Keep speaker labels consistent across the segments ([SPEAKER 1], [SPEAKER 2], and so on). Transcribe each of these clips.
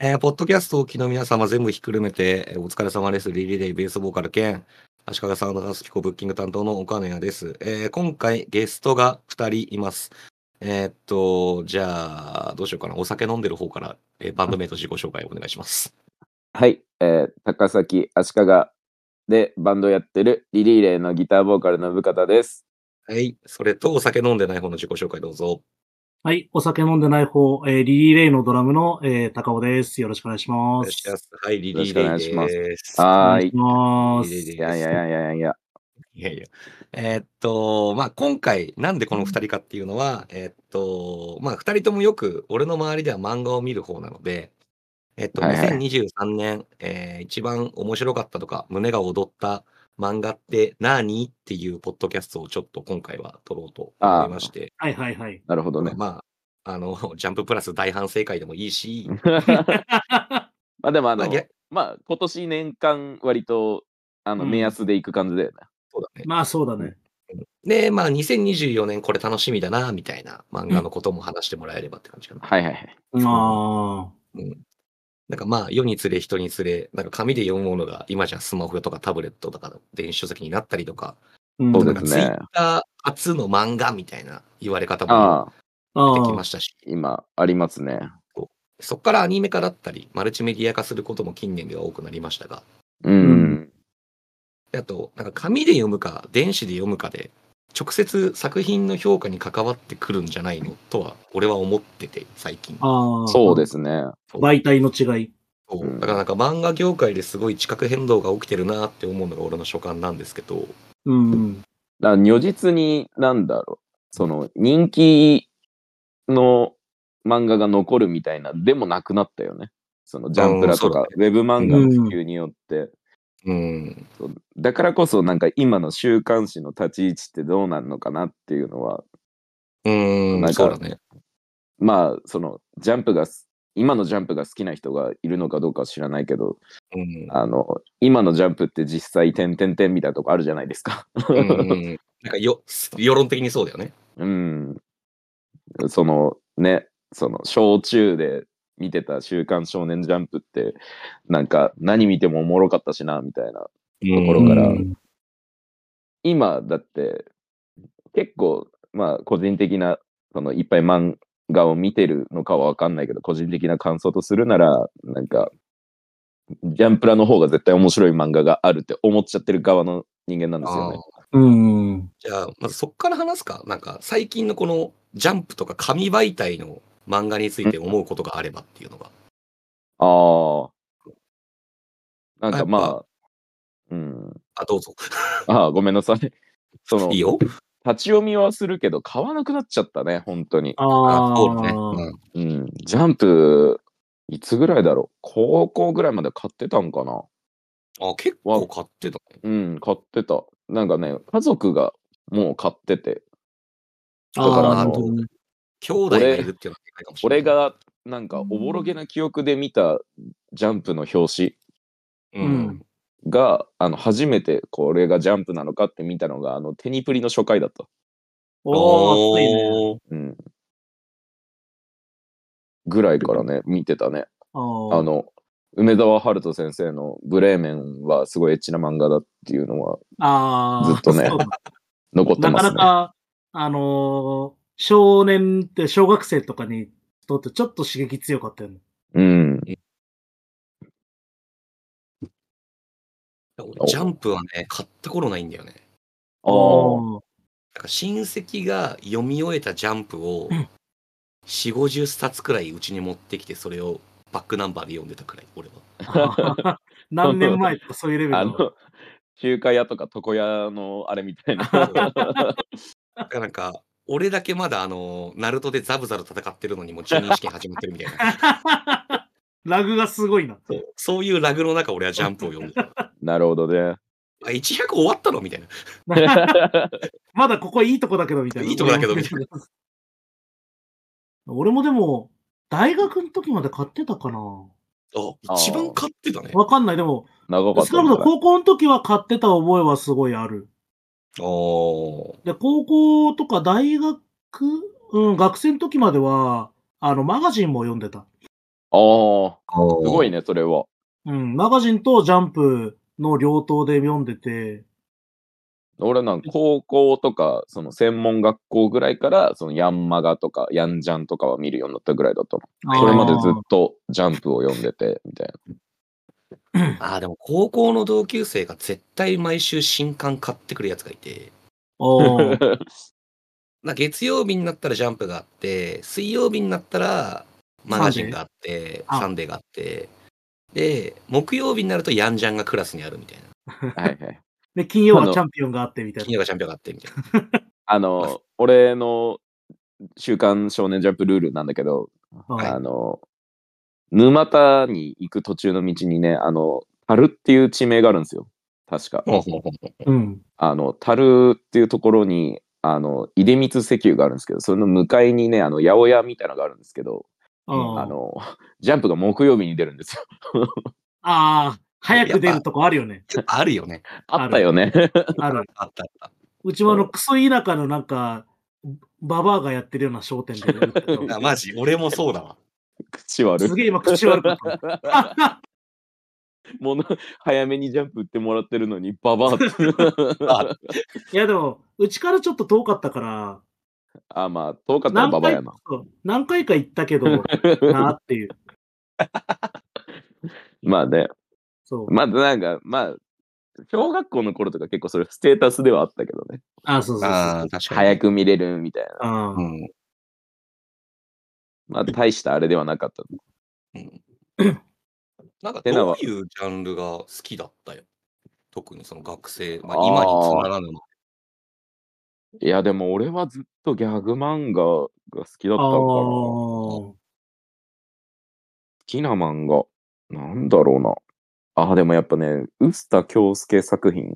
[SPEAKER 1] えーポッドキャストをお聞きの皆様全部ひっくるめて、えーお疲れ様です。リリーデイベースボーカル兼、足利サウンドハウス機構ブッキング担当の岡野屋です。えー今回ゲストが2人います。えーっと、じゃあ、どうしようかな。お酒飲んでる方から、えーバンドメイト自己紹介お願いします。
[SPEAKER 2] はい、えー高崎足利でバンドやってるリリーレイのギターボーカルの部方です。
[SPEAKER 1] はい。それと、お酒飲んでない方の自己紹介どうぞ。
[SPEAKER 3] はい。お酒飲んでない方、えーリリー・レイのドラムの、えー高尾です。よろしくお願いし
[SPEAKER 1] お
[SPEAKER 3] ま
[SPEAKER 1] 願い
[SPEAKER 3] す。
[SPEAKER 1] します。はい、リ
[SPEAKER 2] よろ
[SPEAKER 1] リ
[SPEAKER 2] し
[SPEAKER 1] ー
[SPEAKER 2] くお願い
[SPEAKER 1] デ
[SPEAKER 2] し
[SPEAKER 1] イ
[SPEAKER 2] ます
[SPEAKER 1] です。
[SPEAKER 2] はー
[SPEAKER 3] お
[SPEAKER 2] い。
[SPEAKER 3] 願い
[SPEAKER 1] リリーデイ
[SPEAKER 3] し
[SPEAKER 1] です
[SPEAKER 2] いやいやいやいやいや。
[SPEAKER 1] いやいや。えーっと、まあ、今回、なんでこの2人かっていうのは、えーっと、まあ、2人ともよく、俺の周りでは漫画を見る方なので、えーっと、
[SPEAKER 2] はいはい
[SPEAKER 1] 2023年、えー一番面白かったとか、胸が躍った漫画って何っていうポッドキャストをちょっと今回は撮ろうと思いまして、
[SPEAKER 3] ます。はいはいはい。
[SPEAKER 2] なるほどね。
[SPEAKER 1] まあ、あの、 ジャンププラス大反省会でもいいし、
[SPEAKER 2] まあでもあ
[SPEAKER 1] まあ
[SPEAKER 2] の、
[SPEAKER 1] いや
[SPEAKER 2] まあ今年年間割とあの
[SPEAKER 3] うん
[SPEAKER 2] 目安でいく感じだよね。
[SPEAKER 1] そうだね。
[SPEAKER 3] まあそうだね。
[SPEAKER 1] で、まあ、2024年これ楽しみだな、みたいな漫画のことも話してもらえればって感じかな。
[SPEAKER 2] はいはいはい。
[SPEAKER 3] まあ、
[SPEAKER 1] なんかまあ、世につれ人につれ、なんか紙で読むものが、今じゃスマホとかタブレットとかの電子書籍になったりとか、
[SPEAKER 3] うん
[SPEAKER 2] そう
[SPEAKER 1] な
[SPEAKER 2] で
[SPEAKER 1] んか
[SPEAKER 2] す
[SPEAKER 1] ツイ
[SPEAKER 2] ね
[SPEAKER 1] ッター初の漫画みたいな言われ方も
[SPEAKER 2] ああ、
[SPEAKER 1] 出てきま
[SPEAKER 3] し
[SPEAKER 1] したし、
[SPEAKER 2] 今ありますね。
[SPEAKER 1] そこからアニメ化だったり、マルチメディア化することも近年では多くなりましたが、
[SPEAKER 2] うん。
[SPEAKER 1] であと、なんか紙で読むか、電子で読むかで、直接作品の評価に関わってくるんじゃないのとは、俺は思ってて、最近。
[SPEAKER 3] た。ああ。
[SPEAKER 2] そうですね。
[SPEAKER 3] 媒体の違い。
[SPEAKER 1] そう
[SPEAKER 2] うん
[SPEAKER 1] だからなんか漫画業界ですごい地殻変動が起きてるなって思うのが俺の所感なんですけど、
[SPEAKER 3] うん。
[SPEAKER 2] だから如実になんだろうその人気の漫画が残るみたいなでもなくなったよねそのジャンプラとか、
[SPEAKER 1] うんそう
[SPEAKER 2] ウェブ漫画の普及によって、
[SPEAKER 1] うん、
[SPEAKER 2] そうだからこそなんか今の週刊誌の立ち位置ってどうなるのかなっていうのは
[SPEAKER 1] うーん、
[SPEAKER 2] なんか
[SPEAKER 1] そうだね。
[SPEAKER 2] まあそのジャンプがす今のジャンプが好きな人がいるのかどうかは知らないけど
[SPEAKER 1] うん
[SPEAKER 2] あの今のジャンプって実際点点点みたいなとこあるじゃないですか。
[SPEAKER 1] うんうん なんかよ世論的にそうだよね。
[SPEAKER 2] うん。そのね、その小中で見てた週刊少年ジャンプって、なんか何見てもおもろかったしな、みたいな。
[SPEAKER 1] と
[SPEAKER 2] ころから
[SPEAKER 3] うん
[SPEAKER 2] 今だって結構、まあ個人的な、そのいっぱい漫画を見てるのかはわかんないけど、個人的な感想とするなら、なんか、ジャンプラの方が絶対面白い漫画があるって思っちゃってる側の人間なんですよね。
[SPEAKER 3] うん。
[SPEAKER 1] じゃあ、まずそこから話すか。なんか、最近のこのジャンプとか紙媒体の漫画について思うことがあればっていうのが。
[SPEAKER 2] ああ。なん
[SPEAKER 1] や
[SPEAKER 2] か
[SPEAKER 1] っぱ
[SPEAKER 2] まあ、うん。
[SPEAKER 1] あ、どうぞ。
[SPEAKER 2] ああ、ごめんなさい。 その
[SPEAKER 1] いいよ。
[SPEAKER 2] 立ち読みはするけど買わなくなっちゃったね本当に、
[SPEAKER 3] あ
[SPEAKER 1] あ
[SPEAKER 3] あ。
[SPEAKER 1] そうだね。うん
[SPEAKER 2] うん、ジャンプいつぐらいだろう高校ぐらいまで買ってたんかな
[SPEAKER 1] あ、結構買ってたね。
[SPEAKER 2] うん買ってたなんかね家族がもう買ってて
[SPEAKER 3] あ
[SPEAKER 2] だから
[SPEAKER 3] あ、
[SPEAKER 2] あ
[SPEAKER 3] な
[SPEAKER 2] の
[SPEAKER 3] るほどね。
[SPEAKER 1] 兄弟がいるっていうのはでかいかもしれない。
[SPEAKER 2] 俺、がなんかおぼろげな記憶で見たジャンプの表
[SPEAKER 1] う
[SPEAKER 3] うんん。
[SPEAKER 2] 紙があの初めてこれがジャンプなのかって見たのがあのテニプリの初回だった、
[SPEAKER 3] おー、熱いね。
[SPEAKER 1] おー
[SPEAKER 2] うん、ぐらいからね見てたねあ
[SPEAKER 3] あー
[SPEAKER 2] の、梅沢春人先生のブレーメンはすごいエッチな漫画だっていうのは
[SPEAKER 3] あー。
[SPEAKER 2] ずっとね
[SPEAKER 3] そうだ
[SPEAKER 2] 残って
[SPEAKER 3] な
[SPEAKER 2] ま
[SPEAKER 3] か
[SPEAKER 2] す
[SPEAKER 3] な
[SPEAKER 2] ね。
[SPEAKER 3] か、あのー少年って小学生とかにとってちょっと刺激強かったよね。
[SPEAKER 2] うん。
[SPEAKER 1] 俺ジャンプはね、買った頃ないんだよね。
[SPEAKER 2] ああ。
[SPEAKER 3] ー
[SPEAKER 1] なんか親戚が読み終えたジャンプを
[SPEAKER 3] うん
[SPEAKER 1] 4、50冊くらいうちに持ってきて、それをバックナンバーで読んでたくらい、俺は。
[SPEAKER 3] 何年前とかそういうレベル
[SPEAKER 2] あ
[SPEAKER 3] だ
[SPEAKER 2] の、 中華屋とか床屋のあれみ たいな。
[SPEAKER 1] だからなんか、俺だけまだあの、ナルトでザブザル戦ってるのにもう12試験始まってるみたいな。
[SPEAKER 3] ラグがすごいな。
[SPEAKER 1] そうそういうラグの中、俺はジャンプを読んでた。
[SPEAKER 2] なるほどね。
[SPEAKER 1] あ、100終わったのみたいな。
[SPEAKER 3] まだここいいとこだけどみたいな。
[SPEAKER 1] いいとこだけどみたい
[SPEAKER 3] な。 俺もでも、大学の時まで買ってたかな
[SPEAKER 1] あ、一番買ってたね。
[SPEAKER 3] わかんない。でも、
[SPEAKER 2] 長かっ
[SPEAKER 3] 少
[SPEAKER 2] た
[SPEAKER 3] なく
[SPEAKER 2] のかな。
[SPEAKER 3] とも高校の時は買ってた覚えはすごいある。
[SPEAKER 1] おー。
[SPEAKER 3] で、高校とか大学、うん、学生の時までは、あの、マガジンも読んでた。
[SPEAKER 2] ああ、
[SPEAKER 1] すご
[SPEAKER 2] すごいね、それは。
[SPEAKER 3] うん、マガジンとジャンプの両党で読んでて、
[SPEAKER 2] 俺なんか高校とか、その専門学校ぐらいから、そのヤンマガとか、ヤンジャンとかは見るようになったぐらいだったの。それまでずっとジャンプを読んでて、みたいな。
[SPEAKER 1] ああ、でも高校の同級生が絶対毎週新刊買ってくるやつがいて、
[SPEAKER 3] あー。あー
[SPEAKER 1] な月曜日になったらジャンプがあって、水曜日になったらマガジンがあって、
[SPEAKER 3] サンデーあ
[SPEAKER 1] サンデーがあって、で、木曜日になるとヤンジャンがクラスにあるみたいな。
[SPEAKER 2] はいはい。
[SPEAKER 3] で、金曜
[SPEAKER 2] あ
[SPEAKER 3] は
[SPEAKER 2] の
[SPEAKER 3] チャンピオンがあってみたい
[SPEAKER 1] 金
[SPEAKER 3] な。
[SPEAKER 1] 曜がチャンピオンがあってみたいな。
[SPEAKER 2] あの、俺の週刊少年ジャンプルールなんだけど、
[SPEAKER 3] はい
[SPEAKER 2] あの、沼田に行く途中の道にね、あの、樽っていう地名があるんですよ。確か。
[SPEAKER 3] うん。
[SPEAKER 2] あの、樽っていうところに、あの、出光石油があるんですけど、その向かいにね、あの、八百屋みたいなのがあるんですけど、
[SPEAKER 3] あー
[SPEAKER 2] あの、ジャンプが木曜日に出るんですよ。
[SPEAKER 3] あー、早く出るとこあるよね。
[SPEAKER 1] やっ ぱあるよね。
[SPEAKER 2] あったよね。
[SPEAKER 3] ある。
[SPEAKER 1] あったあった。
[SPEAKER 3] うちはあの、クソ田舎のなんか、ババアがやってるような商店で。
[SPEAKER 1] あ マジ、俺もそうだわ。
[SPEAKER 2] 口悪い
[SPEAKER 3] す。げえ今口悪かった。
[SPEAKER 2] もの、早めにジャンプ売ってもらってるのに、ババアって。
[SPEAKER 1] あ
[SPEAKER 3] いやでも、うちからちょっと遠かったから、
[SPEAKER 2] あ、まあ、遠かったらババアやな。
[SPEAKER 3] そう何回か行ったけど、 なあっていう。
[SPEAKER 2] まあね、
[SPEAKER 3] そう。
[SPEAKER 2] まあなんか、まあ、小学校の頃とか結構それステータスではあったけどね。
[SPEAKER 3] あ、そうそうそう。
[SPEAKER 1] あー、確かに。
[SPEAKER 2] 早く見れるみたいな。
[SPEAKER 3] あ
[SPEAKER 1] う
[SPEAKER 3] ー
[SPEAKER 1] ん。
[SPEAKER 2] まあ大したあれではなかった。
[SPEAKER 1] なんか
[SPEAKER 2] てな
[SPEAKER 1] ど
[SPEAKER 2] わ
[SPEAKER 1] ういうジャンルが好きだったよ。特にその学生、まあ、今につながらぬ。
[SPEAKER 2] いや、でも俺はずっとギャグ漫画が好きだったから、好
[SPEAKER 3] あ
[SPEAKER 2] きな漫画、なんだろうな。ああ、でもやっぱね、臼田恭介作品
[SPEAKER 3] ー。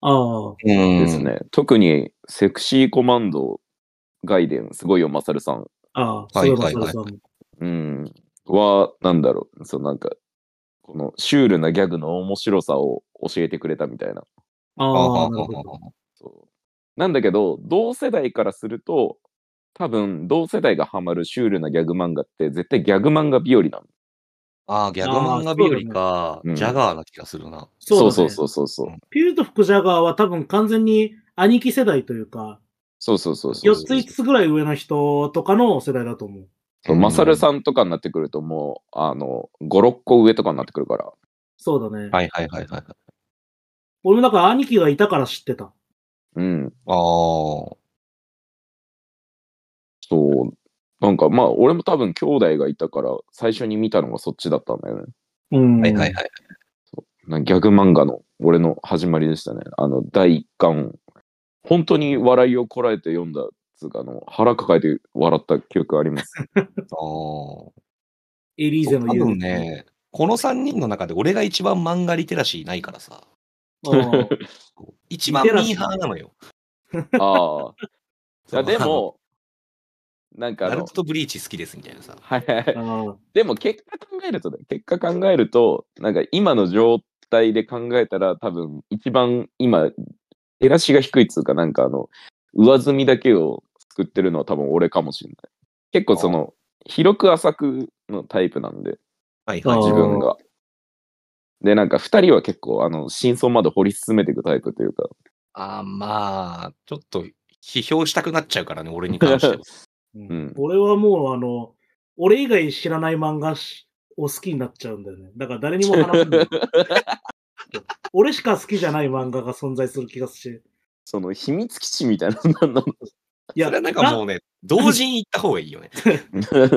[SPEAKER 3] ああ。
[SPEAKER 1] うん
[SPEAKER 2] です。ね。特に、セクシーコマンド、ガイデン、すごいよ、マサルさん。
[SPEAKER 3] ああ。
[SPEAKER 1] はい
[SPEAKER 3] そうだ
[SPEAKER 1] はい
[SPEAKER 3] そうだ
[SPEAKER 1] はい
[SPEAKER 3] そうだ。
[SPEAKER 2] うん、は、なんだろう、そのなんか、このシュールなギャグの面白さを教えてくれたみたいな。
[SPEAKER 1] あ
[SPEAKER 3] あ
[SPEAKER 1] あ
[SPEAKER 3] あ、なるほど。
[SPEAKER 2] そうなんだけど、同世代からすると、多分、同世代がハマるシュールなギャグ漫画って、絶対ギャグ漫画日和なの。
[SPEAKER 1] ああ、ギャグ漫画日和か、
[SPEAKER 2] うん
[SPEAKER 1] ジャガーな気がするな。
[SPEAKER 3] そうだね
[SPEAKER 2] そうそうそうそう。
[SPEAKER 3] ピューとフクジャガーは多分完全に兄貴世代というか、
[SPEAKER 2] そうそうそうそう。
[SPEAKER 3] 4つ5つぐらい上の人とかの世代だと思う。
[SPEAKER 2] そうマサルさんとかになってくると、もう、あの、5、6個上とかになってくるから。
[SPEAKER 3] そうだね。
[SPEAKER 1] はいはいはいはい。
[SPEAKER 3] 俺もだから兄貴がいたから知ってた。
[SPEAKER 2] うん。
[SPEAKER 1] ああ。
[SPEAKER 2] そう。なんか、まあ、俺も多分兄弟がいたから、最初に見たのがそっちだったんだよね。
[SPEAKER 3] うん。
[SPEAKER 1] はいはい。はい。
[SPEAKER 2] なギャグ漫画の俺の始まりでしたね。あの、第1巻、本当に笑いをこらえて読んだ、つうか、あの、腹抱えて笑った記憶あり ます。
[SPEAKER 1] ああ。
[SPEAKER 3] エリーゼの
[SPEAKER 1] 多
[SPEAKER 3] 言う。
[SPEAKER 1] 分ね、この3人の中で俺が一番漫画リテラシーないからさ、
[SPEAKER 3] あー。
[SPEAKER 1] 一番ミーハーなのよ。
[SPEAKER 2] ああ。いや、
[SPEAKER 1] そう
[SPEAKER 2] でも、なんかあ
[SPEAKER 1] ナル
[SPEAKER 2] の
[SPEAKER 1] ト、とブリーチ好きですみたいなさ。
[SPEAKER 2] はいはいはい。
[SPEAKER 3] あー
[SPEAKER 2] でも結果考えるとね、結果考えると、なんか今の状態で考えたら、多分一番今、出だしが低いっつうか、なんかあの、上積みだけを作ってるのは多分俺かもしれない。結構その、広く浅くのタイプなんで、
[SPEAKER 1] はいはい。
[SPEAKER 3] あー
[SPEAKER 2] 自分が。で、なんか二人は結構、あの、真相まで掘り進めていくタイプというか、
[SPEAKER 1] あーまあ、ちょっと批評したくなっちゃうからね、俺に関して は。
[SPEAKER 2] うん。
[SPEAKER 3] 俺はもうあの、俺以外知らない漫画しを好きになっちゃうんだよね。だから誰にも話せ ない。俺しか好きじゃない漫画が存在する気がして。
[SPEAKER 2] その秘密基地みたいなのなんなの。
[SPEAKER 3] いや、
[SPEAKER 1] それはなんかもうね、同時に行った方がいいよね。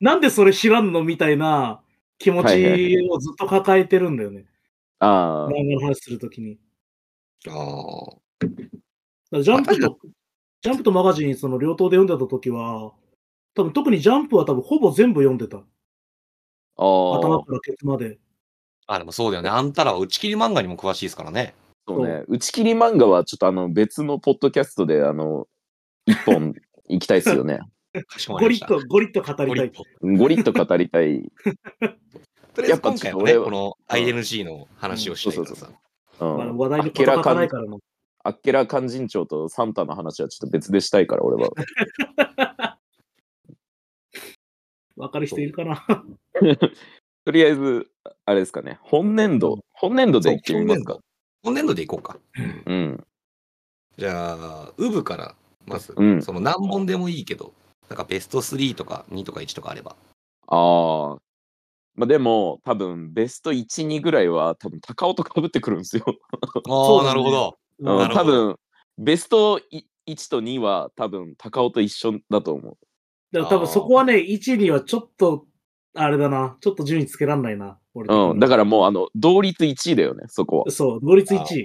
[SPEAKER 3] ななんでそれ知らんのみたいな気持
[SPEAKER 2] はいはい
[SPEAKER 3] ちをずっと抱えてるんだよね。
[SPEAKER 2] ああ、
[SPEAKER 3] 漫画の話するときに。
[SPEAKER 1] ああ。
[SPEAKER 3] だからジャンプと、ジャンプとマガジン、その両党で読んでたときは、多分特にジャンプは多分ほぼ全部読んでた。
[SPEAKER 2] ああ、
[SPEAKER 3] 頭からケツまで。
[SPEAKER 1] あ、でもそうだよね。あんたらは打ち切り漫画にも詳しいですからね。
[SPEAKER 2] そうね。打ち切り漫画はちょっとあの、別のポッドキャストで、あの、一本行きたいです よね。
[SPEAKER 1] かしこまり
[SPEAKER 3] ゴ
[SPEAKER 1] ま
[SPEAKER 3] リ
[SPEAKER 1] し
[SPEAKER 3] ッ
[SPEAKER 1] た
[SPEAKER 3] と、ゴリッと語り
[SPEAKER 1] ゴ
[SPEAKER 3] た
[SPEAKER 1] リッ。
[SPEAKER 3] い
[SPEAKER 1] と。
[SPEAKER 2] ゴリッと語りたい。
[SPEAKER 1] とりあえず今
[SPEAKER 2] やっぱちょっ
[SPEAKER 1] 回
[SPEAKER 2] と
[SPEAKER 1] は
[SPEAKER 2] 俺
[SPEAKER 1] ね、
[SPEAKER 2] は
[SPEAKER 1] この ING の話をしたいからさ。
[SPEAKER 2] う
[SPEAKER 3] まあ
[SPEAKER 2] ん。
[SPEAKER 3] 話題に事欠かないからな。
[SPEAKER 2] あっけら勧進帳とサン タの話はちょっと別でしたいから、俺は。
[SPEAKER 3] わかる人いるかな
[SPEAKER 2] とりあえず、あれですかね、本年度、本年度でいってみますか。
[SPEAKER 1] 今年度でいこうか。
[SPEAKER 2] うん。
[SPEAKER 1] じゃあ、ウブから、まず、
[SPEAKER 2] うん
[SPEAKER 1] その何本でもいいけど、なんかベスト3とか2とか1とかあれば。
[SPEAKER 2] ああ。まあでも、多分、ベスト1、2ぐらいは、多分、高尾とかぶってくるんですよ。
[SPEAKER 1] あ
[SPEAKER 3] う
[SPEAKER 1] あ、な
[SPEAKER 3] だね
[SPEAKER 1] るほど。
[SPEAKER 2] う
[SPEAKER 1] なるほ
[SPEAKER 2] ん、
[SPEAKER 1] ど
[SPEAKER 2] 多分、ベスト1と2は、多分、高尾と一緒だと思う。
[SPEAKER 3] でも多分そこはね、1、2はちょっと、あれだな。ちょっと順位つけらんないな。俺的に
[SPEAKER 2] うん、だからもうあの同率1位だよね、そこは。
[SPEAKER 3] そう、同率1位。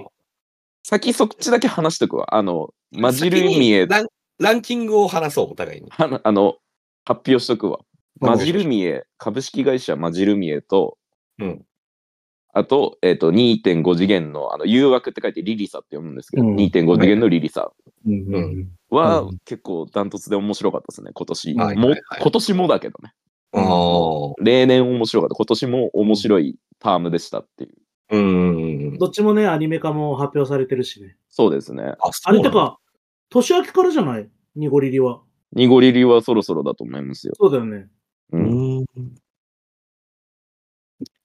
[SPEAKER 2] 先そっちだけ話しとくわ。あの、マジルミエ
[SPEAKER 1] 先に、ランランキングを話そう、お互いに。
[SPEAKER 2] はなあの、発表しとくわ。マジル
[SPEAKER 1] ミ。
[SPEAKER 2] ミエ、株式会社マジルミエと、
[SPEAKER 1] うん
[SPEAKER 2] あと、えっ、と、2.5次元の、あの、誘惑って書いてリリサって読むんですけど、
[SPEAKER 3] うん
[SPEAKER 2] 2.5次元のリリサ
[SPEAKER 3] うん
[SPEAKER 1] うん
[SPEAKER 2] は、
[SPEAKER 3] うん
[SPEAKER 2] 結構ダントツで面白かったですね、今年。
[SPEAKER 1] はい
[SPEAKER 2] も
[SPEAKER 1] はいはい
[SPEAKER 2] 今年もだけどね。
[SPEAKER 1] ああ。
[SPEAKER 2] 例年面白かった。今年も面白いタームでしたっていう。
[SPEAKER 1] うん。
[SPEAKER 3] どっちもね、アニメ化も発表されてるしね。
[SPEAKER 2] そうですね。
[SPEAKER 1] あ、そう
[SPEAKER 3] あれ
[SPEAKER 1] なんだ
[SPEAKER 3] と。か、年明けからじゃないニゴリリは。
[SPEAKER 2] ニゴリリはそろそろだと思いますよ。
[SPEAKER 3] そうだよね。
[SPEAKER 2] う
[SPEAKER 1] うんん。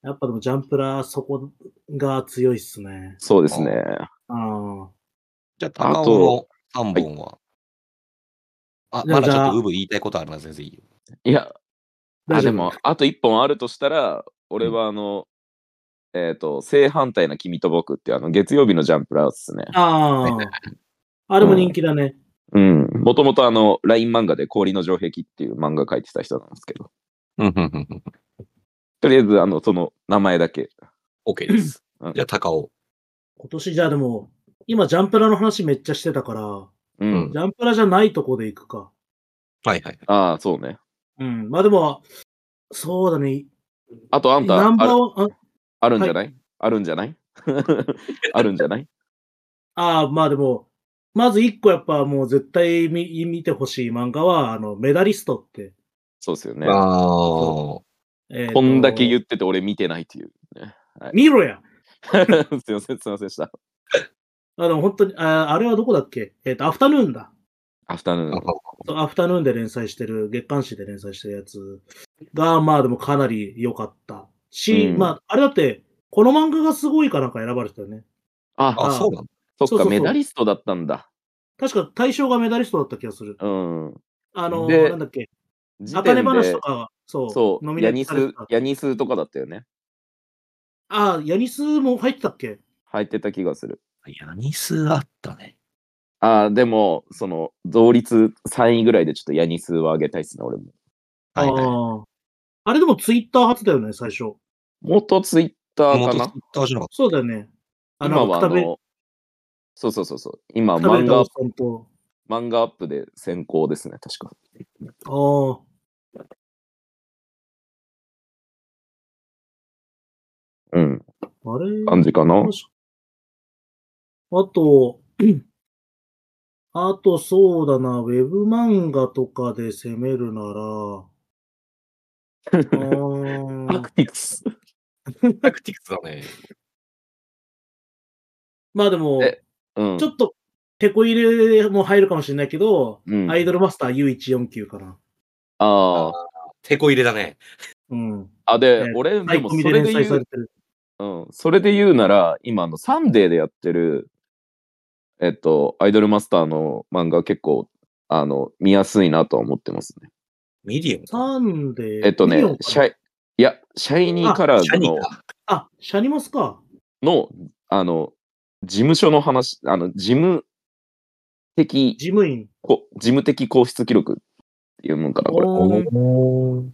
[SPEAKER 3] やっぱでもジャンプラー、そこが強いっすね。
[SPEAKER 2] そうですね。
[SPEAKER 3] ああ。
[SPEAKER 1] じゃあ、
[SPEAKER 2] あ
[SPEAKER 1] 高尾
[SPEAKER 2] と
[SPEAKER 1] の3本は。あ、
[SPEAKER 3] じゃあ
[SPEAKER 1] まだち
[SPEAKER 3] じ
[SPEAKER 1] ょ
[SPEAKER 3] ゃ
[SPEAKER 1] っ
[SPEAKER 3] あ
[SPEAKER 1] とウブ言いたいことあるな、全然いいよ。
[SPEAKER 2] いや、あ
[SPEAKER 3] 大丈夫
[SPEAKER 2] でも、あと一本あるとしたら、俺はあの、えっ、と、正反対な君と僕っていう、あの、月曜日のジャンプラーっすね。
[SPEAKER 3] ああ。あれも人気だね。
[SPEAKER 2] うん。もともとあの、LINE 漫画で氷の城壁っていう漫画書いてた人なんですけど、
[SPEAKER 1] うん、うん、うんうん。
[SPEAKER 2] とりあえず、あの、その名前だけ。
[SPEAKER 1] OK です
[SPEAKER 2] う。ん
[SPEAKER 1] じゃあ、高尾。
[SPEAKER 3] 今年じゃあでも、今ジャンプラーの話めっちゃしてたから、
[SPEAKER 2] うん。
[SPEAKER 1] うん
[SPEAKER 3] ジャンプラーじゃないとこで行くか。
[SPEAKER 1] はいはい。
[SPEAKER 2] ああ、そうね。
[SPEAKER 3] うん。まあでも、そうだね。
[SPEAKER 2] あと、あんた、
[SPEAKER 3] ナンバ
[SPEAKER 2] あ
[SPEAKER 3] ー
[SPEAKER 2] る
[SPEAKER 3] ワン、
[SPEAKER 2] あるんじゃない、あるんじゃないあるんじゃない
[SPEAKER 3] ああ、まあでも、まず一個やっぱもう絶対見見てほしい漫画は、あの、メダリストって。
[SPEAKER 2] そうですよね。
[SPEAKER 1] ああ。
[SPEAKER 3] えーと
[SPEAKER 2] こんだけ言ってて、俺見てないっていう、 ね。
[SPEAKER 3] 見ろや。
[SPEAKER 2] すいません、すいませんでした。
[SPEAKER 3] あの、本当に、ああれはどこだっけえっ、と、アフタヌーンだ。
[SPEAKER 2] アフタヌーン。
[SPEAKER 3] そうアフタヌーンで連載してる、月刊誌で連載してるやつが、まあでもかなり良かったし、
[SPEAKER 2] うん
[SPEAKER 3] まあ、あれだって、この漫画がすごいかなんか選ばれてたよね。
[SPEAKER 2] あ、
[SPEAKER 1] あ、そうなんだ。
[SPEAKER 2] そっか
[SPEAKER 3] そうそうそう
[SPEAKER 2] メダリストだったんだ。
[SPEAKER 3] 確か対象がメダリストだった気がする。
[SPEAKER 2] うん。
[SPEAKER 3] あの、
[SPEAKER 2] で
[SPEAKER 3] なんだっけ、
[SPEAKER 2] 時点
[SPEAKER 3] あ
[SPEAKER 2] で
[SPEAKER 3] かね話とかは、そう、
[SPEAKER 2] そう
[SPEAKER 3] ノミネ
[SPEAKER 2] ヤ
[SPEAKER 3] ー
[SPEAKER 2] ニ
[SPEAKER 3] ト
[SPEAKER 2] ス
[SPEAKER 3] されてた、
[SPEAKER 2] ヤニスとかだったよね。
[SPEAKER 3] あ、ヤニスも入ってたっけ
[SPEAKER 2] 入ってた気がする。
[SPEAKER 1] ヤニスあったね。
[SPEAKER 2] ああ、でも、その、同率3位ぐらいでちょっとヤニスは上げたいですね、俺も。
[SPEAKER 1] はい
[SPEAKER 3] あ
[SPEAKER 1] はい。
[SPEAKER 3] ーあれでもツイッター初だよね、最初。
[SPEAKER 2] 元ツイッターか
[SPEAKER 1] 元
[SPEAKER 2] な
[SPEAKER 1] ツイッターじゃなかっ
[SPEAKER 3] そうだよね。あ
[SPEAKER 2] 今
[SPEAKER 3] の、
[SPEAKER 2] は
[SPEAKER 3] くた
[SPEAKER 2] あ
[SPEAKER 3] べ、
[SPEAKER 2] の、そうそうそうそう。今、
[SPEAKER 3] くたべ
[SPEAKER 2] 漫
[SPEAKER 3] たお
[SPEAKER 2] 画
[SPEAKER 3] っ、さんと、
[SPEAKER 2] 漫画アップで先行ですね、確か。
[SPEAKER 3] ああ。
[SPEAKER 2] うん。
[SPEAKER 3] あれ
[SPEAKER 2] 感じかな。
[SPEAKER 3] あと、あとそうだな、ウェブ漫画とかで攻める なら、うー
[SPEAKER 2] ア
[SPEAKER 3] ん
[SPEAKER 2] クティクス。
[SPEAKER 1] た。タクティクスだね。
[SPEAKER 3] まあでも、
[SPEAKER 2] えうん
[SPEAKER 3] ち。ょっと、テこ入れも入るかもしれないけど、
[SPEAKER 2] うん
[SPEAKER 3] アイドルマスター U149 かな。
[SPEAKER 2] あ
[SPEAKER 1] てこ入れだね。
[SPEAKER 3] うん。
[SPEAKER 2] あ。あ、で
[SPEAKER 3] ね、
[SPEAKER 2] 俺、で
[SPEAKER 3] 最
[SPEAKER 2] も
[SPEAKER 3] 高
[SPEAKER 2] そ
[SPEAKER 3] みで
[SPEAKER 2] れで言
[SPEAKER 3] 連載さ
[SPEAKER 2] う
[SPEAKER 3] れ、てる。
[SPEAKER 2] うん、それで言うなら、今、あの、サンデーでやってる、えっと、アイドルマスターの漫画結構、あの、見やすいなとは思ってますね。
[SPEAKER 1] ミディオン。
[SPEAKER 3] サンデー。
[SPEAKER 2] えっと
[SPEAKER 3] ミ
[SPEAKER 2] ね
[SPEAKER 3] リオン、
[SPEAKER 2] シ
[SPEAKER 3] かな
[SPEAKER 2] ャイ、いや、シャイニーカラー
[SPEAKER 1] シャ
[SPEAKER 2] ズ
[SPEAKER 1] ニ
[SPEAKER 2] の
[SPEAKER 1] ー、か。
[SPEAKER 3] あ、シャニマスか。
[SPEAKER 2] の、あの、事務所の話、あの、事務的、
[SPEAKER 3] 事務員。
[SPEAKER 2] こ事務的皇室記録っていうもんかな、これ。
[SPEAKER 3] おー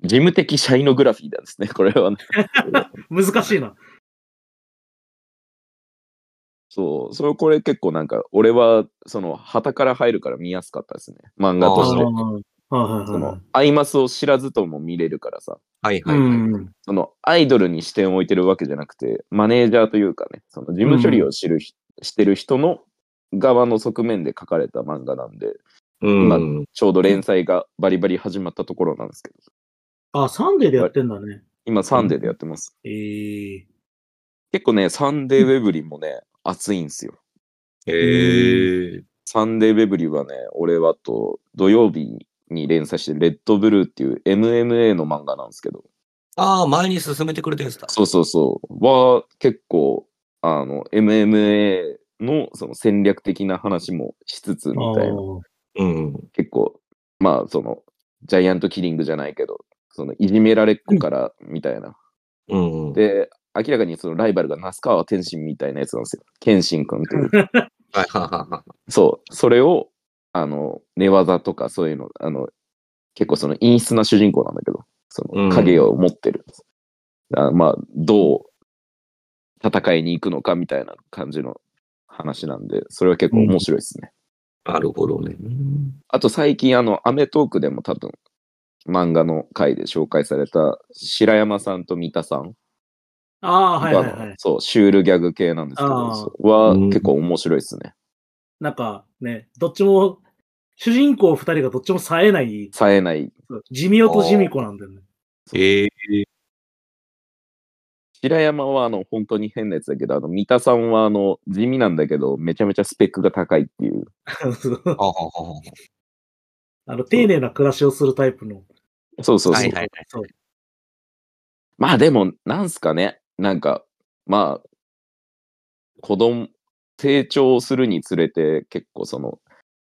[SPEAKER 2] 事務的シャイノグラフィーなんですね、これはね。
[SPEAKER 3] 難しいな。
[SPEAKER 2] そう、それ、これ結構なんか、俺は、その、旗から入るから見やすかったですね。漫画と
[SPEAKER 1] あ
[SPEAKER 2] し
[SPEAKER 1] ー
[SPEAKER 2] て。
[SPEAKER 3] ああはい
[SPEAKER 2] そ
[SPEAKER 3] はいは
[SPEAKER 2] の、アイマスを知らずとも見れるからさ、
[SPEAKER 1] はい
[SPEAKER 3] い。
[SPEAKER 1] はいはい。
[SPEAKER 3] うん
[SPEAKER 2] その、アイドルに視点を置いてるわけじゃなくて、マネージャーというかね、その、事務処理を知るひ、してる人の側の側面で書かれた漫画なんで、
[SPEAKER 1] うん。
[SPEAKER 2] ちょうど連載がバリバリ始まったところなんですけど、
[SPEAKER 3] あ、サンデーでやってんだね。
[SPEAKER 2] 今、サンデーでやってます。
[SPEAKER 3] ええ
[SPEAKER 2] 結構ね、サンデーウェブリーもね、熱いんですよ。
[SPEAKER 1] へえ。
[SPEAKER 2] サンデーウェブリーはね、俺はと土曜日に連載してるレッドブルーっていう MMA の漫画なんですけど、
[SPEAKER 1] ああ、前に進めてくれたやつだ。
[SPEAKER 2] そうそうそう。は、結構、あの、MMA のその戦略的な話もしつつみたいな、
[SPEAKER 3] ー
[SPEAKER 1] うん。
[SPEAKER 2] 結構、まあ、その、ジャイアントキリングじゃないけど、その、いじめられっ子から、みたいな。
[SPEAKER 1] うん。
[SPEAKER 2] で、明らかにそのライバルが那須川天心みたいなやつなんですよ。謙信君という。
[SPEAKER 1] はいはいはいはい。
[SPEAKER 2] そう、それを、あの、寝技とかそういうの、あの、結構その陰湿な主人公なんだけど、そ
[SPEAKER 1] うん
[SPEAKER 2] の影を持ってる。あまあ、どう戦いに行くのかみたいな感じの話なんで、それは結構面白いですね。
[SPEAKER 1] なるほどね。うん
[SPEAKER 2] あと最近、あの、アメトークでも多分、漫画の回で紹介された白山さんと三田さん
[SPEAKER 3] あー、
[SPEAKER 2] が、
[SPEAKER 3] はいはいはい。
[SPEAKER 2] そう、シュールギャグ系なんですけ
[SPEAKER 3] あ
[SPEAKER 2] ど、
[SPEAKER 3] ー
[SPEAKER 2] そうは
[SPEAKER 1] うん
[SPEAKER 2] 結構面白いですね。
[SPEAKER 3] なんかね、どっちも、主人公二人がどっちも冴えない、
[SPEAKER 2] 冴えない
[SPEAKER 3] 地味男と地味子なんだよね。
[SPEAKER 1] ええ
[SPEAKER 2] 白山はあの本当に変なやつだけど、あの三田さんはあの地味なんだけど、めちゃめちゃスペックが高いっていう。
[SPEAKER 1] ー。はははは
[SPEAKER 3] あの、丁寧な暮らしをするタイプの。
[SPEAKER 2] そうそうそう。
[SPEAKER 1] はいはい
[SPEAKER 3] そう。
[SPEAKER 2] まあでも、なんすかね、なんか、まあ、子供、成長するにつれて、結構その、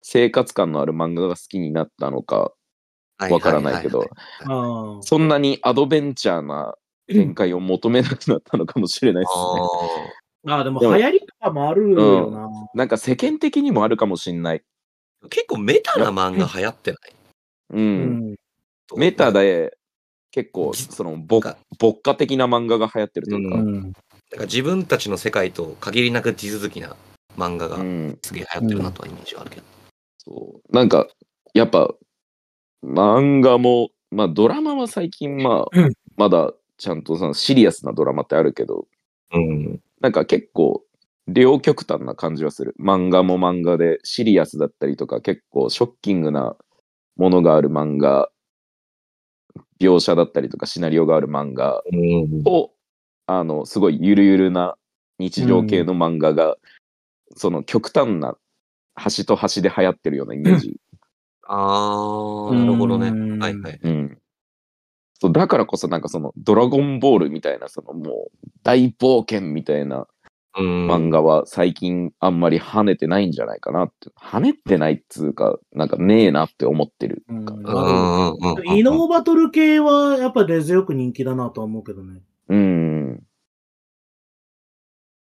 [SPEAKER 2] 生活感のある漫画が好きになったのか、
[SPEAKER 1] はい。
[SPEAKER 2] わからないけど
[SPEAKER 1] はは
[SPEAKER 3] あー
[SPEAKER 2] そんなにアドベンチャーな展開を求めなくなったのかもしれないですね。
[SPEAKER 1] はは。
[SPEAKER 3] あー、でも
[SPEAKER 2] で
[SPEAKER 3] 流
[SPEAKER 2] も
[SPEAKER 3] 行りとかもあるよな。
[SPEAKER 2] なんか世間的にもあるかもしんない。
[SPEAKER 1] あー結構メタな漫画流行ってない
[SPEAKER 2] うん
[SPEAKER 3] うん
[SPEAKER 1] と
[SPEAKER 2] メタで結構
[SPEAKER 1] ぎ
[SPEAKER 2] その
[SPEAKER 1] な
[SPEAKER 2] ぼ
[SPEAKER 1] んか
[SPEAKER 2] 牧歌的な漫画が流行ってるという
[SPEAKER 3] う
[SPEAKER 2] か、
[SPEAKER 3] ん
[SPEAKER 1] なんか自分たちの世界と限りなく地続きな漫画が
[SPEAKER 2] うん
[SPEAKER 1] すげえ流行ってるなとはイメージはあるけど。
[SPEAKER 2] そうなんかやっぱ漫画もまあドラマは最近まあ、
[SPEAKER 3] うん
[SPEAKER 2] まだちゃんとそのシリアスなドラマってあるけど
[SPEAKER 1] うん。
[SPEAKER 2] なんか結構両極端な感じはする漫画も漫画でシリアスだったりとか結構ショッキングなものがある漫画描写だったりとかシナリオがある漫画
[SPEAKER 1] うん。
[SPEAKER 2] と、あの、すごいゆるゆるな日常系の漫画が、その極端な端と端で流行ってるようなイメージ。
[SPEAKER 1] ああ、なるほどね
[SPEAKER 3] うん。
[SPEAKER 1] はいはい。
[SPEAKER 2] うんそうだからこそなんかその「ドラゴンボール」みたいなそのもう大冒険みたいな
[SPEAKER 1] うん。
[SPEAKER 2] 漫画は最近あんまり跳ねてないんじゃないかなって跳ねてないっつうかなんかねえなって思ってる
[SPEAKER 3] うん
[SPEAKER 1] うんうんうんうん。
[SPEAKER 3] 異能バトル系はやっぱ根強く人気だなとは思うけどね。
[SPEAKER 2] うん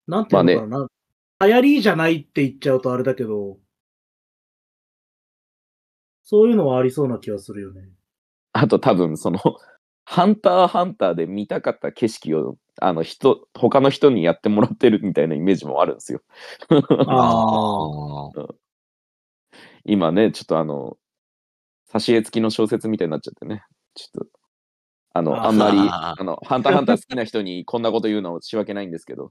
[SPEAKER 3] なんていうのかな。流行りじゃないって言っちゃうとあれだけど、そういうのはありそうな気がするよね。
[SPEAKER 2] あと多分その「ハンターハンター」で見たかった景色をあの人他の人にやってもらってるみたいなイメージもあるんですよ。
[SPEAKER 3] ああ。
[SPEAKER 1] ああ。
[SPEAKER 2] 今ねちょっとあの挿絵付きの小説みたいになっちゃってねちょっとあの
[SPEAKER 3] あー
[SPEAKER 2] あんまり「
[SPEAKER 1] あ
[SPEAKER 2] あのハンターハンター」好きな人にこんなこと言うの仕訳ないんですけど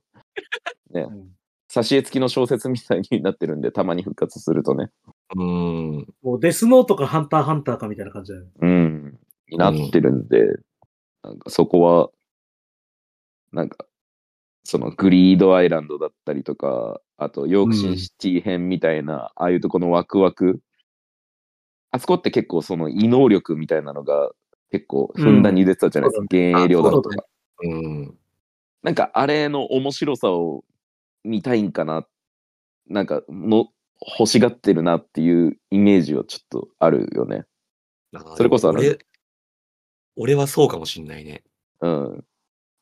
[SPEAKER 3] うん
[SPEAKER 2] 挿絵付きの小説みたいになってるんでたまに復活するとね
[SPEAKER 1] うん。
[SPEAKER 3] もうデスノートかハンターハンターかみたいな感じだよね。
[SPEAKER 2] うんになってるんで、なんかそこはなんかそのグリードアイランドだったりとかあとヨークシンシティ編みたいな、ああいうとこのワクワクあそこって結構その異能力みたいなのが結構ふんだんに出てたじゃないですか、幻影量だと
[SPEAKER 1] そう
[SPEAKER 2] か、
[SPEAKER 1] だうん。
[SPEAKER 2] なんかあれの面白さを見たいんかななんかの欲しがってるなっていうイメージはちょっとあるよね
[SPEAKER 1] あー
[SPEAKER 2] それこそあの
[SPEAKER 1] 俺俺はそうかもしんないね。
[SPEAKER 2] うん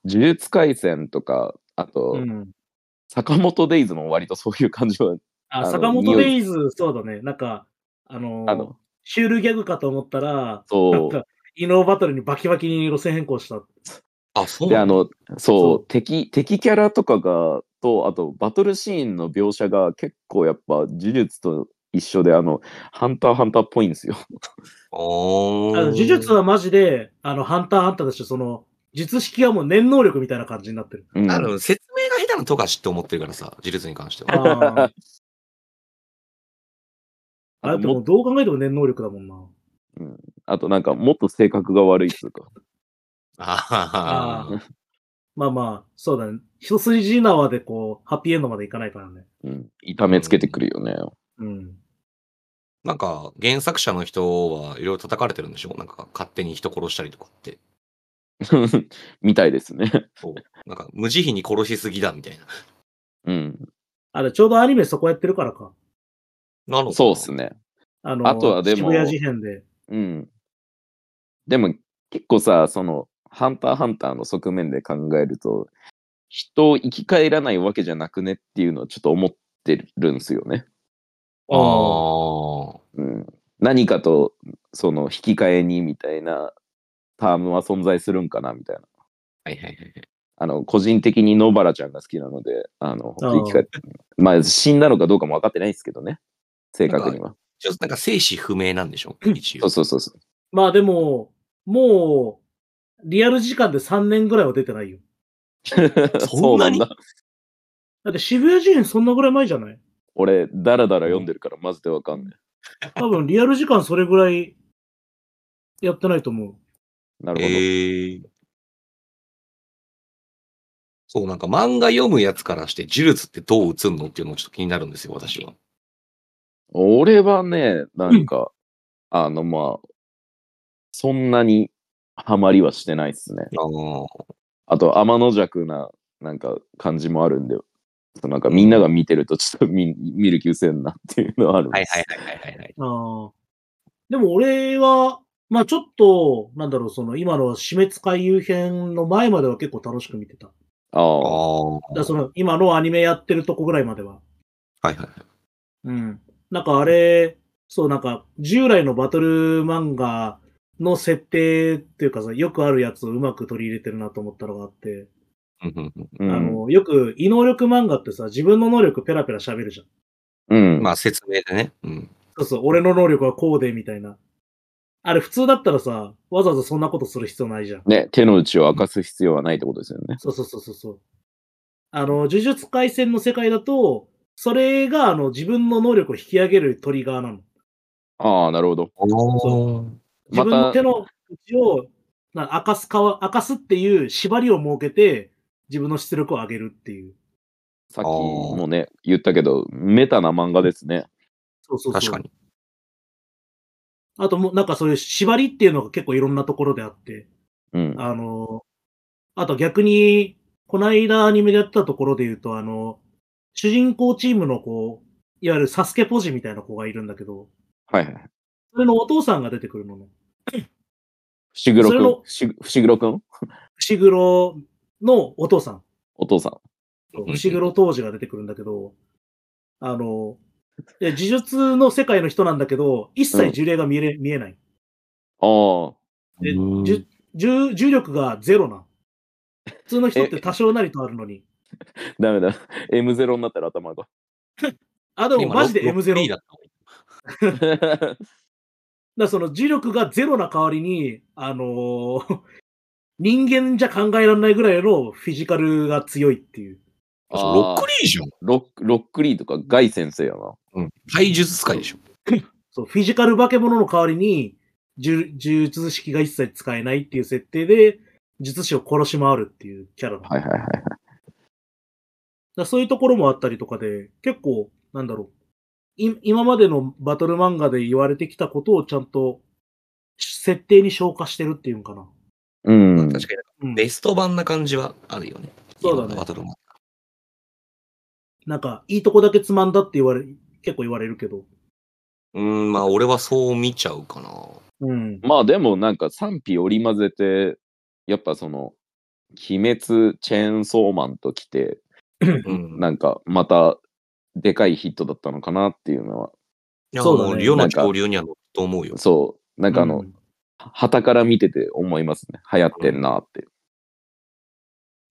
[SPEAKER 2] 呪術廻戦とかあと、
[SPEAKER 3] うん。
[SPEAKER 2] 坂本デイズも割とそういう感じは、あ
[SPEAKER 3] あ、
[SPEAKER 2] の
[SPEAKER 3] 坂
[SPEAKER 2] 匂
[SPEAKER 3] 本
[SPEAKER 2] い
[SPEAKER 3] デイズ、そうだね。なんか、あのー
[SPEAKER 2] あの
[SPEAKER 3] シュールギャグかと思ったら、なん
[SPEAKER 2] そう
[SPEAKER 3] か、異能バトルにバキバキに路線変更した。
[SPEAKER 1] あ、そう
[SPEAKER 2] で
[SPEAKER 1] な
[SPEAKER 2] あ
[SPEAKER 1] んだ
[SPEAKER 2] のそう
[SPEAKER 3] そう
[SPEAKER 2] 敵敵キャラとかがとあとバトルシーンの描写が結構やっぱ呪術と一緒であのハンターハンターっぽいんですよ。
[SPEAKER 1] あ
[SPEAKER 3] あ
[SPEAKER 1] ー
[SPEAKER 3] の呪術はマジで、あの、ハンターハンターとして、その、術式はもう念能力みたいな感じになってる。
[SPEAKER 2] うん
[SPEAKER 1] あの、説明が下手な富樫って思ってるからさ、自立に関しては。
[SPEAKER 3] あーあ
[SPEAKER 2] あ
[SPEAKER 3] れ
[SPEAKER 2] と
[SPEAKER 3] って
[SPEAKER 2] も
[SPEAKER 3] もうどう考えても念能力だもんな。
[SPEAKER 2] あとなんかもっと性格が悪いっつうか。
[SPEAKER 1] あ
[SPEAKER 3] あまあまあ、そうだね。一筋縄でこう、ハッピーエンドまでいかないからね。
[SPEAKER 2] うん、痛めつけてくるよね。
[SPEAKER 3] うん。
[SPEAKER 1] なんか、原作者の人はいろいろ叩かれてるんでしょなんか、勝手に人殺したりとかって。
[SPEAKER 2] みたいですね。
[SPEAKER 1] そう。なんか、無慈悲に殺しすぎだみたいな。
[SPEAKER 2] うん。
[SPEAKER 3] あれ、ちょうどアニメそこやってるからか。
[SPEAKER 1] なの
[SPEAKER 2] そうっす。ね。
[SPEAKER 3] あの、
[SPEAKER 2] あとはでも
[SPEAKER 3] 渋谷事変で。
[SPEAKER 2] うん。でも結構さ、その、ハンターハンターの側面で考えると、人を生き返らないわけじゃなくねっていうのはちょっと思ってるんですよね。
[SPEAKER 1] ああ。
[SPEAKER 2] うん。何かと、その、引き換えにみたいなタームは存在するんかなみたいな。
[SPEAKER 1] はいはいはいはい。
[SPEAKER 2] あの、個人的に野原ちゃんが好きなので、あの、
[SPEAKER 3] あー
[SPEAKER 2] 生き返って、まあ、死んだのかどうかも分かってないですけどね。正確には。
[SPEAKER 1] ちょっとなんか、生死不明なんでしょ一
[SPEAKER 2] そう
[SPEAKER 1] 応。
[SPEAKER 2] そうそうそう。
[SPEAKER 3] まあでも、もう、リアル時間で3年ぐらいは出てないよ。
[SPEAKER 1] そん なに
[SPEAKER 2] うだ。
[SPEAKER 3] だって渋谷事変そんなぐらい前じゃない
[SPEAKER 2] 俺、だらだら読んでるから、マジで分かんない。
[SPEAKER 3] 多分リアル時間それぐらいやってないと思う。
[SPEAKER 2] なるほど。
[SPEAKER 1] ええそう、なんか漫画読むやつからして、呪術ってどう映んのっていうのもちょっと気になるんですよ、私は。
[SPEAKER 2] 俺はね、なんか、あの、まあ、そんなにハマりはしてないですね。
[SPEAKER 1] あの
[SPEAKER 2] あと、天の弱な、なんか、感じもあるんで、そうなんか、みんなが見てると、ちょっと見見る気うせんなっていうのはあるん
[SPEAKER 1] は
[SPEAKER 2] で
[SPEAKER 1] い
[SPEAKER 2] す。
[SPEAKER 1] はいはいはいはいはい。
[SPEAKER 3] ああ。でも俺は、まあちょっと、なんだろう、その今の死滅回遊編の前までは結構楽しく見てた。だか
[SPEAKER 1] あ
[SPEAKER 2] ああ、
[SPEAKER 1] あ。は
[SPEAKER 3] らその今のアニメやってるとこぐらいまでは。
[SPEAKER 1] いはいはい。
[SPEAKER 3] うん。なんかあれ、そうなんか従来のバトル漫画の設定っていうかさ、よくあるやつをうまく取り入れてるなと思ったのがあって、
[SPEAKER 1] うんうんうん
[SPEAKER 2] うん、
[SPEAKER 3] あの、よく異能力漫画ってさ、自分の能力ペラペラ喋るじゃん。
[SPEAKER 2] うん、
[SPEAKER 1] まあ説明でね。うん。
[SPEAKER 3] そうそう、俺の能力はこうで、みたいな。あれ普通だったらさ、わざわざそんなことする必要ないじゃん。
[SPEAKER 2] ね、手の内を明かす必要はないってことですよね。
[SPEAKER 3] そうそうそうそうそう。あの、呪術廻戦の世界だと、それが、あの、自分の能力を引き上げるトリガーなの。
[SPEAKER 2] ああ、なるほど。
[SPEAKER 1] お
[SPEAKER 3] 自
[SPEAKER 2] また
[SPEAKER 3] 分の手の内を、な明かすかわ、明かすっていう縛りを設けて、自分の出力を上げるっていう。
[SPEAKER 2] さっき
[SPEAKER 1] あー
[SPEAKER 2] もね、言ったけど、メタな漫画ですね。
[SPEAKER 3] そうそうそ
[SPEAKER 1] 確
[SPEAKER 3] う。
[SPEAKER 1] かに。
[SPEAKER 3] あともう、なんかそういう縛りっていうのが結構いろんなところであって、
[SPEAKER 2] うん。
[SPEAKER 3] あの、あと逆に、こないだアニメでやってたところで言うと、あの、主人公チームの子、いわゆるサスケポジみたいな子がいるんだけど、
[SPEAKER 2] はいはい。
[SPEAKER 3] それのお父さんが出てくるのね。
[SPEAKER 2] 伏黒
[SPEAKER 3] それ
[SPEAKER 2] くん
[SPEAKER 3] の
[SPEAKER 2] 伏伏黒くん
[SPEAKER 3] 伏黒のお父さん。
[SPEAKER 2] お父さん。
[SPEAKER 1] うん
[SPEAKER 3] 伏黒当時が出てくるんだけど、あの、で呪術の世界の人なんだけど、一切呪霊が見えれ見えない。
[SPEAKER 2] ああ。
[SPEAKER 3] え
[SPEAKER 1] うん
[SPEAKER 3] じゅ重重力がゼロな。普通の人って多少なりとあるのに。
[SPEAKER 2] ダメだ。M0 になったら頭 が。
[SPEAKER 3] あ、でも
[SPEAKER 1] 今
[SPEAKER 3] マジで
[SPEAKER 1] ロックロック
[SPEAKER 3] M0
[SPEAKER 1] リーだ
[SPEAKER 3] だ。
[SPEAKER 1] った
[SPEAKER 3] からその重力がゼロな代わりに、あのー人間じゃ考えられないぐらいのフィジカルが強いっていう。
[SPEAKER 1] そうロックリーじゃん。
[SPEAKER 2] ロックロックリーとかガイ先生やな。
[SPEAKER 1] うん。体術使いでしょ。
[SPEAKER 3] そう、フィジカル化け物の代わりに、呪呪術式が一切使えないっていう設定で、術師を殺し回るっていうキャラなのだか
[SPEAKER 2] はいはいはいはい。
[SPEAKER 3] らそういうところもあったりとかで、結構、なんだろう。い今までのバトル漫画で言われてきたことをちゃんと、設定に消化してるっていうんかな。
[SPEAKER 2] うん。
[SPEAKER 1] 確か
[SPEAKER 3] うん
[SPEAKER 1] に、ベスト版な感じはあるよね。
[SPEAKER 3] そうだね
[SPEAKER 1] 今のバトルも。
[SPEAKER 3] なんか、いいとこだけつまんだって言われ、結構言われるけど。
[SPEAKER 1] うん、まあ俺はそう見ちゃうかな。
[SPEAKER 3] うん。
[SPEAKER 2] まあでもなんか賛否織り交ぜて、やっぱその、鬼滅チェーンソーマンと来て、
[SPEAKER 1] うん。
[SPEAKER 2] なんかまたでかいヒットだったのかなっていうのは、
[SPEAKER 1] いや、
[SPEAKER 3] そうだね
[SPEAKER 1] もう世の
[SPEAKER 2] なんか
[SPEAKER 1] 潮流には乗ると思うよ。
[SPEAKER 2] そう、なんかあの、
[SPEAKER 3] うん
[SPEAKER 2] 旗から見てて思いますね。流行ってんなって。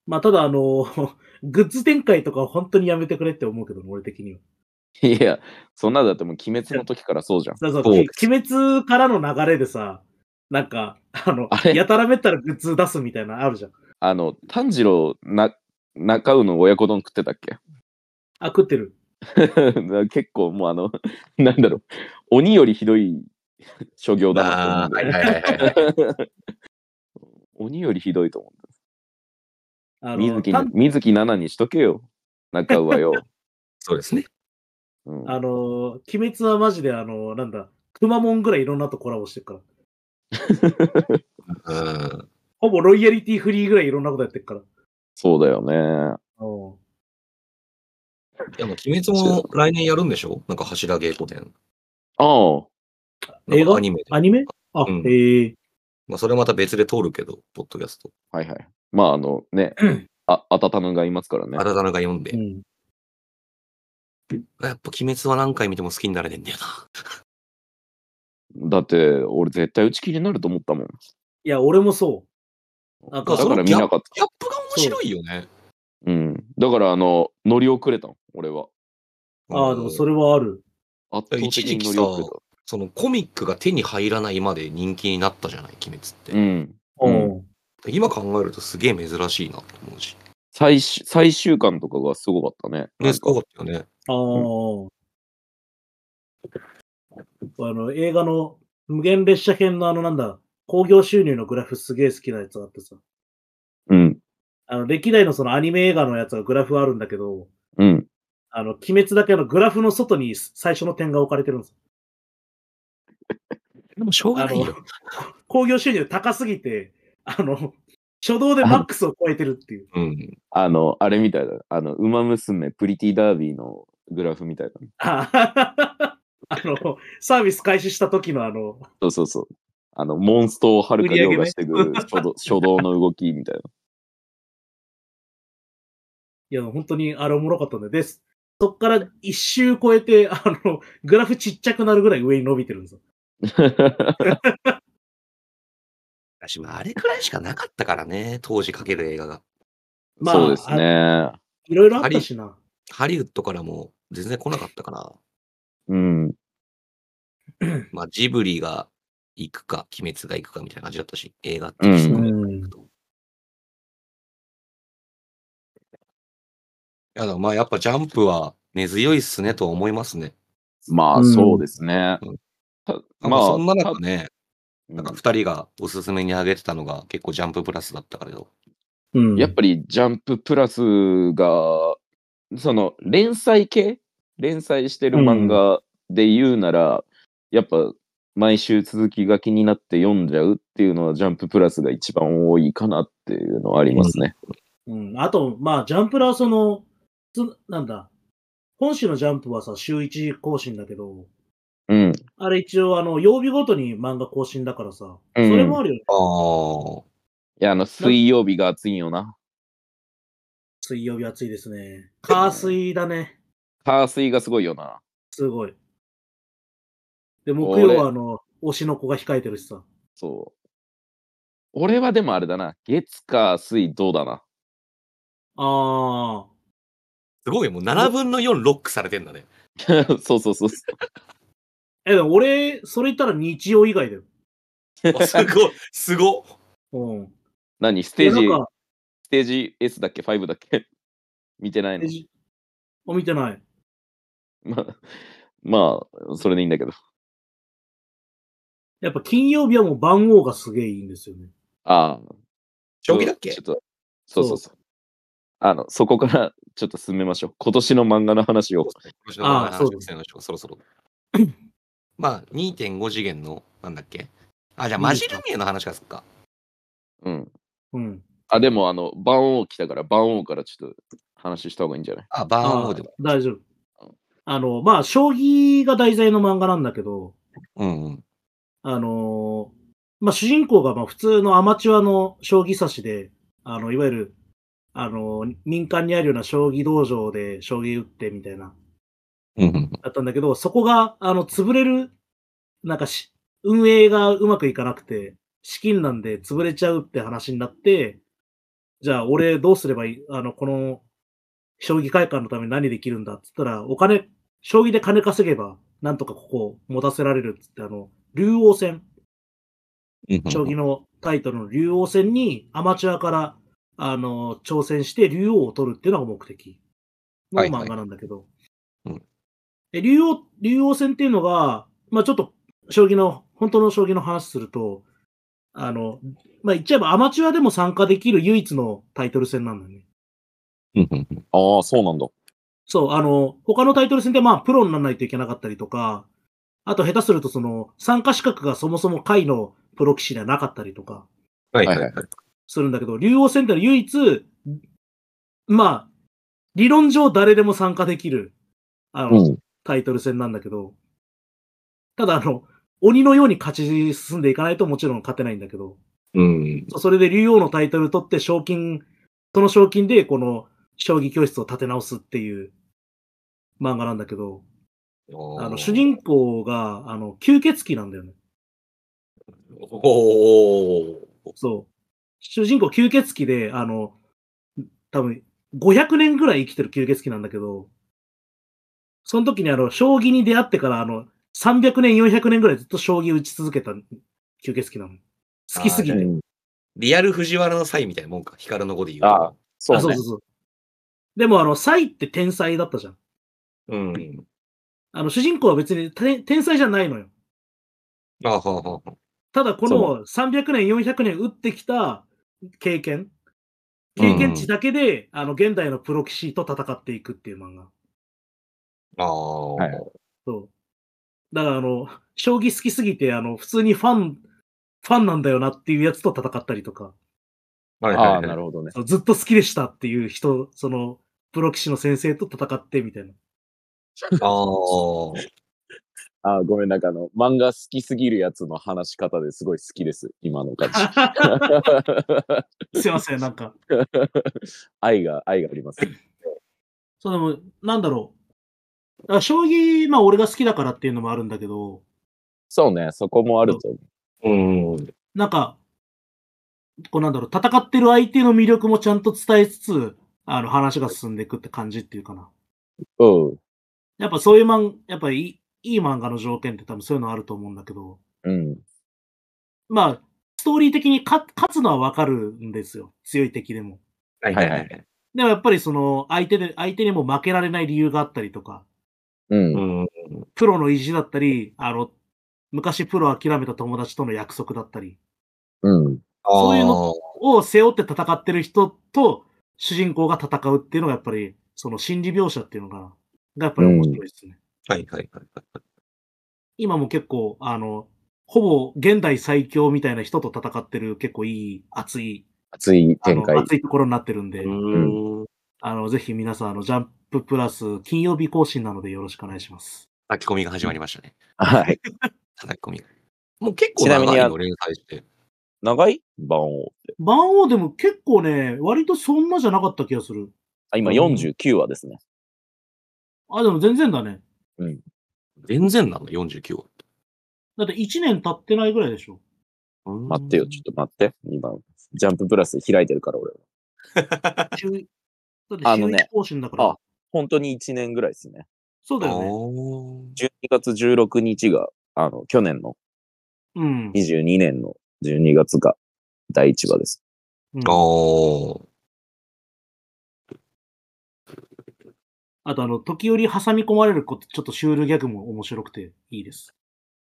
[SPEAKER 3] まあ、ただ、あの グッズ展開とかは本当にやめてくれって思うけどね、俺的には。
[SPEAKER 2] いや、そんなだってもう鬼滅の時からそうじゃん。
[SPEAKER 3] そうそう、
[SPEAKER 1] そう
[SPEAKER 3] 鬼
[SPEAKER 1] です
[SPEAKER 3] 鬼滅からの流れでさ、なんか、あの
[SPEAKER 2] あ、れ
[SPEAKER 3] やたらめったらグッズ出すみたいなのあるじゃん。
[SPEAKER 2] あの、炭治郎な、中尾の親子丼食ってたっけ
[SPEAKER 3] あ、食ってる。
[SPEAKER 2] 結構もうあの、なんだろう、鬼よりひどい所業だな
[SPEAKER 1] あ
[SPEAKER 2] と
[SPEAKER 1] あ、はいは
[SPEAKER 2] 思うんだ
[SPEAKER 1] い
[SPEAKER 2] よ
[SPEAKER 1] はい はい。
[SPEAKER 2] ね。鬼よりひどいと思
[SPEAKER 3] あ
[SPEAKER 2] う。
[SPEAKER 3] の
[SPEAKER 2] 水木
[SPEAKER 3] た
[SPEAKER 2] な、水木奈々にしとけよ。中尾はよ。
[SPEAKER 1] そうですね。
[SPEAKER 2] うん
[SPEAKER 3] あの、鬼滅はマジであの、なんだ、くまモンぐらいいろんなとコラボしてるから。
[SPEAKER 1] うん。
[SPEAKER 3] ほぼロイヤリティフリーぐらいいろんなことやってるから。
[SPEAKER 2] そうだよね。
[SPEAKER 3] うん。
[SPEAKER 1] でも、鬼滅も来年やるんでしょなんか柱稽古展。
[SPEAKER 2] ああ、
[SPEAKER 1] なん
[SPEAKER 3] 映
[SPEAKER 1] か
[SPEAKER 3] 画
[SPEAKER 1] アニメで。
[SPEAKER 3] アニメあ、
[SPEAKER 1] うん
[SPEAKER 3] ええ
[SPEAKER 1] まあ、それはまた別で通るけど、ポッドキャスト。
[SPEAKER 2] はいはい。まあ、あの ね、あ、あたたぬがいますからね
[SPEAKER 1] あ。らだなが読んで。
[SPEAKER 3] うん。
[SPEAKER 1] やっぱ鬼滅は何回見ても好きになれねえんだよな。
[SPEAKER 2] だって、俺絶対打ち切りになると思ったもん。
[SPEAKER 3] いや、俺もそ
[SPEAKER 2] だ
[SPEAKER 3] あ
[SPEAKER 2] か
[SPEAKER 3] そ
[SPEAKER 2] ら
[SPEAKER 1] の
[SPEAKER 2] 見なかっ
[SPEAKER 1] ギャップが面白いよね。
[SPEAKER 2] た。うん。だから、あの、乗り遅れたの、俺は。
[SPEAKER 3] う。ああ、でもそ
[SPEAKER 1] れ。
[SPEAKER 3] れはある。
[SPEAKER 2] 圧倒的に乗り遅れた。
[SPEAKER 1] そのコミックが手に入らないまで人気になったじゃない、鬼滅って。
[SPEAKER 2] うん。う
[SPEAKER 3] う
[SPEAKER 2] ん
[SPEAKER 3] ん。
[SPEAKER 1] 今考えるとすげえ珍しいなと思うし。
[SPEAKER 2] 最終最終巻とかがすごかったね。
[SPEAKER 1] ね、すごかったよね。
[SPEAKER 3] ああ、あの、映画の無限列車編のあの、なんだ、興行収入のグラフすげえ好きなやつがあってさ。
[SPEAKER 2] うん。
[SPEAKER 3] あの、歴代のそのアニメ映画のやつがグラフあるんだけど、
[SPEAKER 2] うん。
[SPEAKER 3] あの、鬼滅だけのグラフの外に最初の点が置かれてるんです。
[SPEAKER 1] でもしょうがないよ。
[SPEAKER 3] 興行収入高すぎて、あの、初動でマックスを超えてるっていう。
[SPEAKER 1] うん。
[SPEAKER 2] あの、あれみたいだ。あの、ウマ娘プリティダービーのグラフみたいだ。
[SPEAKER 3] ああの、サービス開始した時のあの、
[SPEAKER 2] そうそうそう。あの、モンストをはるか
[SPEAKER 3] 売り
[SPEAKER 2] 凌
[SPEAKER 3] 上げね
[SPEAKER 2] 駕してくる初 動初動の動きみたいな。
[SPEAKER 3] いや、本当にあれおもろかったんで、です。そっから一周超えて、あの、グラフちっちゃくなるぐらい上に伸びてるんですよ。
[SPEAKER 1] 私もあれくらいしかなかったからね、当時かける映画が。
[SPEAKER 3] まあ
[SPEAKER 2] そうですね。
[SPEAKER 3] いろいろあったしな。
[SPEAKER 1] ハリウッドからも全然来なかったから。
[SPEAKER 2] うん。
[SPEAKER 1] まあ、ジブリが行くか、鬼滅が行くかみたいな感じだったし、映画っていう
[SPEAKER 2] うん
[SPEAKER 1] いや、でもまあ、やっぱジャンプは根強いっすねとは思いますね。
[SPEAKER 2] ま
[SPEAKER 3] う
[SPEAKER 2] あ、
[SPEAKER 3] ん
[SPEAKER 2] そうですね。た
[SPEAKER 1] まあ、そんな中
[SPEAKER 2] た
[SPEAKER 1] ね、なんか二人がおすすめに挙げてたのが結構ジャンププラスだったからよ。
[SPEAKER 3] うん
[SPEAKER 2] やっぱりジャンププラスが、その連載系連載してる漫画で言うなら、やっぱ毎週続きが気になって読んじゃうっていうのはジャンププラスが一番多いかなっていうのはありますね。
[SPEAKER 3] うん。あと、まあ、ジャンプラはその、つなんだ、本誌のジャンプはさ、週1更新だけど、
[SPEAKER 2] うん。
[SPEAKER 3] あれ一応、あの、曜日ごとに漫画更新だからさ、そ
[SPEAKER 2] うん
[SPEAKER 3] れもあるよね。
[SPEAKER 1] ああ。
[SPEAKER 2] いや、あの、水曜日が暑いよな。
[SPEAKER 3] 水曜日暑いですね。火水だね。
[SPEAKER 2] 火水がすごいよな。
[SPEAKER 3] すごい。で、
[SPEAKER 2] 俺
[SPEAKER 3] 木曜は、あの、推しの子が控えてるしさ。
[SPEAKER 2] そう。俺はでもあれだな。月火水どうだな。
[SPEAKER 3] あ
[SPEAKER 1] すごいよ、もう7分の4ロックされてん だね。
[SPEAKER 2] そうそうそうそう。
[SPEAKER 3] ー。え、でも俺、それ言ったら日曜以外だよ。
[SPEAKER 1] あすごい、すごい。
[SPEAKER 3] うん。
[SPEAKER 2] 何ステー
[SPEAKER 3] い
[SPEAKER 2] ジ
[SPEAKER 3] や、なんか、
[SPEAKER 2] ステージ S だっけ ?5 だっけ見てないの
[SPEAKER 3] えじあ見てない。
[SPEAKER 2] まあ、まあ、それでいいんだけど。
[SPEAKER 3] やっぱ金曜日はもう番号がすげえいいんですよね。
[SPEAKER 2] ああ。
[SPEAKER 1] 将棋だっけ
[SPEAKER 2] ちょっと、そうそうそう。あの、そこからちょっと進めましょう。今年の漫画の話を。
[SPEAKER 3] あーそうです
[SPEAKER 1] すね。そろそろ。まあ、2.5次元の、なんだっけあ、じゃあ、マジルミエの話がすっか。
[SPEAKER 2] うん。
[SPEAKER 3] うん。
[SPEAKER 2] あ、でも、あの、番王来たから、番王からちょっと話した方がいいんじゃない
[SPEAKER 1] あ、バーンオー
[SPEAKER 3] あ
[SPEAKER 1] デも。
[SPEAKER 3] 大丈夫。あの、まあ、将棋が題材の漫画なんだけど、
[SPEAKER 1] うんうん。
[SPEAKER 3] あのーまあ、主人公がまあ普通のアマチュアの将棋指しで、あの、いわゆる、あのー民間にあるような将棋道場で将棋打ってみたいな、
[SPEAKER 1] うんうん
[SPEAKER 3] だったんだけど、そこが、あの、潰れる、なんかし、運営がうまくいかなくて、資金なんで潰れちゃうって話になって、じゃあ俺どうすればいいあの、この、将棋会館のために何できるんだっつったら、お金、将棋で金稼げば、なんとかここを持たせられるっつって、あの、竜王戦、
[SPEAKER 1] うんうん
[SPEAKER 3] 将棋のタイトルの竜王戦にアマチュアから、あの、挑戦して竜王を取るっていうのが目的の
[SPEAKER 1] はいはい
[SPEAKER 3] 漫画なんだけど。
[SPEAKER 1] うん
[SPEAKER 3] で竜王、竜王戦っていうのが、まあちょっと、将棋の、本当の将棋の話すると、あの、まあ言っちゃえばアマチュアでも参加できる唯一のタイトル戦なんだよね。
[SPEAKER 1] うんうんうん
[SPEAKER 2] ああ、そうなんだ。
[SPEAKER 3] そう、あの、他のタイトル戦でまあ、プロにならないといけなかったりとか、あと下手するとその、参加資格がそもそも下位のプロ棋士ではなかったりとか、
[SPEAKER 1] はい
[SPEAKER 2] は
[SPEAKER 1] はいい
[SPEAKER 2] は
[SPEAKER 1] はいい。
[SPEAKER 3] するんだけど、竜王戦ってのは唯一、まあ、理論上誰でも参加できる、あの、
[SPEAKER 2] うん
[SPEAKER 3] タイトル戦なんだけど、ただあの、鬼のように勝ち進んでいかないともちろん勝てないんだけど、
[SPEAKER 1] うん。
[SPEAKER 3] そうそれで竜王のタイトル取って賞金、その賞金でこの将棋教室を立て直すっていう漫画なんだけど、あの、主人公が、あの、吸血鬼なんだよね。
[SPEAKER 1] おー
[SPEAKER 3] そう。主人公吸血鬼で、あの、多分、500年ぐらい生きてる吸血鬼なんだけど、その時にあの、将棋に出会ってから、あの、300年、400年ぐらいずっと将棋打ち続けた吸血鬼なの。好きすぎ
[SPEAKER 1] あー
[SPEAKER 3] て。
[SPEAKER 2] うん
[SPEAKER 1] リアル藤原の才みたいなもんか、光の子で言うと。
[SPEAKER 2] ああ、そう
[SPEAKER 3] あ、そう
[SPEAKER 2] ね
[SPEAKER 3] そう。そう。でもあの、サイって天才だったじゃん。
[SPEAKER 1] うん。
[SPEAKER 3] あの、主人公は別に天天才じゃないのよ。
[SPEAKER 1] ああ、はあ、はあ。
[SPEAKER 3] ただこ
[SPEAKER 2] そ
[SPEAKER 3] の300年、400年打ってきた経験、経験値だけで、あの、現代のプロ棋士と戦っていくっていう漫画。
[SPEAKER 1] ああ、
[SPEAKER 2] はい
[SPEAKER 3] そう。だからあの、将棋好きすぎて、あの、普通にファン、ファンなんだよなっていうやつと戦ったりとか、
[SPEAKER 1] はいはい
[SPEAKER 2] あ
[SPEAKER 1] は
[SPEAKER 2] あ、
[SPEAKER 1] い
[SPEAKER 2] なるほどね。
[SPEAKER 3] ずっと好きでしたっていう人、その、プロ棋士の先生と戦ってみたいな。
[SPEAKER 1] ああ。
[SPEAKER 2] ああ、ごめん、なんかあの、漫画好きすぎるやつの話し方ですごい好きです、今の 感じ。
[SPEAKER 3] すいません、なんか。
[SPEAKER 2] 愛が、愛があります。
[SPEAKER 3] そうでも、なんだろう。だから将棋、まあ俺が好きだからっていうのもあるんだけど、
[SPEAKER 2] そうね、そこもあると思
[SPEAKER 1] う
[SPEAKER 2] う。
[SPEAKER 1] ん。
[SPEAKER 3] なんか、こうなんだろう、戦ってる相手の魅力もちゃんと伝えつつ、あの話が進んでいくって感じっていうかな。
[SPEAKER 2] うん
[SPEAKER 3] やっぱそういう漫、やっぱいいいい漫画の条件って多分そういうのあると思うんだけど、
[SPEAKER 2] うん。
[SPEAKER 3] まあ、ストーリー的に勝勝つのはわかるんですよ。強い敵でも。
[SPEAKER 1] はいはいはい。
[SPEAKER 3] でもやっぱりその、相手で、相手にも負けられない理由があったりとか、
[SPEAKER 2] うん。
[SPEAKER 1] うん。
[SPEAKER 3] プロの意地だったり、あの、昔プロ諦めた友達との約束だったり、
[SPEAKER 2] うん。
[SPEAKER 3] そういう
[SPEAKER 1] の。
[SPEAKER 3] を背負って戦ってる人と主人公が戦うっていうのがやっぱり、その心理描写っていうのが、がやっぱり面白いですね。
[SPEAKER 1] はいはいはい。
[SPEAKER 3] 今も結構、あの、ほぼ現代最強みたいな人と戦ってる結構いい熱い、
[SPEAKER 2] 熱い
[SPEAKER 3] あ
[SPEAKER 2] 展
[SPEAKER 3] の
[SPEAKER 2] 開。
[SPEAKER 3] 熱いところになってるんで、
[SPEAKER 1] うん。
[SPEAKER 3] あの、ぜひ皆さん、あの、ジャンププラス金曜日更新なのでよろしくお願いします。
[SPEAKER 1] 炊き込みが始まりましたね。
[SPEAKER 2] はい。
[SPEAKER 1] 叩き込みが。もう結構
[SPEAKER 2] ちなみに
[SPEAKER 1] 長い
[SPEAKER 2] あ
[SPEAKER 1] の連載して。
[SPEAKER 2] 長い番を。
[SPEAKER 3] 番王でも結構ね、割とそんなじゃなかった気がする。
[SPEAKER 2] あ、今
[SPEAKER 1] うん
[SPEAKER 2] 49話ですね。
[SPEAKER 3] あ、でも全然だね。
[SPEAKER 1] 全然なの、49話。
[SPEAKER 3] だって1年経ってないぐらいでしょ。
[SPEAKER 2] 待ってよ、ちょっと待って。今、ジャンププラス開いてるから、俺は。
[SPEAKER 3] 週だって
[SPEAKER 2] あ
[SPEAKER 3] 週
[SPEAKER 2] のね
[SPEAKER 3] 一更新だから。
[SPEAKER 2] あ本当に1年ぐらいですね。
[SPEAKER 3] そうだよね。
[SPEAKER 1] おー
[SPEAKER 2] 12月16日が、あの、去年の、
[SPEAKER 3] うん。
[SPEAKER 2] 22年の12月が第1話です。
[SPEAKER 3] うん
[SPEAKER 1] おー。
[SPEAKER 3] あと、あの、時折挟み込まれること、ちょっとシュールギャグも面白くていいです。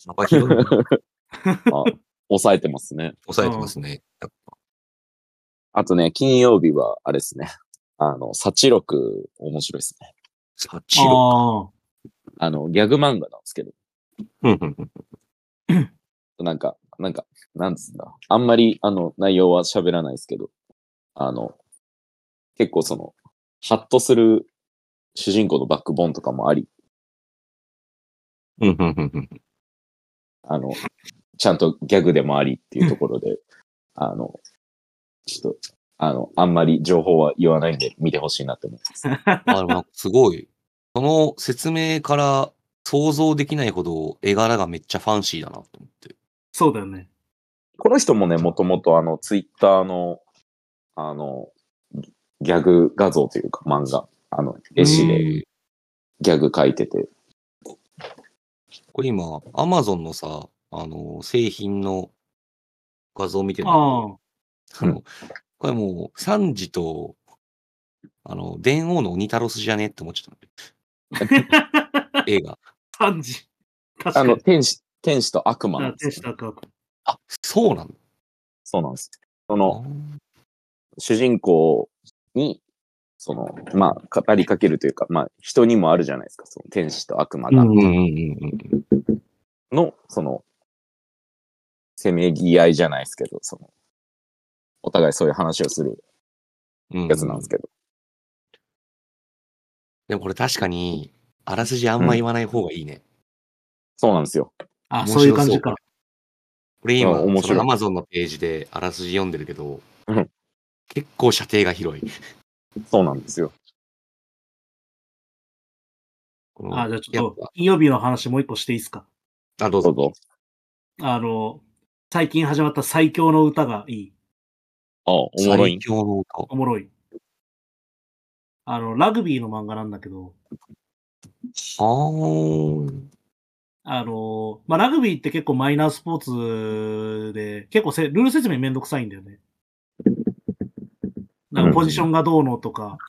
[SPEAKER 1] 幅広いな。
[SPEAKER 2] あ抑えてますね。
[SPEAKER 1] 抑えてますね。
[SPEAKER 2] あとね、金曜日は、あれですね。あの、サチロク、面白いですね。
[SPEAKER 1] サチロ。
[SPEAKER 3] あ
[SPEAKER 2] あの、ギャグ漫画なんですけど、
[SPEAKER 1] うんうんうん
[SPEAKER 2] なんか、なんか、なんつうんだ。あんまり、あの、内容は喋らないですけど、あの、結構その、ハッとする主人公のバックボーンとかもあり、
[SPEAKER 1] うんうんうんうん。
[SPEAKER 2] あの、ちゃんとギャグでもありっていうところで、 あの、ちょっと、あの、あんまり情報は言わないんで見てほしいなって思います。
[SPEAKER 1] あでもなんかすごい。その説明から想像できないほど絵柄がめっちゃファンシーだなと思って。
[SPEAKER 3] そうだよね。
[SPEAKER 2] この人もね、もともとあの、ツイッターの、あの、ギャグ画像というか漫画、あの、絵師
[SPEAKER 3] う
[SPEAKER 2] で
[SPEAKER 3] ん
[SPEAKER 2] ギャグ描いてて、
[SPEAKER 1] これ今、アマゾンのさ、あの、製品の画像を見てんだけどあ
[SPEAKER 3] あ
[SPEAKER 1] の、これもう、サンジと、あの、電王の鬼太郎筋じゃねって思っちゃった
[SPEAKER 3] あ。
[SPEAKER 1] の映画。
[SPEAKER 3] 感じ。確か
[SPEAKER 2] あ
[SPEAKER 3] に
[SPEAKER 2] の、。天使、天使と悪魔なん
[SPEAKER 3] あ
[SPEAKER 2] で
[SPEAKER 3] 天
[SPEAKER 2] す
[SPEAKER 3] 使
[SPEAKER 2] よね、
[SPEAKER 3] と悪魔
[SPEAKER 1] あ、そうなんだ。
[SPEAKER 2] そうなんです。そ
[SPEAKER 1] あ
[SPEAKER 2] の、
[SPEAKER 1] ー
[SPEAKER 2] 主人公に、その、まあ、語りかけるというか、まあ、人にもあるじゃないですか、その天使と悪魔
[SPEAKER 1] うん
[SPEAKER 2] が、
[SPEAKER 1] うんうんうん
[SPEAKER 2] の、その、せめぎ合いじゃないですけど、その、お互いそういう話をする
[SPEAKER 1] うん。
[SPEAKER 2] やつなんですけど。
[SPEAKER 1] でもこれ確かに、あらすじあんま言わない方がいいね。
[SPEAKER 2] そうなんですよ。
[SPEAKER 3] あ、
[SPEAKER 1] 面
[SPEAKER 3] そういう
[SPEAKER 1] 白そう
[SPEAKER 3] 感じか。
[SPEAKER 1] これ今、
[SPEAKER 2] あ面白い
[SPEAKER 1] その Amazon のページであらすじ読んでるけど
[SPEAKER 2] うん、
[SPEAKER 1] 結構射程が広い。
[SPEAKER 2] そうなんですよ。
[SPEAKER 1] この
[SPEAKER 3] あ、じゃあちょっ
[SPEAKER 1] や
[SPEAKER 3] と、金曜日の話もう一個していいですか。
[SPEAKER 1] ぱあ、どう
[SPEAKER 2] ど
[SPEAKER 1] ぞ
[SPEAKER 2] う。ぞ。
[SPEAKER 3] あの、最近始まった最強の歌がいい。
[SPEAKER 2] ああ、おもろい
[SPEAKER 1] 最。強の歌。
[SPEAKER 3] おもろい。あの、ラグビーの漫画なんだけど、
[SPEAKER 1] あー
[SPEAKER 3] あの、まあ、ラグビーって結構マイナースポーツで、結構せルール説明めんどくさいんだよね。なんかポジションがどうのとか、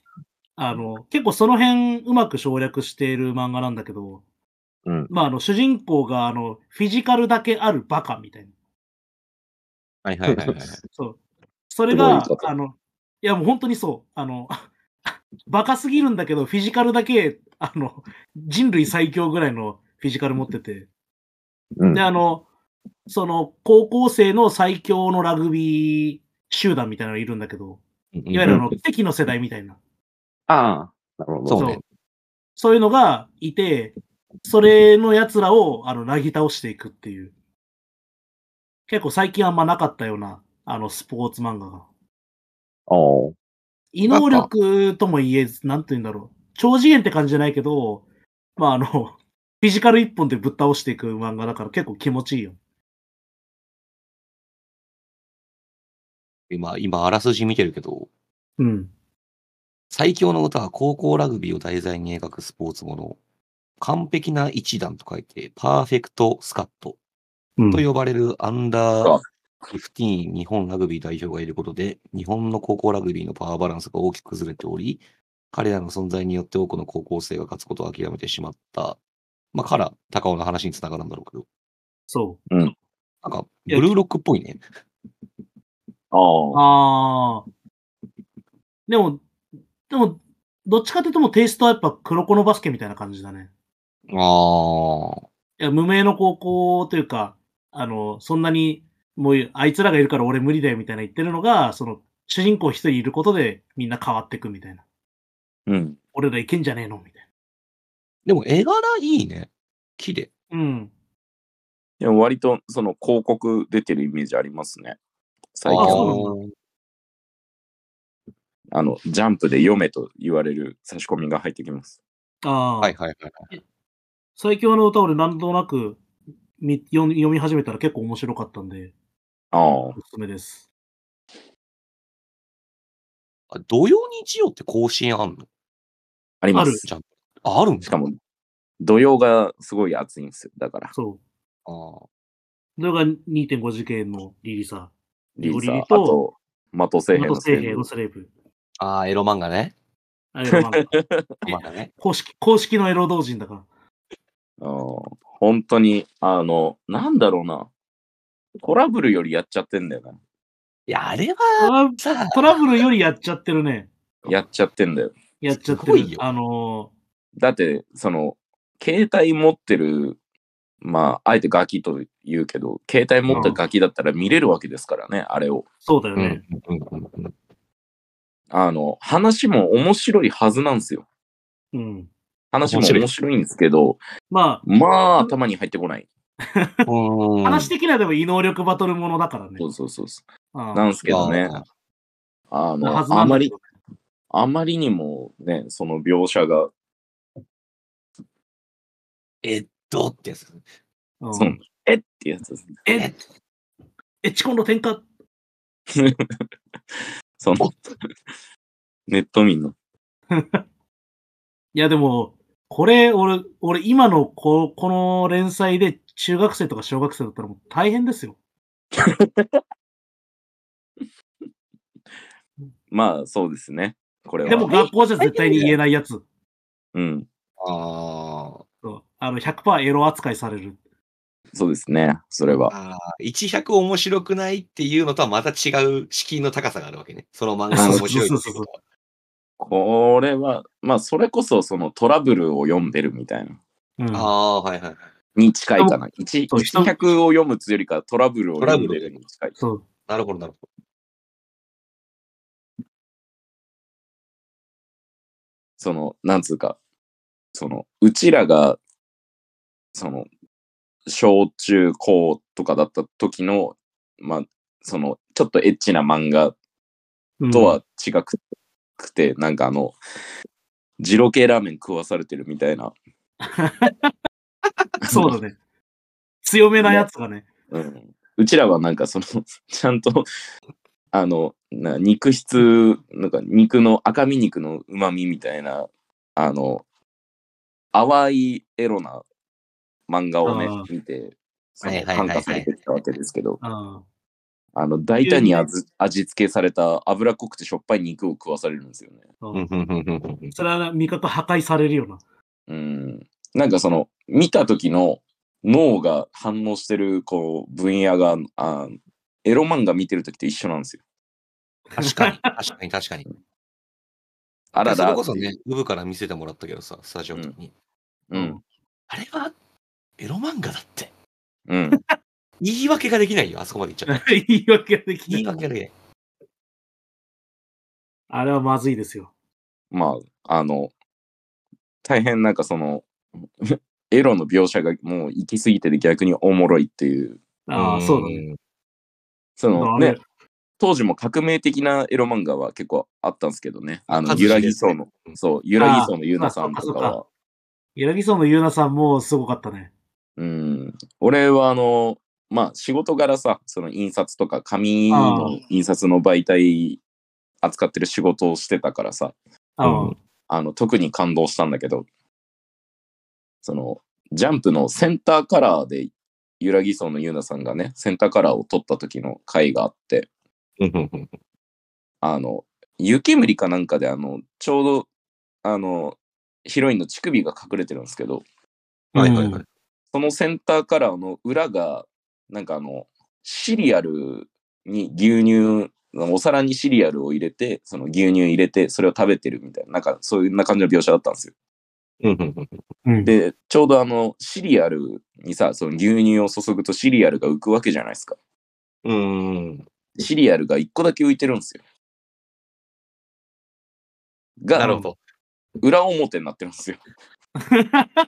[SPEAKER 3] あの、結構その辺うまく省略している漫画なんだけど、
[SPEAKER 2] うん
[SPEAKER 3] まあ、あの、主人公が、あの、フィジカルだけあるバカみたいな。
[SPEAKER 1] はいはいはいはい。
[SPEAKER 3] そう。それ
[SPEAKER 2] す
[SPEAKER 3] が
[SPEAKER 2] ごい言い、方
[SPEAKER 3] あの、いやもう本当にそう。あの、 バカすぎるんだけど、フィジカルだけ、あの、人類最強ぐらいのフィジカル持ってて。
[SPEAKER 2] うん
[SPEAKER 3] で、。あの、その、高校生の最強のラグビー集団みたいなのがいるんだけど、いわゆるあの、敵の世代みたいな。
[SPEAKER 2] ああ、なるほど。
[SPEAKER 1] そうね
[SPEAKER 3] そういうのがいて、それの奴らを、あの、なぎ倒していくっていう。結構最近あんまなかったような、あの、スポーツ漫画が。
[SPEAKER 2] おー
[SPEAKER 3] 異能力とも言えず、なんて言うんだろう。超次元って感じじゃないけど、まああの、 フィジカル一本でぶっ倒していく漫画だから結構気持ちいいよ。
[SPEAKER 1] 今、今、あらすじ見てるけど、
[SPEAKER 3] うん。
[SPEAKER 1] 最強の歌は高校ラグビーを題材に描くスポーツもの。完璧な一段と書いて、パーフェクトスカット
[SPEAKER 3] うん
[SPEAKER 1] と呼ばれるアンダー
[SPEAKER 2] あ
[SPEAKER 1] 15日本ラグビー代表がいることで、日本の高校ラグビーのパワーバランスが大きく崩れており、彼らの存在によって多くの高校生が勝つことを諦めてしまった。まあ、から、高尾の話につながるんだろうけど、
[SPEAKER 3] そ
[SPEAKER 1] なんか、
[SPEAKER 3] いや
[SPEAKER 1] ブルーロックっぽいね。
[SPEAKER 3] う。
[SPEAKER 2] ああ。
[SPEAKER 3] ああ。でも、でも、どっちかっていうともうテイストはやっぱ黒子のバスケみたいな感じだね。
[SPEAKER 1] ああ。
[SPEAKER 3] いや、無名の高校というか、あの、そんなに、もうあいつらがいるから俺無理だよみたいな言ってるのが、その、主人公一人いることでみんな変わっていくみたいな。
[SPEAKER 2] うん。
[SPEAKER 3] 俺らいけんじゃねえのみたい
[SPEAKER 1] でも、絵柄いいね。綺麗。
[SPEAKER 3] な。うん。
[SPEAKER 2] でも割と、その広告出てるイメージありますね。最
[SPEAKER 3] あ
[SPEAKER 2] 近
[SPEAKER 3] そう
[SPEAKER 2] のあの、ジャンプで読めと言われる差し込みが入ってきます。
[SPEAKER 3] ああ。
[SPEAKER 1] はいはいはい。
[SPEAKER 3] 最強の歌俺何となくみ読み読み始めたら結構面白かったんで、
[SPEAKER 2] ああ
[SPEAKER 3] お。すすめです。
[SPEAKER 1] あ土曜日曜って更新あんの
[SPEAKER 2] ありま
[SPEAKER 3] ある
[SPEAKER 2] す。
[SPEAKER 1] じゃん。あ、あるんで
[SPEAKER 2] し
[SPEAKER 1] す
[SPEAKER 2] か
[SPEAKER 1] か
[SPEAKER 2] も、土曜がすごい熱いんですよ。だから、
[SPEAKER 3] そ
[SPEAKER 1] あー
[SPEAKER 3] う。それが2.5次元のリリーサ
[SPEAKER 2] リリ
[SPEAKER 3] ゴリ
[SPEAKER 2] ー
[SPEAKER 3] リ
[SPEAKER 2] サー、あ
[SPEAKER 3] と
[SPEAKER 2] と、的
[SPEAKER 3] ー。
[SPEAKER 2] 製兵
[SPEAKER 3] 元
[SPEAKER 2] の
[SPEAKER 3] 聖
[SPEAKER 2] 聖
[SPEAKER 3] 兵
[SPEAKER 2] 兵
[SPEAKER 3] のスレーブ。
[SPEAKER 1] あー、エロ漫画ね。
[SPEAKER 3] あれはまあ
[SPEAKER 1] エロ漫画ね。
[SPEAKER 3] 公式、公式のエロ同人だから。
[SPEAKER 2] ああ本当に、あの、なんだろうな。トラブルよりやっちゃってんだよな。
[SPEAKER 1] いや、あれは
[SPEAKER 3] トラ
[SPEAKER 1] さ、
[SPEAKER 3] トラブルよりやっちゃってるね。
[SPEAKER 2] やっちゃってんだよ。
[SPEAKER 3] やっちゃって
[SPEAKER 1] すごい
[SPEAKER 3] る。
[SPEAKER 1] よ
[SPEAKER 3] あの
[SPEAKER 2] だって、その、携帯持ってる、まあ、あえてガキと言うけど、携帯持ったガキだったら見れるわけですからね、あれを。
[SPEAKER 3] ー、そうだよ
[SPEAKER 1] うんう
[SPEAKER 3] ね
[SPEAKER 1] ん。うんうん
[SPEAKER 2] あの、話も面白いはずなんですよ。
[SPEAKER 3] うん。
[SPEAKER 2] 話も
[SPEAKER 1] 面白い
[SPEAKER 2] 面白いんですけど、
[SPEAKER 3] ま
[SPEAKER 2] まあ、頭に入ってこない。
[SPEAKER 1] う
[SPEAKER 3] あ、
[SPEAKER 1] ん。
[SPEAKER 3] 話的にはでも異能力バトルものだからね
[SPEAKER 2] そ。うそうそうそう。
[SPEAKER 3] あー
[SPEAKER 2] なんですけどね
[SPEAKER 1] あー。
[SPEAKER 2] あ
[SPEAKER 3] なはず
[SPEAKER 2] の、
[SPEAKER 3] な
[SPEAKER 2] あ
[SPEAKER 3] んだ
[SPEAKER 2] ま
[SPEAKER 3] け
[SPEAKER 2] り
[SPEAKER 3] ど、
[SPEAKER 2] あまりにもね、その描写が、
[SPEAKER 1] えっとってやつ。
[SPEAKER 3] うん
[SPEAKER 2] そのえってやつですね。
[SPEAKER 3] え、エッチコンの天下
[SPEAKER 2] その、 ネット民の。
[SPEAKER 3] いや、でも、これ、俺、俺、今のこ、この連載で中学生とか小学生だったらもう大変ですよ。
[SPEAKER 2] まあ、そうですね。これは。
[SPEAKER 3] でも、学校じゃ絶対に言えないやつ。
[SPEAKER 2] うん。
[SPEAKER 1] あー
[SPEAKER 3] そうあの、100%エロ扱いされる。
[SPEAKER 2] そうですね。それは。
[SPEAKER 1] あー。100面白くないっていうのとはまた違う敷居の高さがあるわけね。その漫画
[SPEAKER 2] あ
[SPEAKER 1] が
[SPEAKER 2] そう
[SPEAKER 1] 面白いっていう
[SPEAKER 3] そうそ
[SPEAKER 1] こ
[SPEAKER 3] う
[SPEAKER 1] とは
[SPEAKER 2] これは、まあ、それこそそのトラブルを読んでるみたいな。
[SPEAKER 3] うん
[SPEAKER 1] ああ、はいはいはい。
[SPEAKER 2] に近いかな。1、
[SPEAKER 3] そう人
[SPEAKER 2] 100を読むつよりかトラブルを読んでるに近い。
[SPEAKER 3] そう。
[SPEAKER 1] なるほど、なるほ
[SPEAKER 2] その、なんつうか、その、うちらが、その、小中高とかだった時の、まあ、その、ちょっとエッチな漫画
[SPEAKER 3] うん
[SPEAKER 2] とは違くて、なんかあの、二郎系ラーメン食わされてるみたいな。
[SPEAKER 3] そうだね。強めなやつがね。
[SPEAKER 2] うんうちらはなんかその ちゃんとあのな肉質なんか肉の赤身肉のうまみみたいなあの淡いエロな漫画をね
[SPEAKER 3] あー
[SPEAKER 2] 見てそ
[SPEAKER 1] は
[SPEAKER 2] の
[SPEAKER 1] いはいはい
[SPEAKER 2] 感
[SPEAKER 1] はい
[SPEAKER 2] 化されてきたわけですけど
[SPEAKER 3] あ
[SPEAKER 2] あの大胆に味味付けされた脂っこくてしょっぱい肉を食わされるんですよね。
[SPEAKER 3] あ
[SPEAKER 1] ど。うんうんうんうんうん
[SPEAKER 3] それは味覚破壊されるよな。
[SPEAKER 2] うんなんかその見た時の脳が反応してるこう分野があエロ漫画見てる時と一緒なんですよ。
[SPEAKER 1] 確かに、確かに、確かに。
[SPEAKER 2] あら
[SPEAKER 1] それ
[SPEAKER 2] ら
[SPEAKER 1] こ。そね、ウブから見せてもらったけどさ、スタジオの時に。
[SPEAKER 2] うん。
[SPEAKER 1] あれは、エロ漫画だって。
[SPEAKER 2] うん。
[SPEAKER 1] 言い訳ができないよ、あそこまで行っちゃった。
[SPEAKER 3] 言い訳ができな
[SPEAKER 1] 言
[SPEAKER 3] い
[SPEAKER 1] い。訳ができない。
[SPEAKER 3] あれはまずいですよ。
[SPEAKER 2] まあ、あの、大変なんかその、エロの描写がもう行き過ぎてて逆におもろいっていう、
[SPEAKER 3] ああ、
[SPEAKER 1] ん
[SPEAKER 3] そうだね。。
[SPEAKER 2] そ
[SPEAKER 3] あ
[SPEAKER 2] の
[SPEAKER 3] れ
[SPEAKER 2] ね、当時も革命的なエロ漫画は結構あったんですけどね。あの、
[SPEAKER 1] 数知
[SPEAKER 2] ゆ
[SPEAKER 1] れ
[SPEAKER 2] ら
[SPEAKER 1] ず
[SPEAKER 2] ぎそうの、
[SPEAKER 1] うん
[SPEAKER 2] そう、ゆらぎそうのゆうなさん
[SPEAKER 3] あ
[SPEAKER 2] と
[SPEAKER 3] そっ
[SPEAKER 2] か
[SPEAKER 3] か
[SPEAKER 2] は、
[SPEAKER 3] 柳荘のゆうなさんもすごかったね。
[SPEAKER 2] うん、俺はあの、まあ仕事柄さ、その印刷とか紙
[SPEAKER 3] あ
[SPEAKER 2] の
[SPEAKER 3] ー
[SPEAKER 2] 印刷の媒体扱ってる仕事をしてたからさ、
[SPEAKER 3] ああ、
[SPEAKER 1] うん
[SPEAKER 2] あの、特に感動したんだけど、その、ジャンプのセンターカラーで、ゆらぎそうのゆうなさんがね、センターカラーを撮った時の回があって、
[SPEAKER 1] うんうんうん
[SPEAKER 2] あの、湯煙かなんかで、あの、ちょうど、あの、ヒロインの乳首が隠れてるんですけど、
[SPEAKER 1] はいはいはい。
[SPEAKER 2] そのセンターカラーの裏が、なんかあの、シリアルに牛乳、お皿にシリアルを入れて、その牛乳入れて、それを食べてるみたいな、なんかそういうな感じの描写だったんですよ。
[SPEAKER 1] うんうんうん
[SPEAKER 3] うん
[SPEAKER 2] で、ちょうどあの、シリアルにさ、その牛乳を注ぐとシリアルが浮くわけじゃないですか。
[SPEAKER 1] うん。
[SPEAKER 2] シリアルが1個だけ浮いてるんですよ。
[SPEAKER 1] なる
[SPEAKER 2] が、
[SPEAKER 1] ほど。
[SPEAKER 2] 裏表になってる んですよ。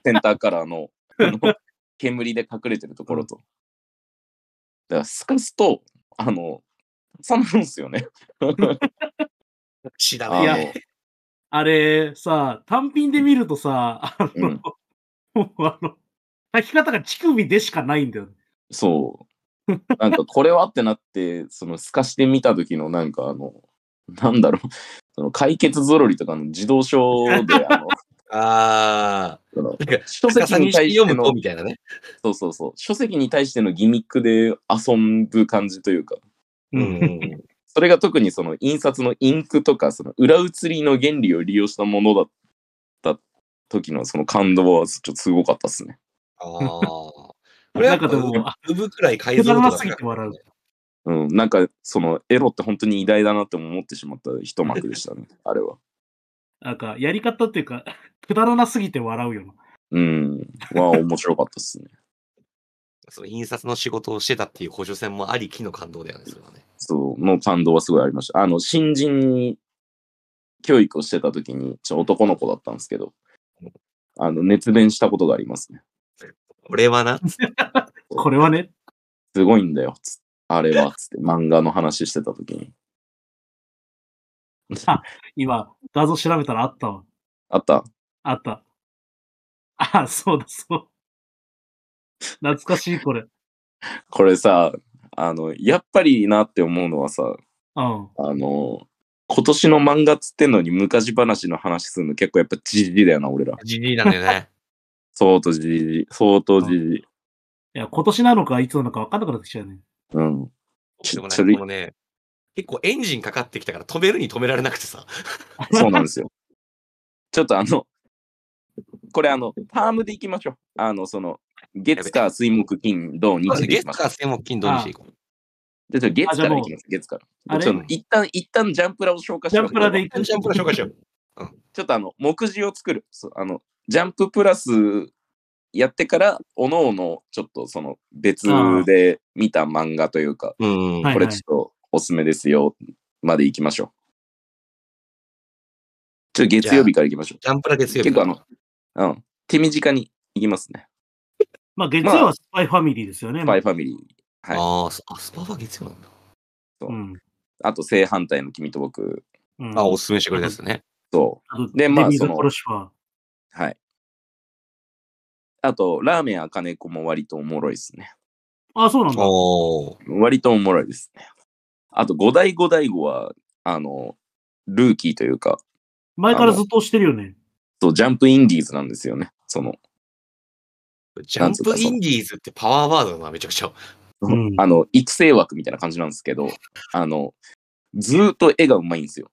[SPEAKER 2] センターカラーの、あの、煙で隠れてるところと。だから、すかすと、あの、挟むんです よね。
[SPEAKER 1] 知ら
[SPEAKER 2] あ
[SPEAKER 1] ない。
[SPEAKER 2] の
[SPEAKER 3] や、あれさ、単品で見るとさ、あ
[SPEAKER 2] う
[SPEAKER 3] の、
[SPEAKER 2] ん
[SPEAKER 3] もうあの、書き方が乳首でしかないんだよね。
[SPEAKER 2] そう。なんかこれはってなって、その透かしてみた時のなんかあの、なんだろう、その解決ぞろりとかの自動書で、 あの、
[SPEAKER 1] ああ。
[SPEAKER 2] その
[SPEAKER 1] なんか
[SPEAKER 2] 書
[SPEAKER 1] 逆さ
[SPEAKER 2] 籍
[SPEAKER 1] に
[SPEAKER 2] に
[SPEAKER 1] して
[SPEAKER 2] 対して
[SPEAKER 1] 読むと
[SPEAKER 2] の、
[SPEAKER 1] みたいなね。
[SPEAKER 2] そうそうそう、書籍に対してのギミックで遊ぶ感じというか、
[SPEAKER 1] うんうんうん。
[SPEAKER 2] それが特にその印刷のインクとか、その裏写りの原理を利用したものだった時のその感動はちょっとすごかったですね。
[SPEAKER 1] ああ。これはやっぱ
[SPEAKER 3] なんかでもあ
[SPEAKER 1] ウブくらい解
[SPEAKER 3] くだ
[SPEAKER 1] 像
[SPEAKER 3] ら
[SPEAKER 1] 度
[SPEAKER 3] な
[SPEAKER 1] が
[SPEAKER 3] すぎて笑う。
[SPEAKER 2] うん、なんかそのエロって本当に偉大だなって思ってしまった一幕でしたね、あれは。
[SPEAKER 3] なんか、やり方っていうか、くだらなすぎて笑うよな。
[SPEAKER 2] うん、は面白かったですね。
[SPEAKER 1] その印刷の仕事をしてたっていう補助線もありきの感動だよね、それはね。
[SPEAKER 2] そう、の感動はすごいありました。あの、新人に教育をしてた時に、ちょ男の子だったんですけど、あの、熱弁したことがありますね。
[SPEAKER 1] 俺はな、
[SPEAKER 3] これはね、
[SPEAKER 2] すごいんだよ、つあれは、つって漫画の話してた時に。
[SPEAKER 3] 今、画像調べたらあったわ。
[SPEAKER 2] あった
[SPEAKER 3] あった。あ、そうだ、そう。懐かしい、これ。うん。
[SPEAKER 2] これさ、あの、やっぱりいいなって思うのはさ、
[SPEAKER 3] あ
[SPEAKER 2] あの、今年の漫画っつってんのに昔話の話するの結構やっぱじじだよな、俺ら。
[SPEAKER 1] じじいなんだよ ね。
[SPEAKER 2] 相当じじ、相当じじ。
[SPEAKER 3] いや、今年なのか、いつなのか分かんなくなってきちゃうね。
[SPEAKER 2] うん。
[SPEAKER 1] でもな
[SPEAKER 2] ちょ
[SPEAKER 1] ん
[SPEAKER 2] ちょ
[SPEAKER 1] か
[SPEAKER 2] い
[SPEAKER 1] このね、結構エンジンかかってきたから止めるに止められなくてさ。
[SPEAKER 2] そうなんですよ。ちょっとあの、これあの、タームでいきましょう。あの、その、月火水木金土日
[SPEAKER 1] まず
[SPEAKER 2] でいき
[SPEAKER 1] 月
[SPEAKER 2] ましょ
[SPEAKER 1] 火水木金土にしていこう。
[SPEAKER 2] う。じゃあちょっと
[SPEAKER 3] あ
[SPEAKER 2] 月
[SPEAKER 3] じ
[SPEAKER 2] か
[SPEAKER 3] ゃあ
[SPEAKER 2] ら
[SPEAKER 3] も
[SPEAKER 2] いうきます。月から。
[SPEAKER 3] あれ
[SPEAKER 2] ちょっと一旦、一旦ジャンプラを紹介しよう。
[SPEAKER 3] ジャンプラでい
[SPEAKER 1] ジャンプラ紹介しよう。
[SPEAKER 2] ちょっとあの、目次を作る。そうあの、ジャンププラスやってから、おのおの、ちょっとその、別で見た漫画というか、
[SPEAKER 1] うん。
[SPEAKER 3] はい
[SPEAKER 2] これちょっとおすすめですよ、まで行きましょう。ちょっと月曜日から行きましょう。
[SPEAKER 1] ジャンプだけ強い。
[SPEAKER 2] 結構あの、うん、手短に行きますね。
[SPEAKER 3] まあ、月曜はスパイファミリーですよね。
[SPEAKER 2] スパイファミリー。はい
[SPEAKER 1] あーそあ、スパファ月曜なんだ。
[SPEAKER 3] うん。
[SPEAKER 2] あと、正反対の君と僕
[SPEAKER 3] うん
[SPEAKER 1] あ、おすすめしてくれたやつね。
[SPEAKER 2] と、で
[SPEAKER 3] で、
[SPEAKER 2] まあ
[SPEAKER 3] まあ、デビー
[SPEAKER 2] そ
[SPEAKER 3] ズ
[SPEAKER 2] の
[SPEAKER 3] 殺しは。
[SPEAKER 2] はい。あと、ラーメンあかねこも割とおもろいですね。
[SPEAKER 3] あ、そうなんだ。
[SPEAKER 1] おー。
[SPEAKER 2] 割とおもろいですね。あと、五代五代五は、あの、ルーキーというか、
[SPEAKER 3] 前からずっと押してるよね。
[SPEAKER 2] そうジャンプインディーズなんですよね。その、
[SPEAKER 1] ジャンプインディーズってパワーワードだな、めちゃくちゃ。
[SPEAKER 3] うん
[SPEAKER 2] あの、育成枠みたいな感じなんですけど、あの、ずーっと絵がうまいんですよ。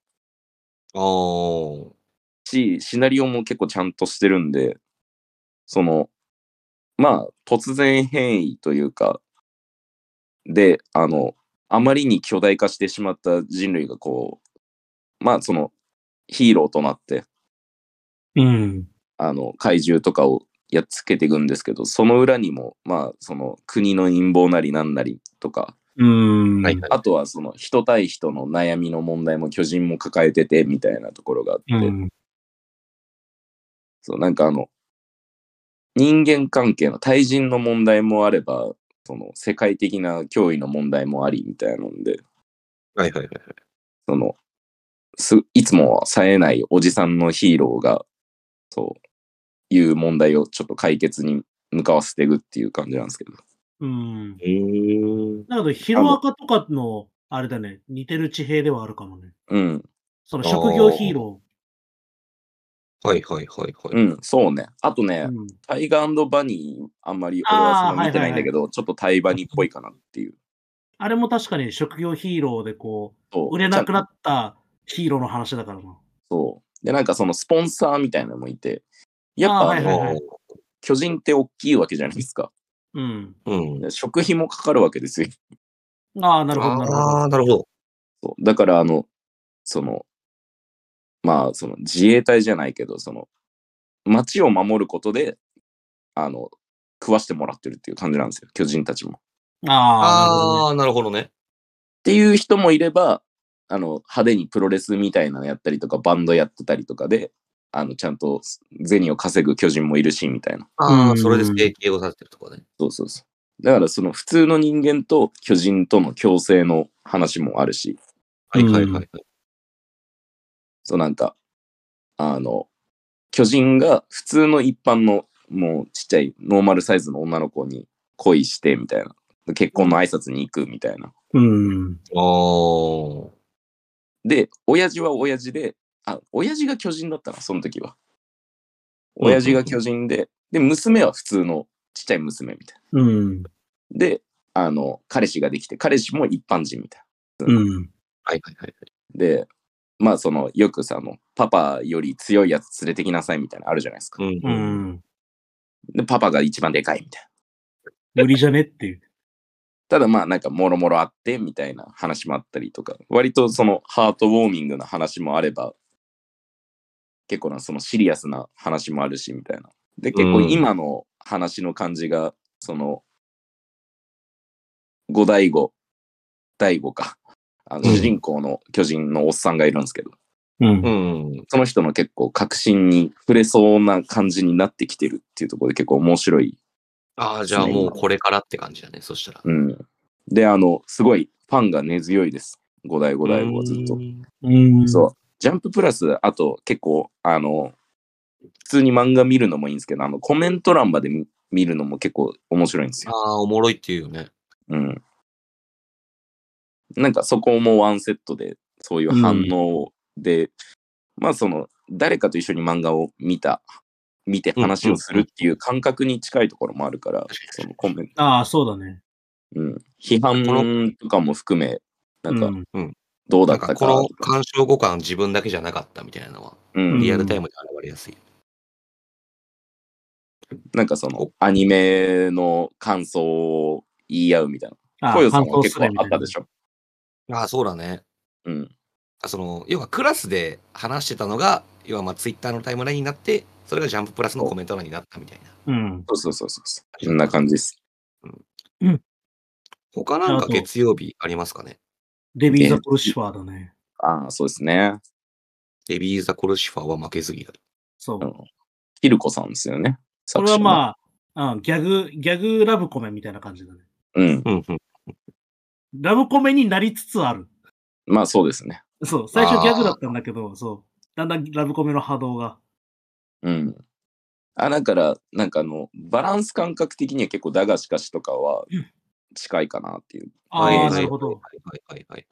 [SPEAKER 1] おー。
[SPEAKER 2] し、シナリオも結構ちゃんとしてるんで、その、まあ、突然変異というか、で、あの、あまりに巨大化してしまった人類がこう、まあ、その、ヒーローとなって、
[SPEAKER 3] うん。
[SPEAKER 2] あの、怪獣とかをやっつけていくんですけど、その裏にも、まあ、その、国の陰謀なりなんなりとか、
[SPEAKER 3] うん。
[SPEAKER 1] はいはい
[SPEAKER 2] あとはその、人対人の悩みの問題も巨人も抱えてて、みたいなところがあって、
[SPEAKER 3] うん。
[SPEAKER 2] そう、なんかあの、人間関係の対人の問題もあれば、その世界的な脅威の問題もありみたいなので、
[SPEAKER 1] はいはいはいはい。
[SPEAKER 2] その、すいつもは冴えないおじさんのヒーローが、そういう問題をちょっと解決に向かわせていくっていう感じなんですけど。
[SPEAKER 3] うん。
[SPEAKER 1] えー。
[SPEAKER 3] だけど、ヒロアカとかの、あれだね、似てる地平ではあるかもね。
[SPEAKER 2] うん、
[SPEAKER 3] その職業ヒーロ
[SPEAKER 1] はいはいはいは
[SPEAKER 2] う
[SPEAKER 1] い。
[SPEAKER 2] ん、そうね。あとね、
[SPEAKER 3] ー。うん
[SPEAKER 2] タイガーバニー、あんまり俺はその見てないんだけど、ちょっとタイバニーっぽいかなっていう。
[SPEAKER 3] あれも確かに職業ヒーローでこ
[SPEAKER 2] そう
[SPEAKER 3] う、売れなくなったヒーローの話だからな。
[SPEAKER 2] そう。で、なんかそのスポンサーみたいなのもいて、やっぱあの、
[SPEAKER 3] あーはいはいはい
[SPEAKER 2] 巨人って大きいわけじゃないですか。
[SPEAKER 3] うん。
[SPEAKER 1] うん。
[SPEAKER 2] で食費もかかるわけですよ。
[SPEAKER 3] ああ、なるほど、なるほど。
[SPEAKER 1] ああ、なるほど。
[SPEAKER 2] そうだから、あの、その、まあ、その自衛隊じゃないけど、その、町を守ることで、あの、食わしてもらってるっていう感じなんですよ、巨人たちも。っ
[SPEAKER 3] あ
[SPEAKER 1] ああ、なるほどね。
[SPEAKER 2] ていう人もいれば、あの、派手にプロレスみたいなのやったりとか、バンドやってたりとかで、あの、ちゃんと銭を稼ぐ巨人もいるし、みたいな。
[SPEAKER 1] あ
[SPEAKER 3] う
[SPEAKER 1] あ、
[SPEAKER 3] ん
[SPEAKER 1] それで整形をさせてるとかね。
[SPEAKER 2] そうそうそう。だからその普通の人間と巨人との共生の話もあるし、
[SPEAKER 1] はいはいはいはい。
[SPEAKER 2] そうなんか、あの、巨人が普通の一般のもうちっちゃいノーマルサイズの女の子に恋してみたいな。結婚の挨拶に行くみたいな。
[SPEAKER 3] なるほどね。うん。
[SPEAKER 1] ああ。
[SPEAKER 2] で、親父は親父で、あ、親父が巨人だったな、その時は。
[SPEAKER 1] うんうん
[SPEAKER 2] 親父が巨人で、で、娘は普通のちっちゃい娘みたい
[SPEAKER 3] うん。
[SPEAKER 2] な。で、あの、彼氏ができて、彼氏も一般人みたいな。
[SPEAKER 3] うん。
[SPEAKER 1] はいはいはい。
[SPEAKER 2] で、まあその、よくさ、あの、パパより強いやつ連れてきなさいみたいなのあるじゃないですか。
[SPEAKER 1] うん
[SPEAKER 3] う。ん。
[SPEAKER 2] で、パパが一番でかいみたいな。
[SPEAKER 3] 無理じゃねっていう。
[SPEAKER 2] ただまあなんか、もろもろあってみたいな話もあったりとか、割とその、ハートウォーミングな話もあれば、結構なそのシリアスな話もあるしみたいな。で、結構
[SPEAKER 1] うん
[SPEAKER 2] 今の話の感じが、その、五大五、大五か。あの
[SPEAKER 1] うん
[SPEAKER 2] 主人公の巨人のおっさんがいるんですけど、
[SPEAKER 3] うん
[SPEAKER 1] うん。
[SPEAKER 2] その人の結構確信に触れそうな感じになってきてるっていうところで結構面白い。
[SPEAKER 1] ああ、じゃあもうこれからって感じだね、そしたら。
[SPEAKER 2] うん。で、あの、すごいファンが根強いです。五代五代五はずっ
[SPEAKER 1] う
[SPEAKER 2] と。
[SPEAKER 1] ん
[SPEAKER 3] うん。
[SPEAKER 2] そう。ジャンププラス、あと結構、あの、普通に漫画見るのもいいんですけど、あの、コメント欄まで見見るのも結構面白いんです
[SPEAKER 1] あ
[SPEAKER 2] よ。
[SPEAKER 1] あ、おもろいっていうよね。
[SPEAKER 2] うん。なんかそこもワンセットで、そういう反応で、まあその、誰かと一緒に漫画を見た、見て話をするっていう感覚に近いところもあるから、そのコメント、
[SPEAKER 3] ああ、そうだね。
[SPEAKER 2] うん、批判とかも含め、なん
[SPEAKER 3] う
[SPEAKER 2] か
[SPEAKER 3] ん
[SPEAKER 2] どうだ
[SPEAKER 1] なんか
[SPEAKER 2] った
[SPEAKER 1] こ
[SPEAKER 2] か、
[SPEAKER 1] の鑑賞互換自分だけじゃなかったみたいなのは、
[SPEAKER 2] うん、
[SPEAKER 1] リアルタイムで現れやすい。
[SPEAKER 2] なんかそのアニメの感想を言い合うみたい
[SPEAKER 3] あ
[SPEAKER 2] な。
[SPEAKER 3] あ
[SPEAKER 2] こういうの
[SPEAKER 3] 反
[SPEAKER 2] も
[SPEAKER 3] 抗
[SPEAKER 2] 結
[SPEAKER 3] する
[SPEAKER 2] 構
[SPEAKER 3] み
[SPEAKER 2] あ
[SPEAKER 3] たい
[SPEAKER 2] っ
[SPEAKER 3] な
[SPEAKER 2] たでしょ。
[SPEAKER 1] ああ、そうだね。
[SPEAKER 2] うん。
[SPEAKER 1] その、要はクラスで話してたのが、要はまあツイッターのタイムラインになって、それがジャンププラスのコメント欄になったみたいな。
[SPEAKER 3] うん。
[SPEAKER 2] そうそうそうそうそう。そんな感じです。
[SPEAKER 1] 他なん
[SPEAKER 3] あ
[SPEAKER 1] か
[SPEAKER 3] と
[SPEAKER 1] 月曜日ありますかね
[SPEAKER 3] デビー・ザ・クルシファーだね。
[SPEAKER 2] ああ、そうですね。
[SPEAKER 1] デビー・ザ・コルシファーは負けず嫌いだ。
[SPEAKER 3] そう。
[SPEAKER 2] うんヒルコさんですよね。
[SPEAKER 3] こ
[SPEAKER 2] 作
[SPEAKER 3] れ
[SPEAKER 2] 詞
[SPEAKER 3] は
[SPEAKER 2] の
[SPEAKER 3] まあ、うん、ギャグ、ギャグラブコメみたいな感じだね。
[SPEAKER 2] うん。
[SPEAKER 1] うんうん。
[SPEAKER 3] ラブコメになりつつある。
[SPEAKER 2] まあそうですね。
[SPEAKER 3] そう。最初
[SPEAKER 1] あー
[SPEAKER 3] ギャグだったんだけど、そう。だんだんラブコメの波動が。
[SPEAKER 2] うん。あ、だから、なんかあの、バランス感覚的には結構、だがしかしとかは
[SPEAKER 3] うん
[SPEAKER 2] 近いかなっていう。
[SPEAKER 3] あ
[SPEAKER 1] はいは
[SPEAKER 3] あ、
[SPEAKER 1] い
[SPEAKER 3] なるほ
[SPEAKER 1] はい
[SPEAKER 3] ど。
[SPEAKER 1] はいはいはい。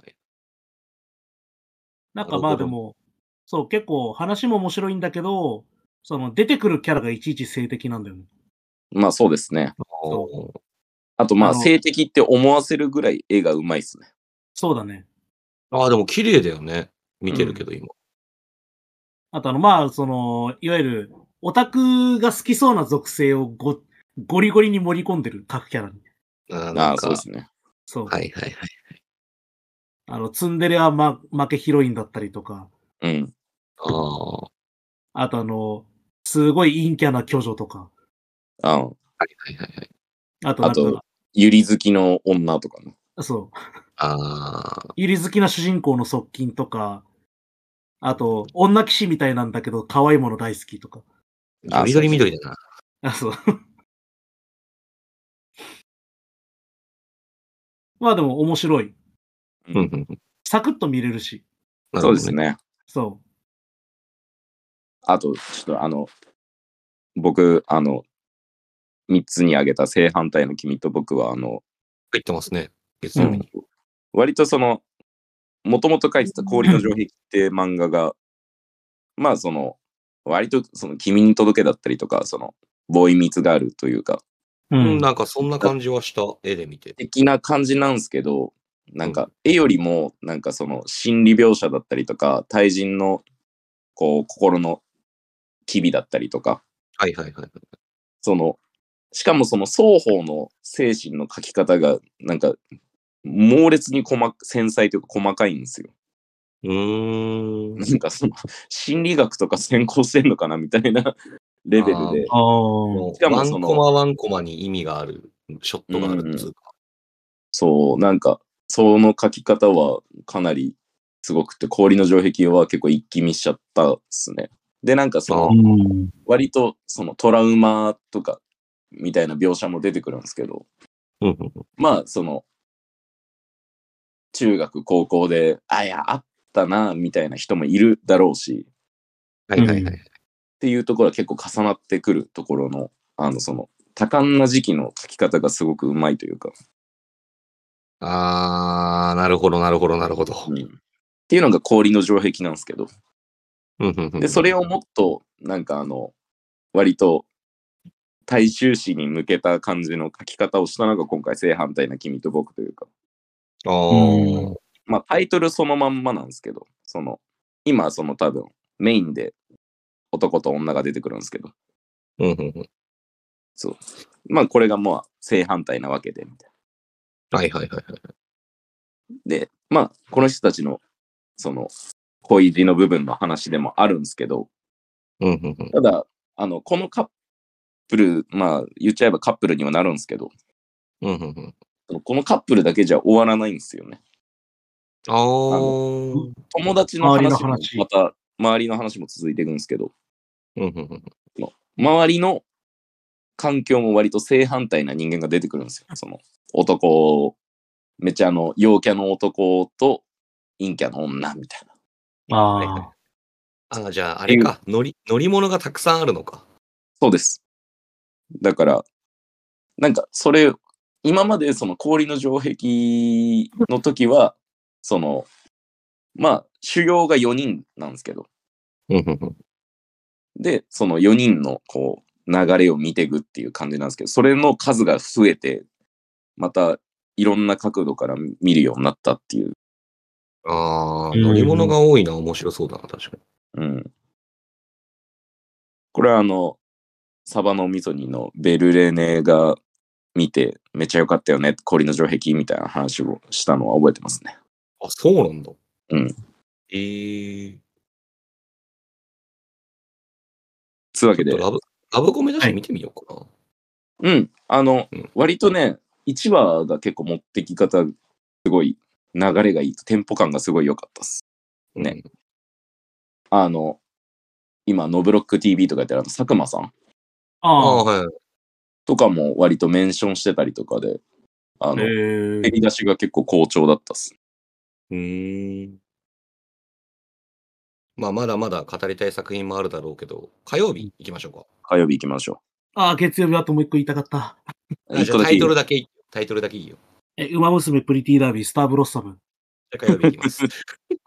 [SPEAKER 3] なんかまあで
[SPEAKER 1] なる
[SPEAKER 3] も、そう、結構話も面白いんだけど、その出てくるキャラがいちいち性的なんだよね。
[SPEAKER 2] まあそうですね。
[SPEAKER 1] おー
[SPEAKER 2] あと、ま
[SPEAKER 3] あ
[SPEAKER 2] あ、
[SPEAKER 3] の
[SPEAKER 2] 性的って思わせるぐらい絵がうまいっすね。
[SPEAKER 3] そうだね。
[SPEAKER 1] ああ、でも綺麗だよね。見てるけど今。
[SPEAKER 3] あとあの、まあ、その、いわゆる、オタクが好きそうな属性をご、ゴリゴリに盛り込んでる、各キャラに。
[SPEAKER 1] ああ
[SPEAKER 2] あ
[SPEAKER 1] な
[SPEAKER 2] あ
[SPEAKER 1] ん
[SPEAKER 2] ー、
[SPEAKER 1] か
[SPEAKER 2] そうですね。
[SPEAKER 3] そう。
[SPEAKER 1] はいはいはい。
[SPEAKER 3] あの、ツンデレは、ま、負けヒロインだったりとか、
[SPEAKER 2] うん。
[SPEAKER 1] ああ。
[SPEAKER 3] あとあの、すごい陰キャな巨女とか、
[SPEAKER 2] あの
[SPEAKER 1] はいはいはいはい。
[SPEAKER 3] あとなん
[SPEAKER 2] あと
[SPEAKER 3] か、
[SPEAKER 2] ゆり好きの女とかね。
[SPEAKER 3] そう、
[SPEAKER 1] ああ。
[SPEAKER 3] ゆり好きな主人公の側近とか、あと、女騎士みたいなんだけど、可愛いもの大好きとか。
[SPEAKER 2] あ
[SPEAKER 1] 緑緑だな。
[SPEAKER 3] あ、そう。 まあでも面白い。
[SPEAKER 1] うんうんうん。
[SPEAKER 3] サクッと見れるし。
[SPEAKER 1] なるほ
[SPEAKER 2] そ
[SPEAKER 1] ど
[SPEAKER 2] うです。ね。
[SPEAKER 3] そ
[SPEAKER 2] あと、ちょっとあの、僕、あの、3つに挙げた正反対の君と僕は、あの、
[SPEAKER 1] 入ってますね。月曜日に。
[SPEAKER 2] 割とその、もともと書いてた氷の城壁って漫画が、まあその、割とその君に届けだったりとか、その、ボーイミーツガールというか、
[SPEAKER 3] う。う
[SPEAKER 1] うん、なんかそんな感じはした。絵で見て。
[SPEAKER 2] 的な感じなんですけど、なんか絵よりも、なんかその心理描写だったりとか、対人の、こう、心の機微だったりとか、
[SPEAKER 1] はいはいはい。
[SPEAKER 2] その、しかもその双方の精神の書き方が、なんか、猛烈に細か繊細というか細かいんですよ。
[SPEAKER 1] うーん。
[SPEAKER 2] なんかその、心理学とか専攻してんのかなみたいなレベルで。
[SPEAKER 3] ああ。
[SPEAKER 1] も
[SPEAKER 2] し
[SPEAKER 1] う
[SPEAKER 2] か
[SPEAKER 1] ワ
[SPEAKER 2] も
[SPEAKER 1] ン
[SPEAKER 2] その
[SPEAKER 1] コマワンコマに意味がある、ショットがあるっつうか。
[SPEAKER 2] そう、なんか、その書き方はかなりすごくて、氷の城壁は結構一気見しちゃったっすね。で、なんかそ
[SPEAKER 1] あ
[SPEAKER 2] の
[SPEAKER 1] ー、
[SPEAKER 3] うん。
[SPEAKER 2] 割とそのトラウマとか、みたいな描写も出てくるんですけど、
[SPEAKER 1] うんうん
[SPEAKER 2] まあ、その、中学、高校で、あ、いや、あったな、みたいな人もいるだろうし、っ
[SPEAKER 1] はいはいはい。
[SPEAKER 2] ていうところは結構重なってくるところの、あの、その、多感な時期の書き方がすごくうまいというか、
[SPEAKER 1] あー、なるほどなるほどなるほど。
[SPEAKER 2] っていうのが氷の城壁なんですけど、
[SPEAKER 1] うんうんうん
[SPEAKER 2] で、それをもっと、なんかあの、割と、大衆紙に向けた感じの書き方をしたのが今回正反対な君と僕というか、
[SPEAKER 1] あー
[SPEAKER 3] う
[SPEAKER 2] まあ、タイトルそのまんまなんですけど、その、今、その多分、メインで男と女が出てくるんですけど、
[SPEAKER 1] うんうんうん
[SPEAKER 2] まあ、これがまあ、正反対なわけで、みたい
[SPEAKER 1] はいはいはいはい。
[SPEAKER 2] な。で、まあ、この人たちの、その、恋路の部分の話でもあるんですけど、
[SPEAKER 1] うんうんうん
[SPEAKER 2] ただ、あの、このカップル、まあ、言っちゃえばカップルにはなるんですけど、
[SPEAKER 1] うんうんうん
[SPEAKER 2] そのこのカップルだけじゃ終わらないんですよね。
[SPEAKER 1] あーうん
[SPEAKER 2] 友達の
[SPEAKER 3] 周りの
[SPEAKER 2] 話も
[SPEAKER 3] 話
[SPEAKER 2] また、周りの話も続いていくんですけど、
[SPEAKER 1] うんうん
[SPEAKER 2] 周りの環境も割と正反対な人間が出てくるんです よ。その男を、めっちゃあの、陽キャの男と陰キャの女みたいな。
[SPEAKER 1] はいはいあ
[SPEAKER 3] あ
[SPEAKER 1] ー、じゃああれか、乗り乗り物がたくさんあるのか。
[SPEAKER 2] そうです。だから、なんかそれ、今までその氷の城壁の時は、その、まあ、主要が4人なんですけど、
[SPEAKER 1] うんうんうん
[SPEAKER 2] で、その4人のこう流れを見ていくっていう感じなんですけど、それの数が増えて、またいろんな角度から見るようになったっていう。
[SPEAKER 1] ああ、
[SPEAKER 3] うん
[SPEAKER 1] 乗り物が多いのは面白そうだな、確か
[SPEAKER 2] うん。これはあの、サバのお味噌煮のベルレネが見て、めっちゃ良かったよね、氷の城壁みたいな話をしたのは覚えてますね。
[SPEAKER 1] に。あ、そうなんだ。
[SPEAKER 2] うん。
[SPEAKER 1] ええー。
[SPEAKER 2] つうわけで
[SPEAKER 1] ちょっと。ラブラブコメだし見てみようかな。
[SPEAKER 2] うん、あの、
[SPEAKER 1] うん
[SPEAKER 2] 割とね、1話が結構持ってき方、すごい流れがいいと、テンポ感がすごい良かったっす。ねあの、今、ノブロック TV とかやってるあの佐久間さん
[SPEAKER 1] ああ、
[SPEAKER 3] ああ。
[SPEAKER 1] はい。
[SPEAKER 2] とかも割とメンションしてたりとかで、あの、
[SPEAKER 3] え
[SPEAKER 2] 蹴り出しが結構好調だったっす。
[SPEAKER 1] うーん。まあ、まだまだ語りたい作品もあるだろうけど、火曜日行きましょうか。
[SPEAKER 2] 火曜日行きましょ
[SPEAKER 3] ああ、月曜日あともう一個言いたかった。
[SPEAKER 2] う。
[SPEAKER 1] あ
[SPEAKER 2] 一
[SPEAKER 1] じ
[SPEAKER 2] 個
[SPEAKER 1] ゃあ
[SPEAKER 2] だ
[SPEAKER 1] タ
[SPEAKER 2] け
[SPEAKER 1] イ
[SPEAKER 2] いい
[SPEAKER 1] トルだけいい、タイトルだけいいよ。
[SPEAKER 3] え、ウマ娘プリティダービー、スターブロッサム。
[SPEAKER 1] じゃあ火曜日行き ます。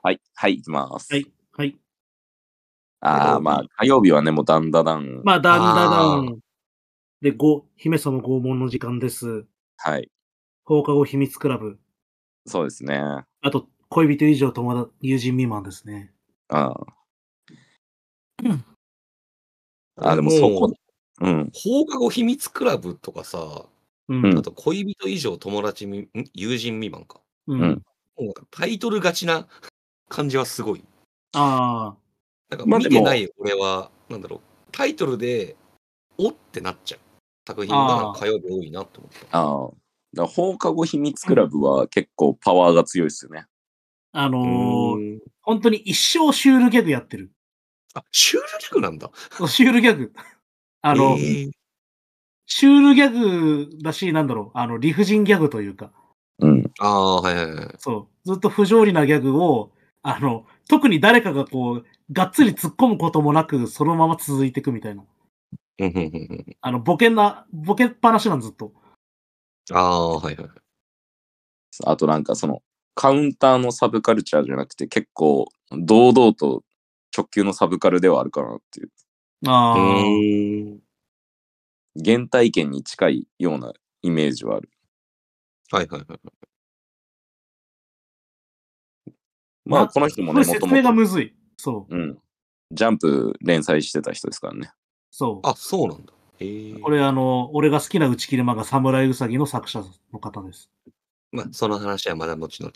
[SPEAKER 2] はい、はい、行きます。
[SPEAKER 3] はいはい。
[SPEAKER 2] ああ、まあ、火曜日はね、もうだんだんだん。
[SPEAKER 3] まあ、だんだだ
[SPEAKER 1] あ
[SPEAKER 3] ん。で、ご、姫様拷問の時間です。
[SPEAKER 2] はい、
[SPEAKER 3] 放課後秘密クラブ。
[SPEAKER 2] そうですね。あ
[SPEAKER 3] あと、恋人以上友達、友人未満ですね。
[SPEAKER 2] ああ、でもそこ、うん。
[SPEAKER 1] 放課後秘密クラブとかさ、
[SPEAKER 3] うん。
[SPEAKER 2] うん
[SPEAKER 1] あと恋人以上友達み、ん友人未満か。
[SPEAKER 3] う
[SPEAKER 2] うん
[SPEAKER 1] もうなんかタイトル勝ちな感じはすごい。
[SPEAKER 3] ああ、
[SPEAKER 1] なんか
[SPEAKER 2] まあ
[SPEAKER 1] 見てな
[SPEAKER 2] で
[SPEAKER 1] い俺は、なんだろう、タイトルで、おってなっちゃう。作品が火曜日多いなって思った。
[SPEAKER 2] ああ。だから放課後秘密クラブは結構パワーが強いですよね。
[SPEAKER 3] あの
[SPEAKER 1] う
[SPEAKER 3] ー
[SPEAKER 1] ーん
[SPEAKER 3] 本当に一生シュールギャグやってる。
[SPEAKER 1] あ、シュールギャグなんだ。
[SPEAKER 3] シュールギャグ。 あの、
[SPEAKER 1] えー
[SPEAKER 3] シュールギャグだし、なんだろう、あの、理不尽ギャグというか、
[SPEAKER 2] うん。
[SPEAKER 1] ああ、はいはいはい。
[SPEAKER 3] そう、ずっと不条理なギャグを、あの、特に誰かがこう、がっつり突っ込むこともなく、そのまま続いていくみたいな。
[SPEAKER 1] うんうんうんうん
[SPEAKER 3] あの、ボケな、ボケっぱなしなんずっと。
[SPEAKER 1] ああ、はいはい。
[SPEAKER 2] あとなんかその、カウンターのサブカルチャーじゃなくて結構堂々と直球のサブカルではあるかなっていう。
[SPEAKER 3] ああ、
[SPEAKER 1] ーん
[SPEAKER 2] 原体験に近いようなイメージはある。
[SPEAKER 1] はいはいはい。
[SPEAKER 2] まあ
[SPEAKER 3] な
[SPEAKER 2] この人も
[SPEAKER 3] こ
[SPEAKER 2] ね、
[SPEAKER 3] れ
[SPEAKER 2] も
[SPEAKER 3] 説
[SPEAKER 2] と
[SPEAKER 3] 明
[SPEAKER 2] も
[SPEAKER 3] が
[SPEAKER 2] と。
[SPEAKER 3] むずい。そう、
[SPEAKER 2] うん。ジャンプ連載してた人ですからね。
[SPEAKER 3] そう。
[SPEAKER 1] あ、そうなんだ。えー、
[SPEAKER 3] これあの、俺が好きな打ち切り漫画、サムライウサギの作者の方です。
[SPEAKER 1] まあ、その話はまだ後々。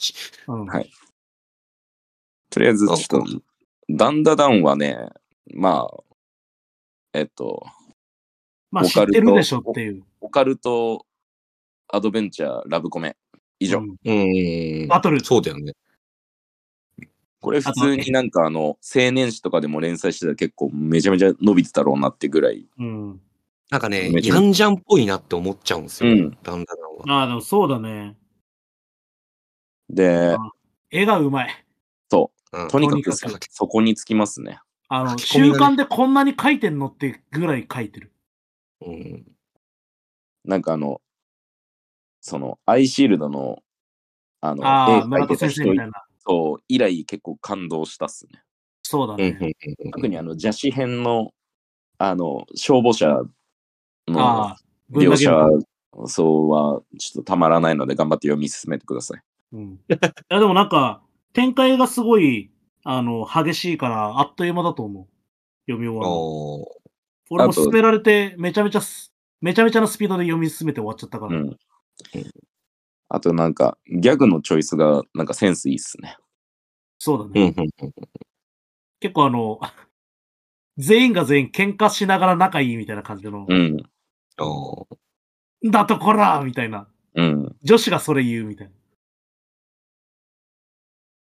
[SPEAKER 3] うん。
[SPEAKER 2] はいとりあえず、ちょっと、ダンダダンはね、まあ、えっと、
[SPEAKER 3] まあ、
[SPEAKER 2] オ
[SPEAKER 3] 知
[SPEAKER 2] カ
[SPEAKER 3] っ
[SPEAKER 2] ルト
[SPEAKER 3] てるでしょっていう。
[SPEAKER 2] オカルト、アドベンチャー、ラブコメ。以上。
[SPEAKER 3] うん
[SPEAKER 1] うーん。
[SPEAKER 3] バトル
[SPEAKER 1] そうだよね。
[SPEAKER 2] これ普通になんかあの、青年誌とかでも連載してたら結構めちゃめちゃ伸びてたろうなってぐらい。
[SPEAKER 3] うん。
[SPEAKER 1] なんかね、
[SPEAKER 2] めちゃめちゃ
[SPEAKER 1] ヤンジャンっぽいなって思っちゃうんですよ。
[SPEAKER 2] うん
[SPEAKER 1] だんだんは。
[SPEAKER 3] ああ、でもそうだね。
[SPEAKER 2] で、
[SPEAKER 3] 絵がうまい。
[SPEAKER 2] そ
[SPEAKER 1] うん
[SPEAKER 2] う、とにかく
[SPEAKER 3] とにか
[SPEAKER 2] そこにつきますね。
[SPEAKER 3] あの、
[SPEAKER 1] 書き込み
[SPEAKER 3] 習
[SPEAKER 1] がね
[SPEAKER 3] 慣でこんなに書いてんのってぐらい書いてる。
[SPEAKER 1] うん
[SPEAKER 2] なんかあの、その、アイシールドの、あの、
[SPEAKER 3] ああ、
[SPEAKER 2] 絵描
[SPEAKER 3] 村
[SPEAKER 2] いてた
[SPEAKER 3] 田先生
[SPEAKER 2] 人
[SPEAKER 3] みたいな。
[SPEAKER 2] と以来結構感動したっすね。
[SPEAKER 3] そうだ
[SPEAKER 1] うんうんう
[SPEAKER 3] ね。
[SPEAKER 1] んうん
[SPEAKER 2] 特にあの、邪視編の、あの、消防車の
[SPEAKER 3] ああ、
[SPEAKER 2] 描写
[SPEAKER 3] 文化
[SPEAKER 2] そうは、ちょっとたまらないので頑張って読み進めてください。
[SPEAKER 3] うん。いや、でもなんか、展開がすごい、あの、激しいから、あっという間だと思う。読み終
[SPEAKER 1] あ
[SPEAKER 3] わる。
[SPEAKER 1] ー
[SPEAKER 3] 俺も
[SPEAKER 2] あと
[SPEAKER 3] 進められて、めちゃめちゃす、めちゃめちゃなスピードで読み進めて終わっちゃったか
[SPEAKER 2] う
[SPEAKER 3] ら。
[SPEAKER 2] ん。あとなんか、ギャグのチョイスがなんかセンスいいっすね。
[SPEAKER 3] そうだ
[SPEAKER 1] うん
[SPEAKER 3] ね。
[SPEAKER 1] うんうん
[SPEAKER 3] 結構あの、 全員が全員喧嘩しながら仲いいみたいな感じの、
[SPEAKER 2] うん。
[SPEAKER 1] あー
[SPEAKER 3] だとこらみたいな。
[SPEAKER 2] うん。
[SPEAKER 3] 女子がそれ言うみたいな。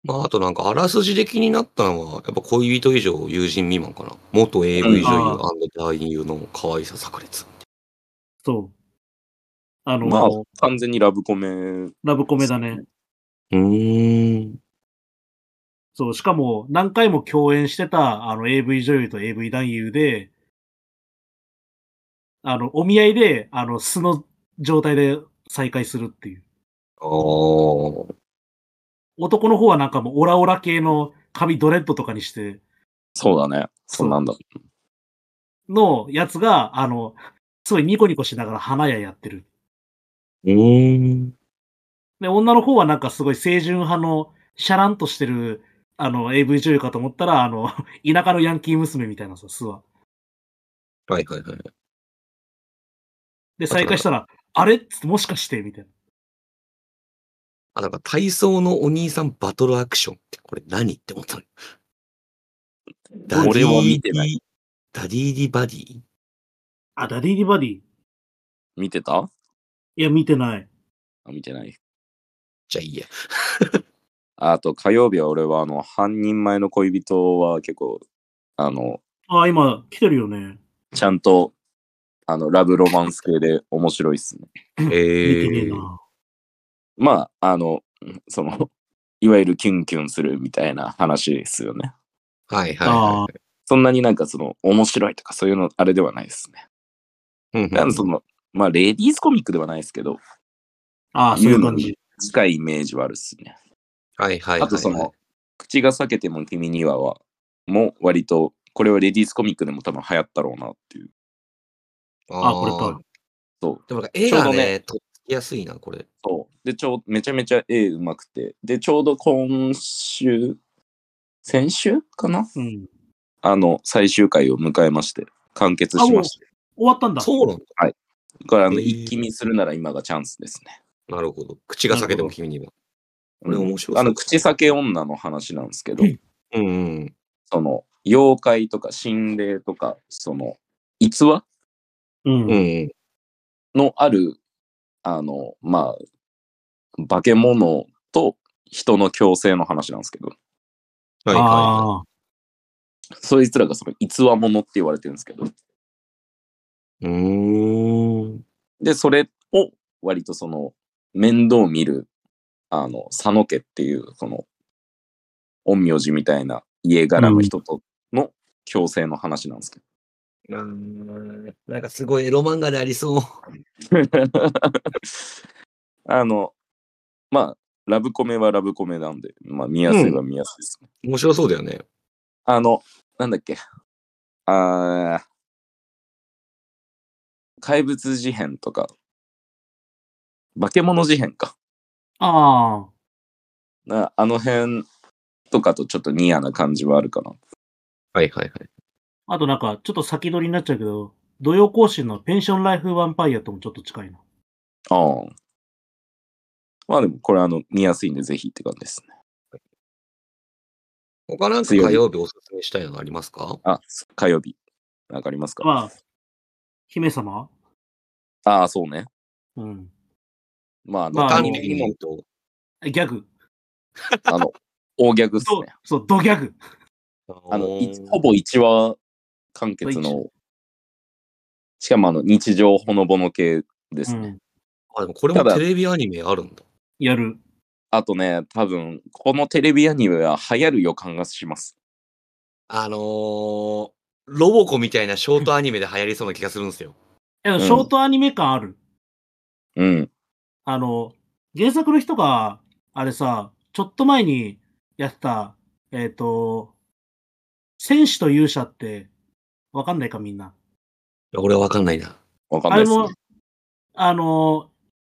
[SPEAKER 1] まあ、あとなんか、あらすじで気になったのは、やっぱ恋人以上友人未満かな。元 AV
[SPEAKER 3] あ
[SPEAKER 1] 女優男優の可愛さ炸裂。
[SPEAKER 3] そう。あの、
[SPEAKER 2] まあ、完全にラブコメ。
[SPEAKER 3] ラブコメだね。
[SPEAKER 1] うーん。
[SPEAKER 3] そう、しかも何回も共演してたあの AV 女優と AV 男優で、あの、お見合いで、あの、素の状態で再会するっていう。
[SPEAKER 1] ああ。
[SPEAKER 3] 男の方はなんかもうオラオラ系の髪ドレッドとかにして
[SPEAKER 2] そうだね。
[SPEAKER 3] そ
[SPEAKER 2] そううなんだ。
[SPEAKER 3] のやつが、あの、すごいニコニコしながら花屋やってる。
[SPEAKER 1] うーん。
[SPEAKER 3] で、女の方はなんかすごい清純派のシャランとしてる、あの、AV 女優かと思ったら、あの、 田舎のヤンキー娘みたいなさ、素は。
[SPEAKER 1] はいはいはい。
[SPEAKER 3] で、再会したら、あれっつってもしかしてみたいな。
[SPEAKER 1] あ、なんか体操のお兄さんバトルアクションってこれ何って思ったの。
[SPEAKER 2] 俺も見てない。
[SPEAKER 1] ダディーディバディ
[SPEAKER 3] あ、ダディディバディ。い
[SPEAKER 2] 見てた
[SPEAKER 3] や、見てない。
[SPEAKER 2] あ見てない。
[SPEAKER 1] じゃあいいや。
[SPEAKER 2] あと、火曜日は俺は、あの、半人前の恋人は結構、あの、
[SPEAKER 3] あ、今、来てるよね。
[SPEAKER 2] ちゃんと、あの、ラブロマンス系で面白いっすね。
[SPEAKER 3] 見
[SPEAKER 1] え
[SPEAKER 3] てねえ
[SPEAKER 1] ー、
[SPEAKER 3] な。
[SPEAKER 2] まあ、あの、その、いわゆるキュンキュンするみたいな話ですよね。
[SPEAKER 1] はいはい
[SPEAKER 3] あ
[SPEAKER 1] は
[SPEAKER 3] ー
[SPEAKER 2] そんなになんかその、面白いとかそういうの、あれではないですね。
[SPEAKER 1] い。うんう
[SPEAKER 2] なん
[SPEAKER 1] ん
[SPEAKER 2] でその、まあ、レディースコミックではないですけど、
[SPEAKER 3] あー、そういう感
[SPEAKER 2] 言
[SPEAKER 3] じ。
[SPEAKER 2] 近いイメージはあるっすね。
[SPEAKER 1] はいはいはい。
[SPEAKER 2] あとその、、口が裂けても君にはは、も割と、これはレディースコミックでも多分流行ったろうなっていう。
[SPEAKER 3] あ
[SPEAKER 1] あ
[SPEAKER 3] ー、これ
[SPEAKER 1] ー
[SPEAKER 3] か。
[SPEAKER 2] そう。
[SPEAKER 1] でもなんか絵
[SPEAKER 2] ちょ
[SPEAKER 1] が
[SPEAKER 2] うどね
[SPEAKER 1] ね、とっつきやすいな、これ。
[SPEAKER 2] そうで、ちょうめちゃめちゃ絵うまくて。で、ちょうど今週、先週かな
[SPEAKER 3] うん。
[SPEAKER 2] あの、最終回を迎えまして、完結しまして。
[SPEAKER 3] 終わったんだ。
[SPEAKER 1] そうなの
[SPEAKER 2] だから、あの
[SPEAKER 1] へー
[SPEAKER 2] 一気にするなら今がチャンスですね。
[SPEAKER 1] なるほど。口が裂けても君には。これ面白そう
[SPEAKER 2] あの、口裂け女の話なんですけど、
[SPEAKER 1] うんうん。
[SPEAKER 2] その、妖怪とか心霊とか、その、逸話
[SPEAKER 3] う。
[SPEAKER 1] うんうんん。
[SPEAKER 2] のある、あの、まあ、化け物と人の共生の話なんですけど、
[SPEAKER 1] はいは
[SPEAKER 3] ああ。
[SPEAKER 2] そいつらがその逸話者って言われてるんですけど、
[SPEAKER 1] い。うーん。
[SPEAKER 2] で、それを割とその、面倒見る、あの、佐野家っていう、その、陰陽師みたいな家柄の人との共生の話なんですけど。
[SPEAKER 1] うんなんかすごいエロ漫画でありそう。
[SPEAKER 2] あの、まあ、ラブコメはラブコメなんで、まあ、見やすいは見やすいですね
[SPEAKER 1] 面白そうだよね。
[SPEAKER 2] あの、なんだっけ。あー怪物事変とか、化け物事変か。
[SPEAKER 3] ああ。
[SPEAKER 2] なあの辺とかとちょっとニアな感じはあるかな。
[SPEAKER 1] はいはいはい。
[SPEAKER 3] あとなんか、ちょっと先取りになっちゃうけど、土曜更新のペンションライフヴァンパイアともちょっと近いな。
[SPEAKER 2] ああ。まあでも、これあの、見やすいんで、ぜひって感じですね。
[SPEAKER 1] 他なんか火曜日おすすめしたいのありますか
[SPEAKER 2] あ、火曜日。なんかありますか
[SPEAKER 3] まあ、姫様
[SPEAKER 2] ああ、そうね。
[SPEAKER 3] うん。
[SPEAKER 2] まああの、
[SPEAKER 3] まあ
[SPEAKER 1] 端
[SPEAKER 2] 単
[SPEAKER 1] 的
[SPEAKER 2] に
[SPEAKER 1] に言うと。
[SPEAKER 3] ギャグ。
[SPEAKER 2] あの、大ギャグっす
[SPEAKER 3] そう
[SPEAKER 2] ね。、
[SPEAKER 3] そう、ドギャグ。
[SPEAKER 2] あの、い
[SPEAKER 1] ー
[SPEAKER 2] ほぼ1話完結の、しかもあの、日常ほのぼの系です
[SPEAKER 3] う
[SPEAKER 2] ね。
[SPEAKER 3] ん。
[SPEAKER 1] あ、でもこれも
[SPEAKER 2] ただ
[SPEAKER 1] テレビアニメあるんだ。
[SPEAKER 3] やる。
[SPEAKER 2] あとね、多分、このテレビアニメは流行る予感がします。
[SPEAKER 1] あのー、ロボコみたいなショートアニメで流行りそうな気がするんですよ。
[SPEAKER 3] いや
[SPEAKER 2] うん
[SPEAKER 3] ショートアニメ感ある。
[SPEAKER 2] うん。
[SPEAKER 3] あの、原作の人が、あれさ、ちょっと前にやってた、えっ、と、戦士と勇者って、わかんないかみんな。
[SPEAKER 1] いや俺はわかんないな。
[SPEAKER 2] わかん
[SPEAKER 3] あ
[SPEAKER 2] ない
[SPEAKER 3] れ
[SPEAKER 2] です、ね
[SPEAKER 3] も。、あの、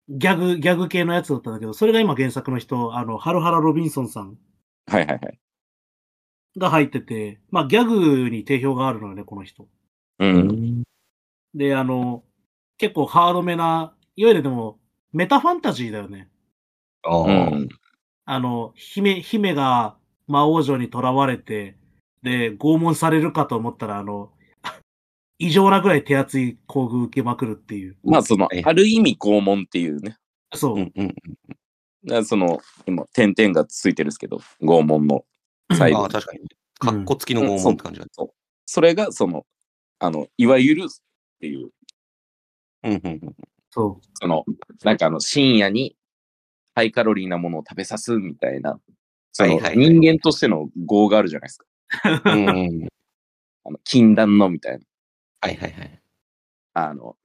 [SPEAKER 3] ギャグ、ギャグ系のやつだったんだけど、それが今原作の人、あの、ハルハラ・ロビンソンさん
[SPEAKER 2] はいはいはい。
[SPEAKER 3] が入ってて、まあ、ギャグに定評があるのよね、この人。
[SPEAKER 2] うん。
[SPEAKER 3] で、あの、結構ハードめな、いわゆるでも、メタファンタジーだよね。
[SPEAKER 1] あ
[SPEAKER 2] う
[SPEAKER 1] あ、
[SPEAKER 2] ん。
[SPEAKER 3] あの、姫、姫が魔王女に囚われて、で、拷問されるかと思ったら、あの、 異常なぐらい手厚い厚遇受けまくるっていう。
[SPEAKER 2] まあ、その
[SPEAKER 1] はい、
[SPEAKER 2] ある意味拷問っていうね。
[SPEAKER 3] そう。
[SPEAKER 1] うんうん。
[SPEAKER 2] だからその、今、点々がついてるんですけど、拷問の最
[SPEAKER 1] あ
[SPEAKER 2] 後
[SPEAKER 1] あ、。確かに。かっこつきの拷問って感じだね。
[SPEAKER 2] それが、その、あの、いわゆるっていう、
[SPEAKER 1] うんうんうん。
[SPEAKER 3] そう。
[SPEAKER 2] その、なんかあの、深夜にハイカロリーなものを食べさすみたいな、その、
[SPEAKER 1] はいはいはい
[SPEAKER 2] 人間としての業があるじゃないですか。
[SPEAKER 1] うんうん
[SPEAKER 2] あの、禁断のみたいな。
[SPEAKER 1] はいはいはい。
[SPEAKER 2] あの、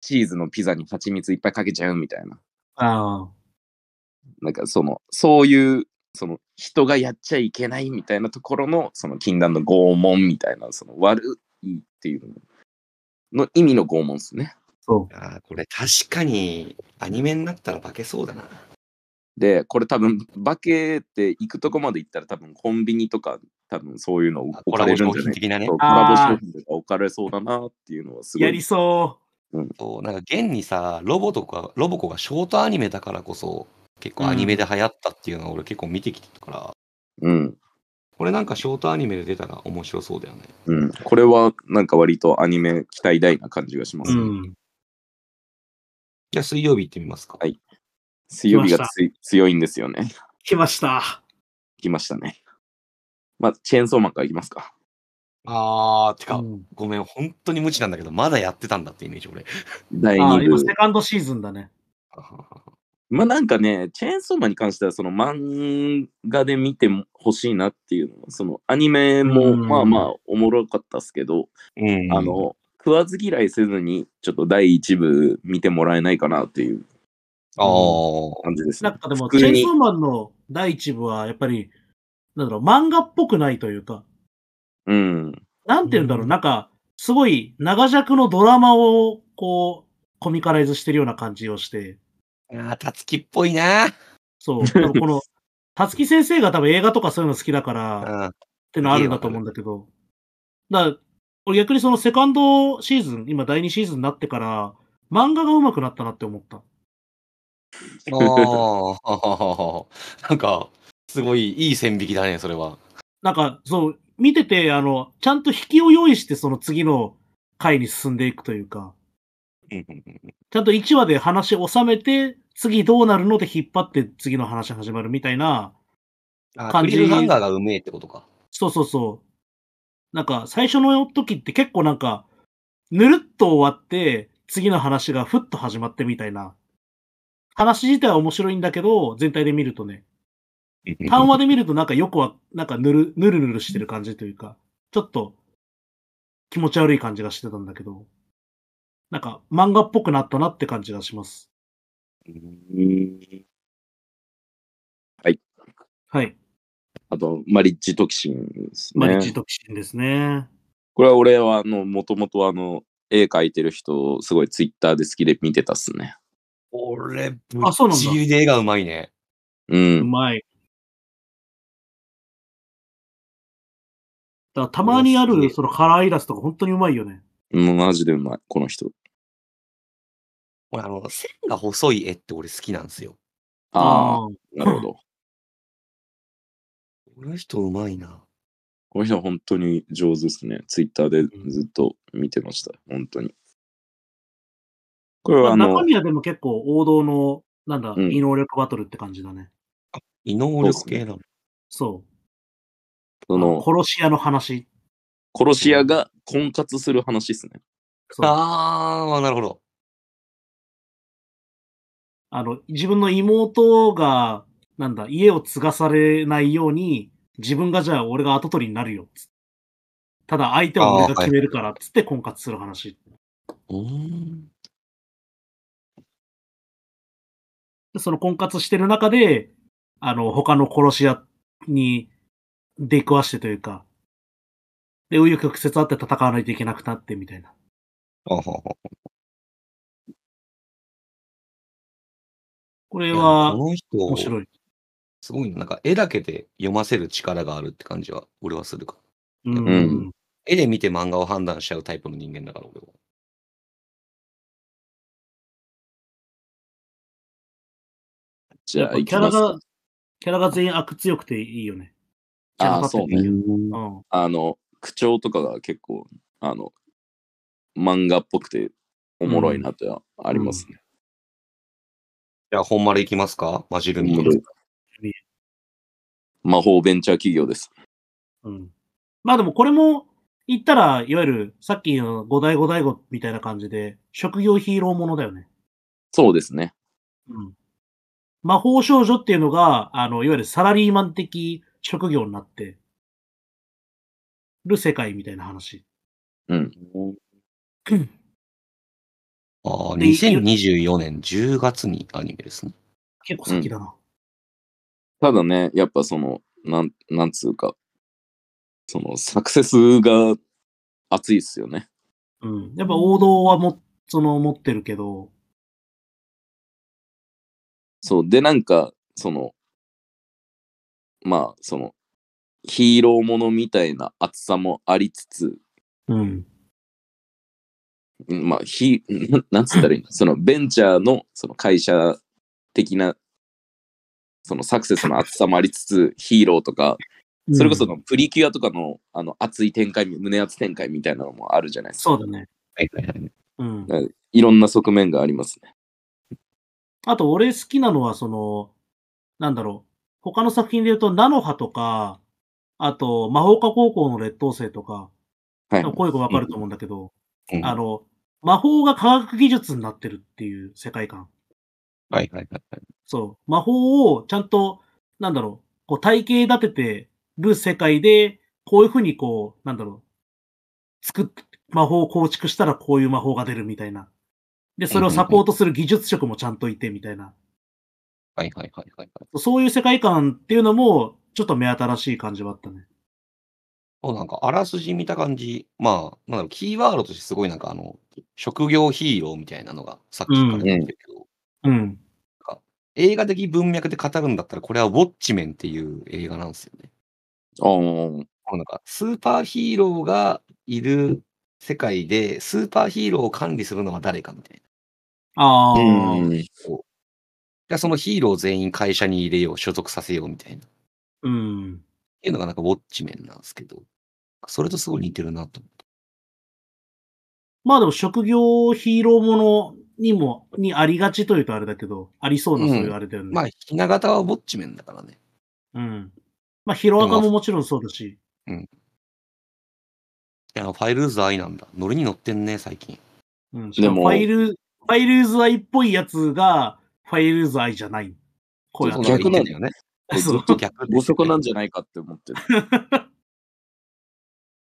[SPEAKER 2] チーズのピザに蜂蜜いっぱいかけちゃうみたいな。
[SPEAKER 3] あ
[SPEAKER 2] なんかその、そういう、その、人がやっちゃいけないみたいなところの、その禁断の拷問みたいな、その悪いっていうのの意味の拷問ですね。
[SPEAKER 3] そ
[SPEAKER 1] ああ、これ確かにアニメになったら化けそうだな。
[SPEAKER 2] で、これ多分、化けて行くとこまで行ったら多分コンビニとか、多分そういうの置
[SPEAKER 1] コ
[SPEAKER 2] か
[SPEAKER 1] ラ
[SPEAKER 2] れ
[SPEAKER 1] ボ
[SPEAKER 2] るん
[SPEAKER 1] 商
[SPEAKER 2] じゃ
[SPEAKER 1] 品
[SPEAKER 2] な
[SPEAKER 1] 的な
[SPEAKER 2] い
[SPEAKER 1] ね
[SPEAKER 2] そう。コ
[SPEAKER 3] あー
[SPEAKER 2] ラボ商品とか置かれそうだなっていうのはす
[SPEAKER 3] う。
[SPEAKER 2] ご
[SPEAKER 3] やり
[SPEAKER 2] い。
[SPEAKER 3] そ
[SPEAKER 1] そうなんか現にさ、ロボとか、ロボコがショートアニメだからこそ、結構アニメで流行ったっていうのを俺結構見てきてたから、
[SPEAKER 2] うん。
[SPEAKER 1] これなんかショートアニメで出たら面白そうだよね。
[SPEAKER 2] うん、これはなんか割とアニメ期待大な感じがします、
[SPEAKER 3] ん。
[SPEAKER 1] じゃあ水曜日行ってみますか。
[SPEAKER 2] はい水曜日がつい強いんですよね。
[SPEAKER 3] 来ました。
[SPEAKER 2] 来ましたね。まあ、チェーンソーマンからいきますか。
[SPEAKER 1] あー、てか、
[SPEAKER 3] うん
[SPEAKER 1] ごめん、本当に無知なんだけど、まだやってたんだってイメージ 俺。
[SPEAKER 2] 第
[SPEAKER 3] ああ、
[SPEAKER 2] 2
[SPEAKER 3] 今
[SPEAKER 2] 部
[SPEAKER 3] セ。カンドシーズンだね。
[SPEAKER 2] まあなんかね、チェーンソーマンに関しては、その漫画で見てほしいなっていうのは、そのアニメも
[SPEAKER 3] うん
[SPEAKER 2] まあまあおもろかったっすけど、
[SPEAKER 1] うん
[SPEAKER 2] あ、の、食わず嫌いせずに、ちょっと第1部見てもらえないかなっていう
[SPEAKER 1] あー、
[SPEAKER 2] 感じですね。
[SPEAKER 3] なんかでも、
[SPEAKER 2] 普
[SPEAKER 3] チ
[SPEAKER 2] 通
[SPEAKER 3] ェ
[SPEAKER 2] に
[SPEAKER 3] ーンソーマンの第一部は、やっぱり、なんだろう、漫画っぽくないというか、
[SPEAKER 2] うん。
[SPEAKER 3] なんて言うんだろう、
[SPEAKER 1] うん
[SPEAKER 3] なんか、すごい長尺のドラマを、こう、コミカライズしてるような感じをして、
[SPEAKER 1] あー、たつきっぽいな。
[SPEAKER 3] そう、多分こ の、たつき先生が多分映画とかそういうの好きだか
[SPEAKER 1] う
[SPEAKER 3] ら、
[SPEAKER 1] ん。
[SPEAKER 3] ってのあるんだと思うんだけど、だから、俺逆にそのセカンドシーズン、今第2シーズンになってから、漫画が上手くなったなって思った。
[SPEAKER 1] ああ、 なんか、すごいいい線引きだね、それは。
[SPEAKER 3] なんか、そう、見てて、あの、ちゃんと引きを用意して、その次の回に進んでいくというか、ちゃんと1話で話を収めて、次どうなるので引っ張って次の話始まるみたいな、
[SPEAKER 1] あ
[SPEAKER 3] 感
[SPEAKER 1] ク
[SPEAKER 3] じ
[SPEAKER 1] リルハンガーがうめえってことか。
[SPEAKER 3] そうそうそう。なんか、最初の時って結構なんか、ぬるっと終わって、次の話がふっと始まってみたいな。話自体は面白いんだけど、全体で見るとね。単話で見るとなんかよくは、なんかぬる、ぬるぬるしてる感じというか、ちょっと気持ち悪い感じがしてたんだけど、なんか漫画っぽくなったなって感じがします。はい。
[SPEAKER 2] あと、マリッジ・トキシンですね。
[SPEAKER 3] マリッジ特進ですね。
[SPEAKER 2] これは俺は、あの、もともとあの、絵描いてる人をすごいツイッターで好きで見てたっすね。
[SPEAKER 1] 俺、ぶ
[SPEAKER 3] あそう
[SPEAKER 1] っ
[SPEAKER 3] なんだ
[SPEAKER 1] ちぎりで絵がうまいね。
[SPEAKER 2] う。
[SPEAKER 3] うんまい。だからたまにあ
[SPEAKER 1] うま
[SPEAKER 3] る
[SPEAKER 1] い
[SPEAKER 3] そのカラーイラストが本当にうまいよね。
[SPEAKER 2] もうマジでうまい、この人。
[SPEAKER 1] 俺、あの、線が細い絵って俺好きなんですよ。
[SPEAKER 2] あ
[SPEAKER 3] あー。
[SPEAKER 2] あ、なるほど。
[SPEAKER 1] この人うまいな。
[SPEAKER 2] この人は本当に上手ですね。ツイッターでずっと見てました。本当に。これはあ
[SPEAKER 3] まあ
[SPEAKER 2] の
[SPEAKER 3] 中、身はでも結構王道の、なんだ、
[SPEAKER 2] うん
[SPEAKER 3] 異能力バトルって感じだね。
[SPEAKER 1] 異能力系なの。
[SPEAKER 3] そ。
[SPEAKER 2] そうの、
[SPEAKER 3] 殺し屋の話。
[SPEAKER 2] 殺し屋が婚活する話ですね。
[SPEAKER 3] そう
[SPEAKER 1] ああ、なるほど。
[SPEAKER 3] あの、自分の妹が、なんだ、家を継がされないように、自分がじゃあ俺が跡取りになるよっつ。ただ相手は俺が決めるから、つって婚活する話。
[SPEAKER 1] うーん。
[SPEAKER 3] でその婚活してる中で、あの、他の殺し屋に出くわしてというか、で、紆余曲折あって戦わないといけなくなってみたいな。
[SPEAKER 1] あはは
[SPEAKER 3] これ
[SPEAKER 1] いや
[SPEAKER 3] は
[SPEAKER 1] この人、
[SPEAKER 3] 面白い。
[SPEAKER 1] すごいな。なんか絵だけで読ませる力があるって感じは、俺はするか。
[SPEAKER 3] うん。
[SPEAKER 2] うん
[SPEAKER 1] 絵で見て漫画を判断しちゃうタイプの人間だから、俺は。
[SPEAKER 2] じゃあ、
[SPEAKER 3] キ
[SPEAKER 2] いき
[SPEAKER 3] ャラ
[SPEAKER 2] ます
[SPEAKER 3] が
[SPEAKER 2] か。、
[SPEAKER 3] キャラが全員悪強くていいよね。キャラ
[SPEAKER 2] ああー、
[SPEAKER 3] 立
[SPEAKER 2] そ
[SPEAKER 3] っ
[SPEAKER 2] う
[SPEAKER 3] てる
[SPEAKER 2] ね。
[SPEAKER 3] う。
[SPEAKER 1] うん
[SPEAKER 2] あの、口調とかが結構、あの、漫画っぽくておもろいなってのはありますね。
[SPEAKER 1] じゃあ、本丸いきますかマジルミ
[SPEAKER 2] おもろい魔法ベンチャー企業です。
[SPEAKER 3] うん。まあでもこれも言ったら、いわゆるさっきの五代五代五みたいな感じで、職業ヒーローものだよね。
[SPEAKER 2] そうですね。
[SPEAKER 3] うん。魔法少女っていうのが、あの、いわゆるサラリーマン的職業になってる世界みたいな話。
[SPEAKER 2] うん。
[SPEAKER 1] ああ、
[SPEAKER 3] で
[SPEAKER 1] 2024年10月にアニメですね。
[SPEAKER 3] 結構先だな。
[SPEAKER 2] ただね、やっぱその、なん、なんつうか、その、サクセスが熱いっすよね。
[SPEAKER 3] うん。やっぱ王道はも、その、持ってるけど、
[SPEAKER 2] そう。で、なんか、その、まあ、その、ヒーローものみたいな熱さもありつつ、
[SPEAKER 3] うん。
[SPEAKER 2] うんまあ、ひ、な なんつったらいいのその、ベンチャーの、その会社的な、そのサクセスの厚さもありつつ、ヒーローとか、それこそのプリキュアとかのあの熱い展開、胸熱展開みたいなのもあるじゃないですか。
[SPEAKER 3] そうだね。
[SPEAKER 1] はいはいはい。
[SPEAKER 3] うん。
[SPEAKER 2] いろんな側面がありますね。
[SPEAKER 3] あと、俺好きなのは、その、なんだろう。他の作品で言うと、菜の葉とか、あと、魔法科高校の劣等生とか、
[SPEAKER 2] はい。
[SPEAKER 3] 多分こういう子わかると思うんだけど、
[SPEAKER 1] うん
[SPEAKER 3] あの、魔法が科学技術になってるっていう世界観。
[SPEAKER 1] はいはいはいはい。
[SPEAKER 3] そう。魔法をちゃんと、なんだろう、こう体系立ててる世界で、こういうふうにこう、なんだろう、作っ、魔法を構築したらこういう魔法が出るみたいな。で、それをサポートする技術職もちゃんといてみたいな。
[SPEAKER 1] はいはいはいはいはい。
[SPEAKER 3] そういう世界観っていうのも、ちょっと目新しい感じはあったね。
[SPEAKER 1] そうなんか、あらすじ見た感じ、まあ、なんだろう、キーワードとしてすごいなんか、あの、職業ヒーローみたいなのがさっきから出てるけど、
[SPEAKER 3] うん。
[SPEAKER 1] 映画的文脈で語るんだったら、これはウォッチメンっていう映画なんですよね。
[SPEAKER 2] あー
[SPEAKER 1] このなんか、スーパーヒーローがいる世界で、スーパーヒーローを管理するのは誰かみたいな。
[SPEAKER 3] ああ、うん。
[SPEAKER 2] うん
[SPEAKER 1] じゃあそのヒーローを全員会社に入れよう、所属させようみたいな。っ
[SPEAKER 3] うん。
[SPEAKER 1] ていうのがなんかウォッチメンなんですけど、それとすごい似てるなと思って。
[SPEAKER 3] まあでも職業ヒーローものにも、にありがちというとあれだけど、ありそうな
[SPEAKER 1] うん
[SPEAKER 3] そういうあれだよね。
[SPEAKER 1] まあ、ひな形はウォッチメンだからね。
[SPEAKER 3] うん。まあ、ヒロアカももちろんそうだし、
[SPEAKER 1] いや、ファイルーズ愛なんだ。ノリに乗ってんね、最近。
[SPEAKER 3] うん、
[SPEAKER 2] でも
[SPEAKER 3] ファイル、ファイルーズ愛っぽいやつが、ファイルーズ愛じゃない。こうやっ
[SPEAKER 1] そう
[SPEAKER 3] て
[SPEAKER 2] そう逆なんだ
[SPEAKER 1] だよね。
[SPEAKER 3] そう
[SPEAKER 1] ずっと逆
[SPEAKER 2] 誤測なんんじゃないかって思ってる。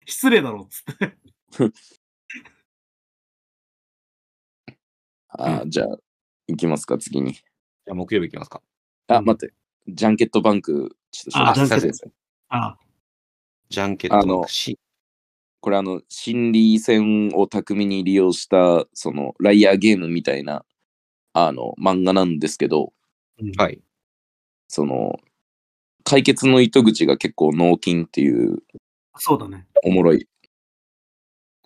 [SPEAKER 3] 失礼だろ、つって。
[SPEAKER 2] あーじゃあ、行きますか、次に。
[SPEAKER 1] じゃあ木曜日いきますか。
[SPEAKER 2] あ、待って。ジャンケットバンク、ちょっと
[SPEAKER 3] あ
[SPEAKER 2] 紹介
[SPEAKER 1] ジャンケット
[SPEAKER 2] させてください。
[SPEAKER 3] あ
[SPEAKER 1] ジャンケット
[SPEAKER 2] あ
[SPEAKER 1] の
[SPEAKER 2] の
[SPEAKER 1] C。
[SPEAKER 2] これあの心理戦を巧みに利用したそのライアーゲームみたいなあの漫画なんですけど
[SPEAKER 1] はい。
[SPEAKER 2] その解決の糸口が結構脳筋っていう
[SPEAKER 3] そうだね。
[SPEAKER 2] おもろい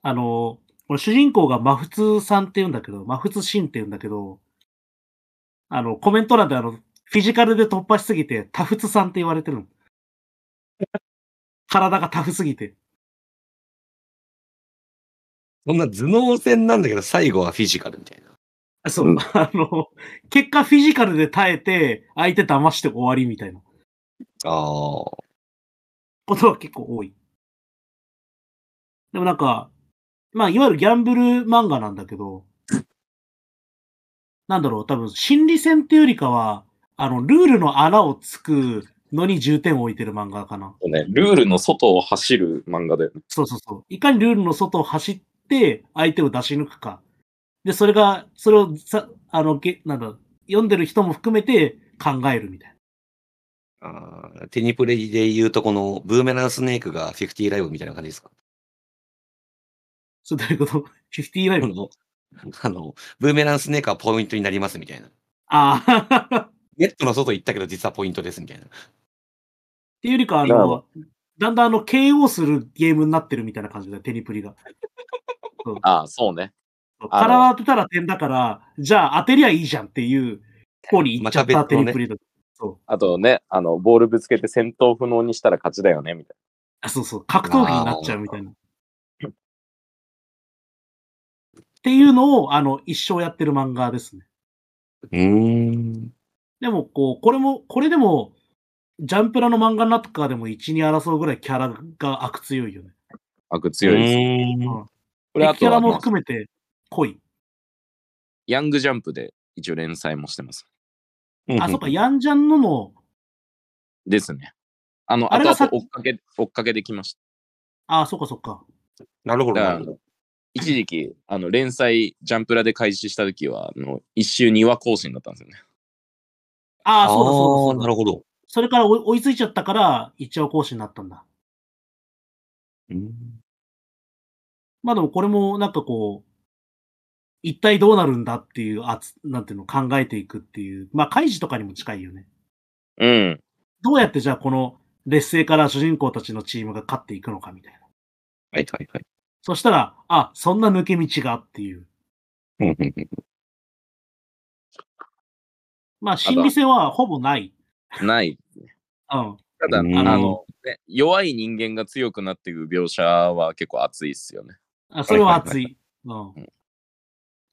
[SPEAKER 3] あの、これ主人公がマフツさんって言うんだけど、マフツシンって言うんだけど、あの、コメント欄であの、フィジカルで突破しすぎて、タフツさんって言われてるの。 体がタフすぎて。
[SPEAKER 1] そんな頭脳戦なんだけど、最後はフィジカルみたいな。
[SPEAKER 3] そう、
[SPEAKER 2] うん
[SPEAKER 3] あの、結果フィジカルで耐えて、相手騙して終わりみたいな
[SPEAKER 1] ああ。
[SPEAKER 3] ことは結構多い。でもなんか、まあ、いわゆるギャンブル漫画なんだけど、なんだろう、多分、心理戦っていうよりかは、あの、ルールの穴をつくのに重点を置いてる漫画かな。
[SPEAKER 2] ねルールの外を走る漫画だよね
[SPEAKER 3] そうそうそう。いかにルールの外を走って、相手を出し抜くか。で、それが、それをさ、あの、げなんだ、読んでる人も含めて考えるみたいな。
[SPEAKER 1] あーテニプレで言うと、このブーメランスネークが50ライブみたいな感じですか
[SPEAKER 3] それどういうこと フィフティーライ
[SPEAKER 1] こ
[SPEAKER 3] ブ
[SPEAKER 1] の、あの、ブーメランスネークはポイントになりますみたいな。
[SPEAKER 3] ああ、っ
[SPEAKER 1] ネットの外行ったけど実はポイントですみたいな。
[SPEAKER 3] ていうよりか、あ
[SPEAKER 2] なる
[SPEAKER 3] の
[SPEAKER 2] ほ、
[SPEAKER 3] だんだんあの、KO するゲームになってるみたいな感じだよ、テニプリが。
[SPEAKER 2] ああそうねあの
[SPEAKER 3] 体当てたら点だから、じゃあ当てりゃいいじゃんっていう方に行っちゃっ
[SPEAKER 1] また
[SPEAKER 3] た
[SPEAKER 1] 別
[SPEAKER 3] テ
[SPEAKER 1] のね
[SPEAKER 3] ニプリだ。そう
[SPEAKER 2] あとねあのボールぶつけて戦闘不能にしたら勝ちだよねみたい
[SPEAKER 3] あ。そうそう。格闘技になっちゃうみたいな。っていうのを、あの、一生やってる漫画ですね。
[SPEAKER 1] うーん。
[SPEAKER 3] でも、こう、これも、これでも、ジャンプラの漫画の中でも1、2争うぐらいキャラが悪強いよね。
[SPEAKER 2] な悪強いです、
[SPEAKER 1] うーん
[SPEAKER 3] うん
[SPEAKER 2] これあ
[SPEAKER 3] キ
[SPEAKER 2] と
[SPEAKER 3] ャ
[SPEAKER 2] は
[SPEAKER 3] ラ
[SPEAKER 2] あ
[SPEAKER 3] も
[SPEAKER 2] の
[SPEAKER 3] 含めて濃い。
[SPEAKER 2] ヤングジャンプで一応連載もしてます
[SPEAKER 3] あ、そっか、ヤンジャンのも、
[SPEAKER 2] ですねあの
[SPEAKER 3] あ
[SPEAKER 2] あ
[SPEAKER 3] れ
[SPEAKER 2] と
[SPEAKER 3] が
[SPEAKER 2] あ
[SPEAKER 3] さ
[SPEAKER 2] と追っかけ追っかけできました
[SPEAKER 3] あ、そっかそっか。
[SPEAKER 1] なるほど、
[SPEAKER 2] だか
[SPEAKER 1] な
[SPEAKER 2] ら
[SPEAKER 1] るほど。
[SPEAKER 2] 一時期、あの、連載、ジャンプラで開始した時は、あの、一周2話更新だったんですよね。
[SPEAKER 3] ああ、そうだそうだそうだ。
[SPEAKER 1] なるほど。
[SPEAKER 3] それから追い追いついちゃったから、一応講師になったんだ。まあでもこれもなんかこう、一体どうなるんだっていう、あつなんていうの、考えていくっていう。まあ、開示とかにも近いよね。
[SPEAKER 2] うん。
[SPEAKER 3] どうやってじゃあこの劣勢から主人公たちのチームが勝っていくのかみたいな。
[SPEAKER 1] はいはいはい
[SPEAKER 3] そしたら、あ、そんな抜け道がっていう。
[SPEAKER 1] うんうんうん。
[SPEAKER 3] まあ、心理戦はほぼない。
[SPEAKER 2] ない。
[SPEAKER 3] うん。
[SPEAKER 2] ただ、あ
[SPEAKER 1] うん
[SPEAKER 2] の、ね、弱い人間が強くなっていく描写は結構熱いっすよね。
[SPEAKER 3] あ、それは熱。
[SPEAKER 1] はい
[SPEAKER 3] うん。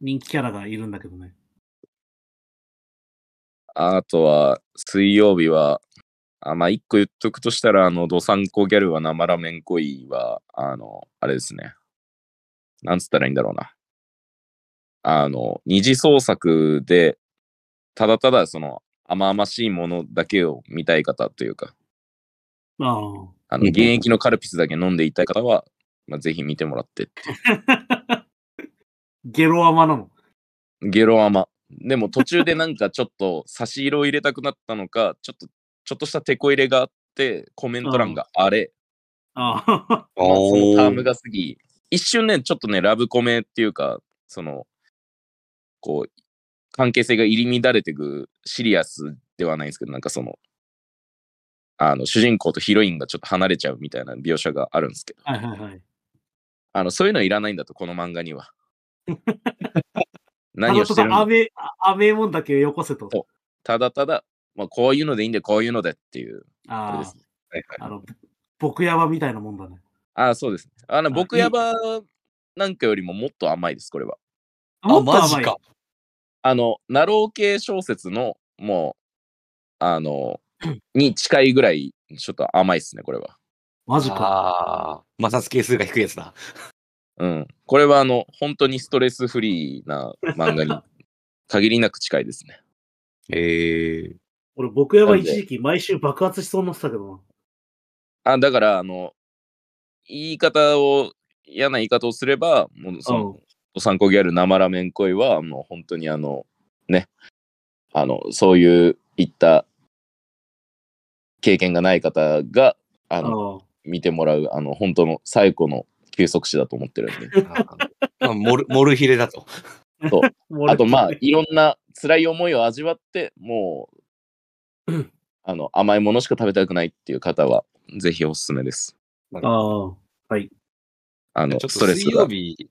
[SPEAKER 3] 人気キャラがいるんだけどね。
[SPEAKER 2] あとは、水曜日は、あまあ、一個言っとくとしたら、あの、ドサンコギャルはなまらめんこいは、あの、あれですね。なんつったらいいんだろうな。あの、二次創作で、ただただその、甘々しいものだけを見たい方というか、
[SPEAKER 3] あ
[SPEAKER 2] あ
[SPEAKER 1] う
[SPEAKER 2] の、
[SPEAKER 1] ん
[SPEAKER 2] 現役のカルピスだけ飲んでいたい方は、まあ、ぜひ見てもらってってい
[SPEAKER 3] あ。ゲロアマなの。
[SPEAKER 2] う。ゲロ甘。でも途中でなんかちょっと 差し色を入れたくなったのか、ちょっと、ちょっとしたテこ入れがあって、コメント欄があれ、
[SPEAKER 3] ああ。
[SPEAKER 1] あ
[SPEAKER 2] まあ、そのターム
[SPEAKER 1] が。
[SPEAKER 2] が過ぎ、一瞬ね、ちょっとね、ラブコメっていうか、その、こう、関係性が入り乱れてくシリアスではないんですけど、なんかその、あの、主人公とヒロインがちょっと離れちゃうみたいな描写があるんですけど、
[SPEAKER 3] はいはいはい。
[SPEAKER 2] あの、そういうのいらないんだと、この漫画には。
[SPEAKER 3] あ
[SPEAKER 2] 何
[SPEAKER 3] の
[SPEAKER 2] をしてるんだ
[SPEAKER 3] アメ、あアメもんだけよこせと。
[SPEAKER 2] そうただただ、まあ、こういうのでいいんで、こういうのでっていう、あれで
[SPEAKER 3] ああ
[SPEAKER 2] すね。はいはい
[SPEAKER 3] あの、ぼ僕ヤバみたいなもんだね。
[SPEAKER 2] あ、そうですね。あの、
[SPEAKER 3] あ
[SPEAKER 2] 僕
[SPEAKER 3] いい
[SPEAKER 2] やばなんかよりももっと甘いです、これは。
[SPEAKER 1] あ、
[SPEAKER 3] もっと
[SPEAKER 1] マジ
[SPEAKER 3] 甘い
[SPEAKER 1] か。。
[SPEAKER 2] あの、ナロー系小説の、もう、あの、に近いぐらい、ちょっと甘いっすね、これは。
[SPEAKER 3] マジか。
[SPEAKER 1] ああ、摩擦係数が低いやつだ。
[SPEAKER 2] うん。これは、あの、本当にストレスフリーな漫画に、限りなく近いですね。
[SPEAKER 1] ええ
[SPEAKER 3] 俺、僕ヤバ
[SPEAKER 2] なん
[SPEAKER 3] 一
[SPEAKER 2] で
[SPEAKER 3] 時期毎週爆発しそうになってたけどな。
[SPEAKER 2] あ、だから、あの、言い方を、嫌な言い方をすれば、もう、その、お参考ギャル生ラーメン恋は、もう本当にあの、ね、あの、そういう、いった、経験がない方が、あの、
[SPEAKER 3] あ
[SPEAKER 2] 見てもらう、あの、本当の最古の休息史だと思ってる んで。
[SPEAKER 1] まあモルモルヒレだと。
[SPEAKER 3] あ
[SPEAKER 2] あと、まあ、いろんな辛い思いを味わって、も
[SPEAKER 3] う、
[SPEAKER 2] うんあの、甘いものしか食べたくないっていう方は、ぜひおすすめです。
[SPEAKER 3] ああ。はい。
[SPEAKER 2] あ
[SPEAKER 1] ちょ
[SPEAKER 2] の
[SPEAKER 1] っ、と
[SPEAKER 2] ストレス
[SPEAKER 1] 水
[SPEAKER 2] が
[SPEAKER 1] 曜。日、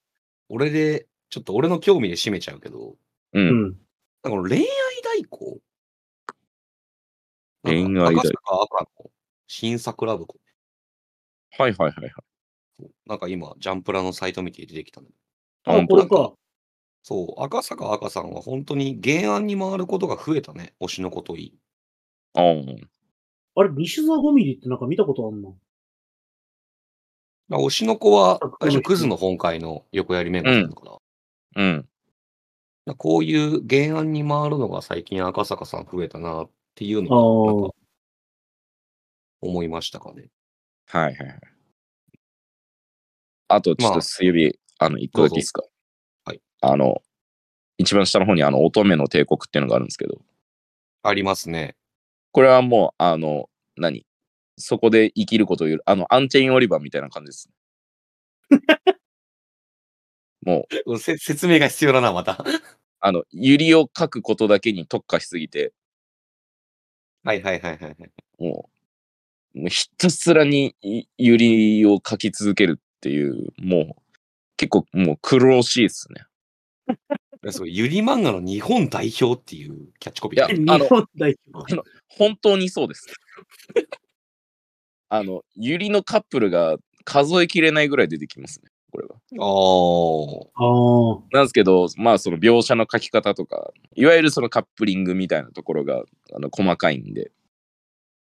[SPEAKER 1] 俺で、ちょっと俺の興味で締めちゃうけど、
[SPEAKER 2] う。
[SPEAKER 3] うんん。
[SPEAKER 1] なんかこの恋愛代行
[SPEAKER 2] 恋愛代
[SPEAKER 1] な
[SPEAKER 2] 行
[SPEAKER 1] んか高坂赤子、新作ラブ子。
[SPEAKER 2] はいはいはいはい。
[SPEAKER 1] なんか今、ジャンプラのサイト見て出てきたの。
[SPEAKER 3] あ、
[SPEAKER 2] 本当
[SPEAKER 3] これ
[SPEAKER 2] だ
[SPEAKER 3] か。
[SPEAKER 1] そう、赤坂赤さんは本当に原案に回ることが増えたね、推しのこといい。
[SPEAKER 2] うん。
[SPEAKER 3] あれ、西沢5ミリってなんか見たことあんの
[SPEAKER 1] まあ推しの子は
[SPEAKER 3] あ、
[SPEAKER 1] 最
[SPEAKER 3] この
[SPEAKER 1] 初、
[SPEAKER 3] 人
[SPEAKER 1] クズの本会の横やりメンバーなのかな。
[SPEAKER 2] うん。
[SPEAKER 1] なんかこういう原案に回るのが最近赤坂さん増えたなっていうの
[SPEAKER 3] あ
[SPEAKER 1] を
[SPEAKER 3] ー
[SPEAKER 1] なんか思いましたかね。
[SPEAKER 2] はいはいはい。あと、ちょっ
[SPEAKER 1] ま
[SPEAKER 2] と
[SPEAKER 1] あ
[SPEAKER 2] 水曜日、あの、一個だけいいですか。
[SPEAKER 1] はい。
[SPEAKER 2] あの、一番下の方に、あの、乙女の帝国っていうのがあるんですけど、
[SPEAKER 1] ありますね。
[SPEAKER 2] これはもう、あの、何そこで生きることを言う、あの、アンチェイン・オリバーみたいな感じ です。もう、
[SPEAKER 1] せ 説明が必要だな、ま た。
[SPEAKER 2] あの、ユリを書くことだけに特化しすぎて、
[SPEAKER 1] はいはいはいはいはい。
[SPEAKER 2] もう、もうひたすらにいユリを書き続けるっていう、もう、結構もう苦労しいですね。
[SPEAKER 1] すごい、ゆり漫画の日本代表っていうキャッチコピー。
[SPEAKER 2] いや
[SPEAKER 3] 日
[SPEAKER 2] あの
[SPEAKER 3] 本代表。
[SPEAKER 2] 本当にそうです。 あの、ユリのカップルが数えきれないぐらい出てきますね、これは。
[SPEAKER 1] あ
[SPEAKER 3] ああ。
[SPEAKER 2] なんですけど、まあその描写の書き方とか、いわゆるそのカップリングみたいなところがあの細かいんで、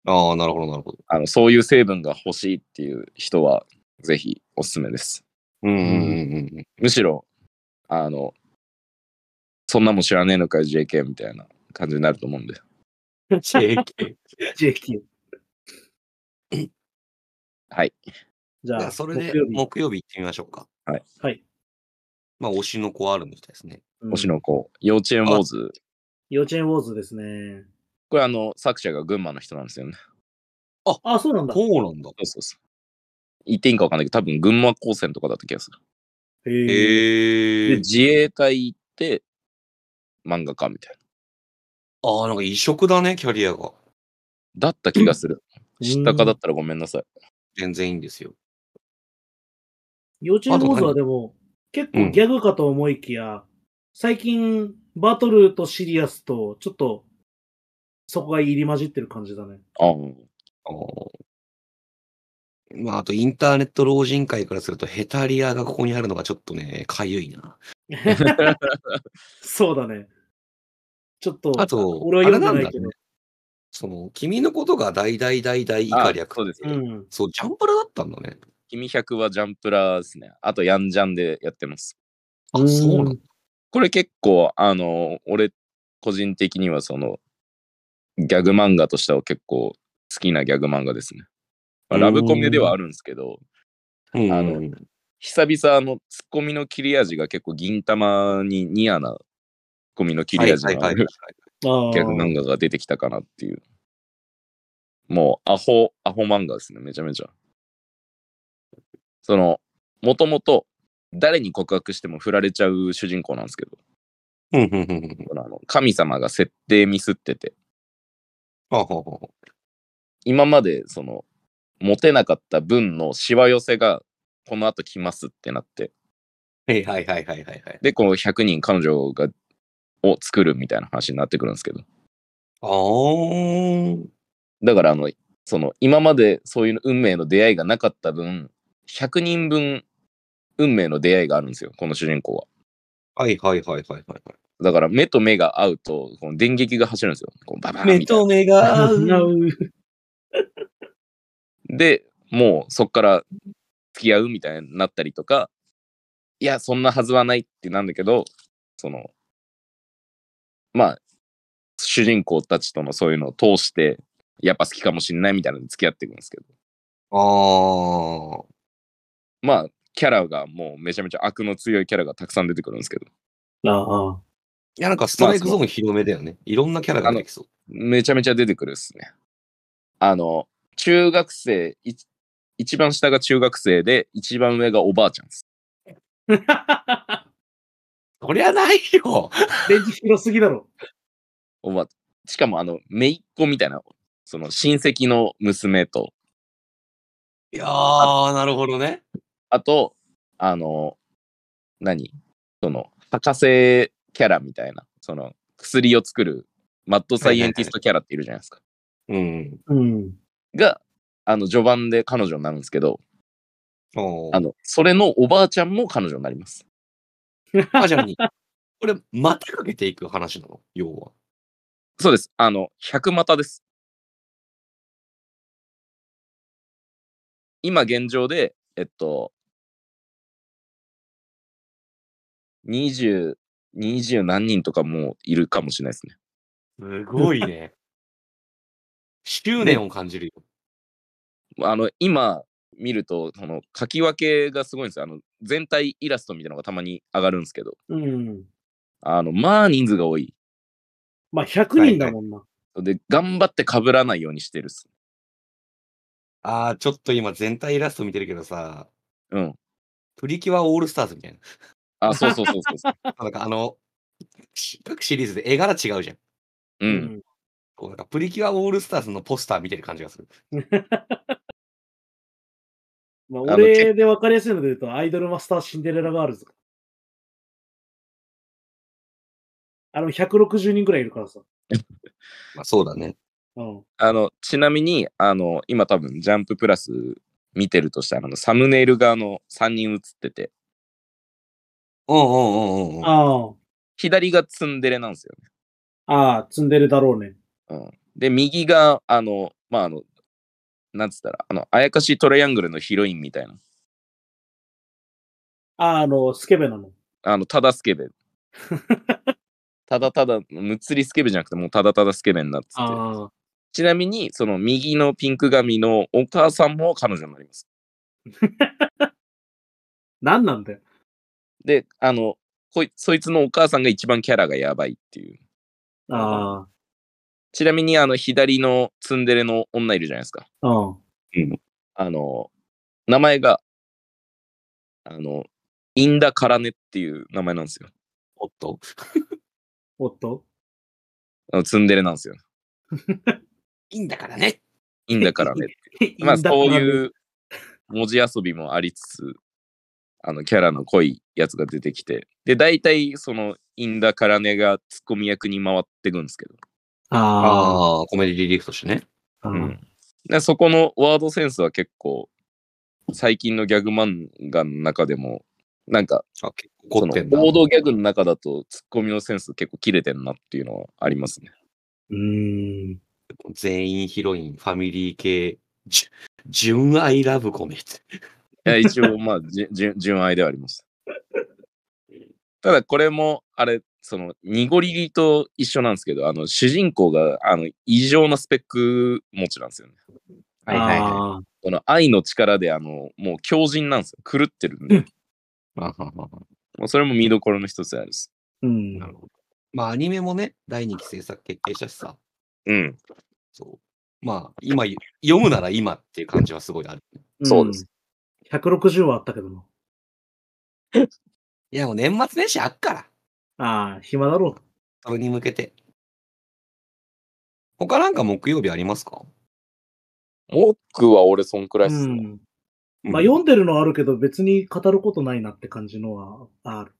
[SPEAKER 1] あ、ああ、なるほどなるほど。
[SPEAKER 2] あのそういう成分が欲しいっていう人は、ぜひおすすめです。
[SPEAKER 1] うんうんうんうん。
[SPEAKER 2] むしろ、あの、そんなもん知らねえのかよ JK みたいな感じになると思うんで。
[SPEAKER 1] JK。
[SPEAKER 3] JQ。
[SPEAKER 2] はい。
[SPEAKER 3] じ
[SPEAKER 1] じゃ
[SPEAKER 3] ゃ
[SPEAKER 1] あ
[SPEAKER 3] あ、
[SPEAKER 1] それで
[SPEAKER 3] 木曜日
[SPEAKER 1] 木曜日行ってみましょうか。
[SPEAKER 3] はい。
[SPEAKER 1] まあ、推しの子あるみたいですね。
[SPEAKER 3] うん
[SPEAKER 2] 星野子、幼稚園ウォーズ。
[SPEAKER 3] 幼稚園ウォーズですね。
[SPEAKER 2] これあの、作者が群馬の人なんですよね。
[SPEAKER 3] あ、そうなんだ。へ
[SPEAKER 1] そうなんだ。
[SPEAKER 2] そうそうそう。言っていいんかわかんないけど、多分群馬高専とかだった気がする。
[SPEAKER 3] え。
[SPEAKER 2] で、
[SPEAKER 1] へえ。
[SPEAKER 2] 自衛隊行って、漫画家みたい
[SPEAKER 1] ああ、なんか異色だね、キャリアが。
[SPEAKER 2] な。だった気がする。
[SPEAKER 3] うん
[SPEAKER 2] 知ったかだったらごめんなさい。
[SPEAKER 1] 全然いいんですよ。
[SPEAKER 3] 幼稚園ウォーズ
[SPEAKER 1] あと何
[SPEAKER 3] はでも、結
[SPEAKER 1] う
[SPEAKER 3] 構
[SPEAKER 1] ん
[SPEAKER 3] ギャグかと思いきや、最近、バトルとシリアスと、ちょっと、そこが入り混じってる感じだね。
[SPEAKER 2] ああ。
[SPEAKER 1] まあ、あとインターネット老人会からすると、ヘタリアがここにあるのがちょっとね、かゆいな。
[SPEAKER 3] そうだね。ちょっと、
[SPEAKER 1] あと
[SPEAKER 3] 俺は読んでないけど。
[SPEAKER 1] その、君のことが大大大大以下略。
[SPEAKER 2] あそうですね。
[SPEAKER 3] うん。
[SPEAKER 1] そう、ジャンプラだったんだね。
[SPEAKER 2] 君100はジャンプラーですね。あと、ヤンジャンでやってます。
[SPEAKER 1] あ、そうなんだ。
[SPEAKER 2] これ結構、あの、俺、個人的にはその、ギャグ漫画としては結構好きなギャグ漫画ですね。まあラブコメではあるんですけど、
[SPEAKER 1] うん
[SPEAKER 2] あの久々あのツッコミの切れ味が結構銀玉にニアなツッコミの切れ味
[SPEAKER 1] はい
[SPEAKER 2] が
[SPEAKER 1] は
[SPEAKER 2] あ
[SPEAKER 1] いはい
[SPEAKER 2] る
[SPEAKER 3] ああ
[SPEAKER 2] ギャグ漫画が出てきたかなっていう。もうアホ、アホ漫画ですね、めちゃめちゃ。その、もともと誰に告白しても振られちゃう主人公なんですけど、
[SPEAKER 1] うんうんうんうん。
[SPEAKER 2] このあの神様が設定ミスってて、
[SPEAKER 1] あははは。
[SPEAKER 2] 今までその、モテなかった分のしわ寄せがこの後来ますってなって、
[SPEAKER 1] はいはいはいはいはいはい。
[SPEAKER 2] で、この100人彼女が、を作るみたいな話になってくるんですけど。
[SPEAKER 1] あー。
[SPEAKER 2] だから、あの、その、今までそういう運命の出会いがなかった分、100人分、運命の出会いがあるんですよ、この主人公は。
[SPEAKER 1] はいはいはいはいは
[SPEAKER 2] だから、目と目が合うと、この電撃が走るんですよ。こうババー
[SPEAKER 1] い。
[SPEAKER 2] ンみたいな
[SPEAKER 1] 目
[SPEAKER 3] あー
[SPEAKER 2] で、もう、そっから、付き合うみたいになったりとか、いや、そんなはずはないってなんだけど、その、まあ、主人公たちとのそういうのを通して、やっぱ好きかもしんないみたいなのに付き合っていくんですけど、
[SPEAKER 1] あー。
[SPEAKER 2] まあ、キャラがもうめちゃめちゃ悪の強いキャラがたくさん出てくるんですけど、
[SPEAKER 3] ああ。
[SPEAKER 1] いや、なんかストライクゾーン広めだよね。いろんなキャラが出てきそう。
[SPEAKER 2] めちゃめちゃ出てくるっすね。あの、中学生、い一番下が中学生で、一番上がおばあちゃんです。
[SPEAKER 1] そりゃないよ。
[SPEAKER 3] レンジ広すぎだろ。
[SPEAKER 2] おばあしかも、あの、姪っ子みたいな、その親戚の娘と、
[SPEAKER 1] いやー、なるほどね。
[SPEAKER 2] あと、あの、何その、博士キャラみたいな、その、薬を作るマッドサイエンティストキャラっているじゃないですか。
[SPEAKER 1] うん。
[SPEAKER 3] うん。
[SPEAKER 2] が、あの、序盤で彼女になるんですけど、
[SPEAKER 1] おー
[SPEAKER 2] あの、それのおばあちゃんも彼女になります。
[SPEAKER 1] あ、じゃあに、 これ、またかけていく話なの要は。
[SPEAKER 2] そうです。あの、100股です。今現状で、えっと、20、20何人とかもういるかもしれないですね。
[SPEAKER 1] すごいね。 執念を感じるよ。
[SPEAKER 2] あの、今見ると、その、書き分けがすごいんですよ。あの、全体イラストみたいなのがたまに上がるんですけど、
[SPEAKER 3] うん。
[SPEAKER 2] あの、まあ人数が多い。
[SPEAKER 3] まあ、100人だもんな。
[SPEAKER 2] で、頑張って被らないようにしてるっす。
[SPEAKER 1] ああ、ちょっと今全体イラスト見てるけどさ、
[SPEAKER 2] うん。
[SPEAKER 1] プリキュアオールスターズみたい
[SPEAKER 2] あ、そうそうそうそうそう。
[SPEAKER 1] な。なんかあの、し各シリーズで絵柄違うじゃん。
[SPEAKER 2] う。。
[SPEAKER 3] うん
[SPEAKER 1] こうなんかプリキュアオールスターズのポスター見てる感じがする。
[SPEAKER 3] ま
[SPEAKER 2] の
[SPEAKER 3] あ、俺で分かりやすいので言うと、アイドルマスターシンデレラガールズ。あの、160人くらいいるからさ。
[SPEAKER 1] まあそうだね。
[SPEAKER 3] うん。
[SPEAKER 2] あの、ちなみに、あの、今多分、ジャンププラス見てるとしたら、あの、サムネイル側の3人映ってて、
[SPEAKER 1] うんうんうんうんうん。
[SPEAKER 3] あ
[SPEAKER 2] 左がツンデレなんですよね。
[SPEAKER 3] あ、ああ、積んでるだろうね。
[SPEAKER 2] うん。で、右が、あの、まあ、あの、なんつったら、あの、あやかしトライアングルのヒロインみたいな、
[SPEAKER 3] ああ、あの、スケベなの。
[SPEAKER 2] あの、ただスケベ。ただただ、むっつりスケベじゃなくて、もうただただスケベになってて。
[SPEAKER 3] あ
[SPEAKER 2] ちなみに、その右のピンク髪のお母さんも彼女になります。
[SPEAKER 3] なんなんだよ。
[SPEAKER 2] で、あの、こいそいつのお母さんが一番キャラがやばいっていう。
[SPEAKER 3] あ
[SPEAKER 2] ちなみに、あの、左のツンデレの女いるじゃないですか。
[SPEAKER 3] あ、うん。
[SPEAKER 2] あの、名前が、あの、インダカラネっていう名前なんですよ。
[SPEAKER 1] おっと。
[SPEAKER 3] おっと。
[SPEAKER 2] あのツンデレなんですよ。
[SPEAKER 1] いいんだからね。
[SPEAKER 2] インダカラ ネ。ま
[SPEAKER 3] ま
[SPEAKER 2] あ、そう
[SPEAKER 3] う。
[SPEAKER 2] いう文字遊びもありつつ、あの、キャラの濃いやつが出てきて、で、大体、その、インダカラネがツッコミ役に回ってくんですけど、
[SPEAKER 3] あ
[SPEAKER 1] ああ、コメディリリーフとしてね。
[SPEAKER 3] あ、
[SPEAKER 2] うんでそこのワードセンスは結構、最近のギャグ漫画の中でも、なんか、
[SPEAKER 1] あ、結構凝っ
[SPEAKER 2] その
[SPEAKER 1] てんだ。
[SPEAKER 2] 王道ギャグの中だと、ツッコミのセンス結構切れてんなっていうのはあります ね。
[SPEAKER 3] うーん。
[SPEAKER 1] 全員ヒロイン、ファミリー系、じゅ純愛ラブコメって。
[SPEAKER 2] いや一応、まあ、じゅ純純愛ではあります。ただ、これも、あれ、その、濁りりと一緒なんですけど、あの、主人公が、あの、異常なスペック持ちなんですよね。
[SPEAKER 1] はいはいはい。
[SPEAKER 3] あー
[SPEAKER 2] この愛の力で、あの、もう強靭なんですよ。狂ってるんで。
[SPEAKER 1] あはは
[SPEAKER 2] もうそれも見どころの一つであるです。
[SPEAKER 3] うん。
[SPEAKER 1] なるほど。まあ、アニメもね、第二期制作決定したしさ、
[SPEAKER 2] うん。
[SPEAKER 1] そう。まあ、今、読むなら今っていう感じはすごいある。
[SPEAKER 3] ん
[SPEAKER 2] そうです。
[SPEAKER 3] 160はあったけども。
[SPEAKER 1] いや、もう年末年始あっから、
[SPEAKER 3] ああ、暇だろう。
[SPEAKER 1] それに向けて。他なんか木曜日ありますか
[SPEAKER 2] モックは俺、そんくらいっ
[SPEAKER 3] う
[SPEAKER 2] すね。
[SPEAKER 3] ん。まあ、読んでるのはあるけど、別に語ることないなって感じのはある。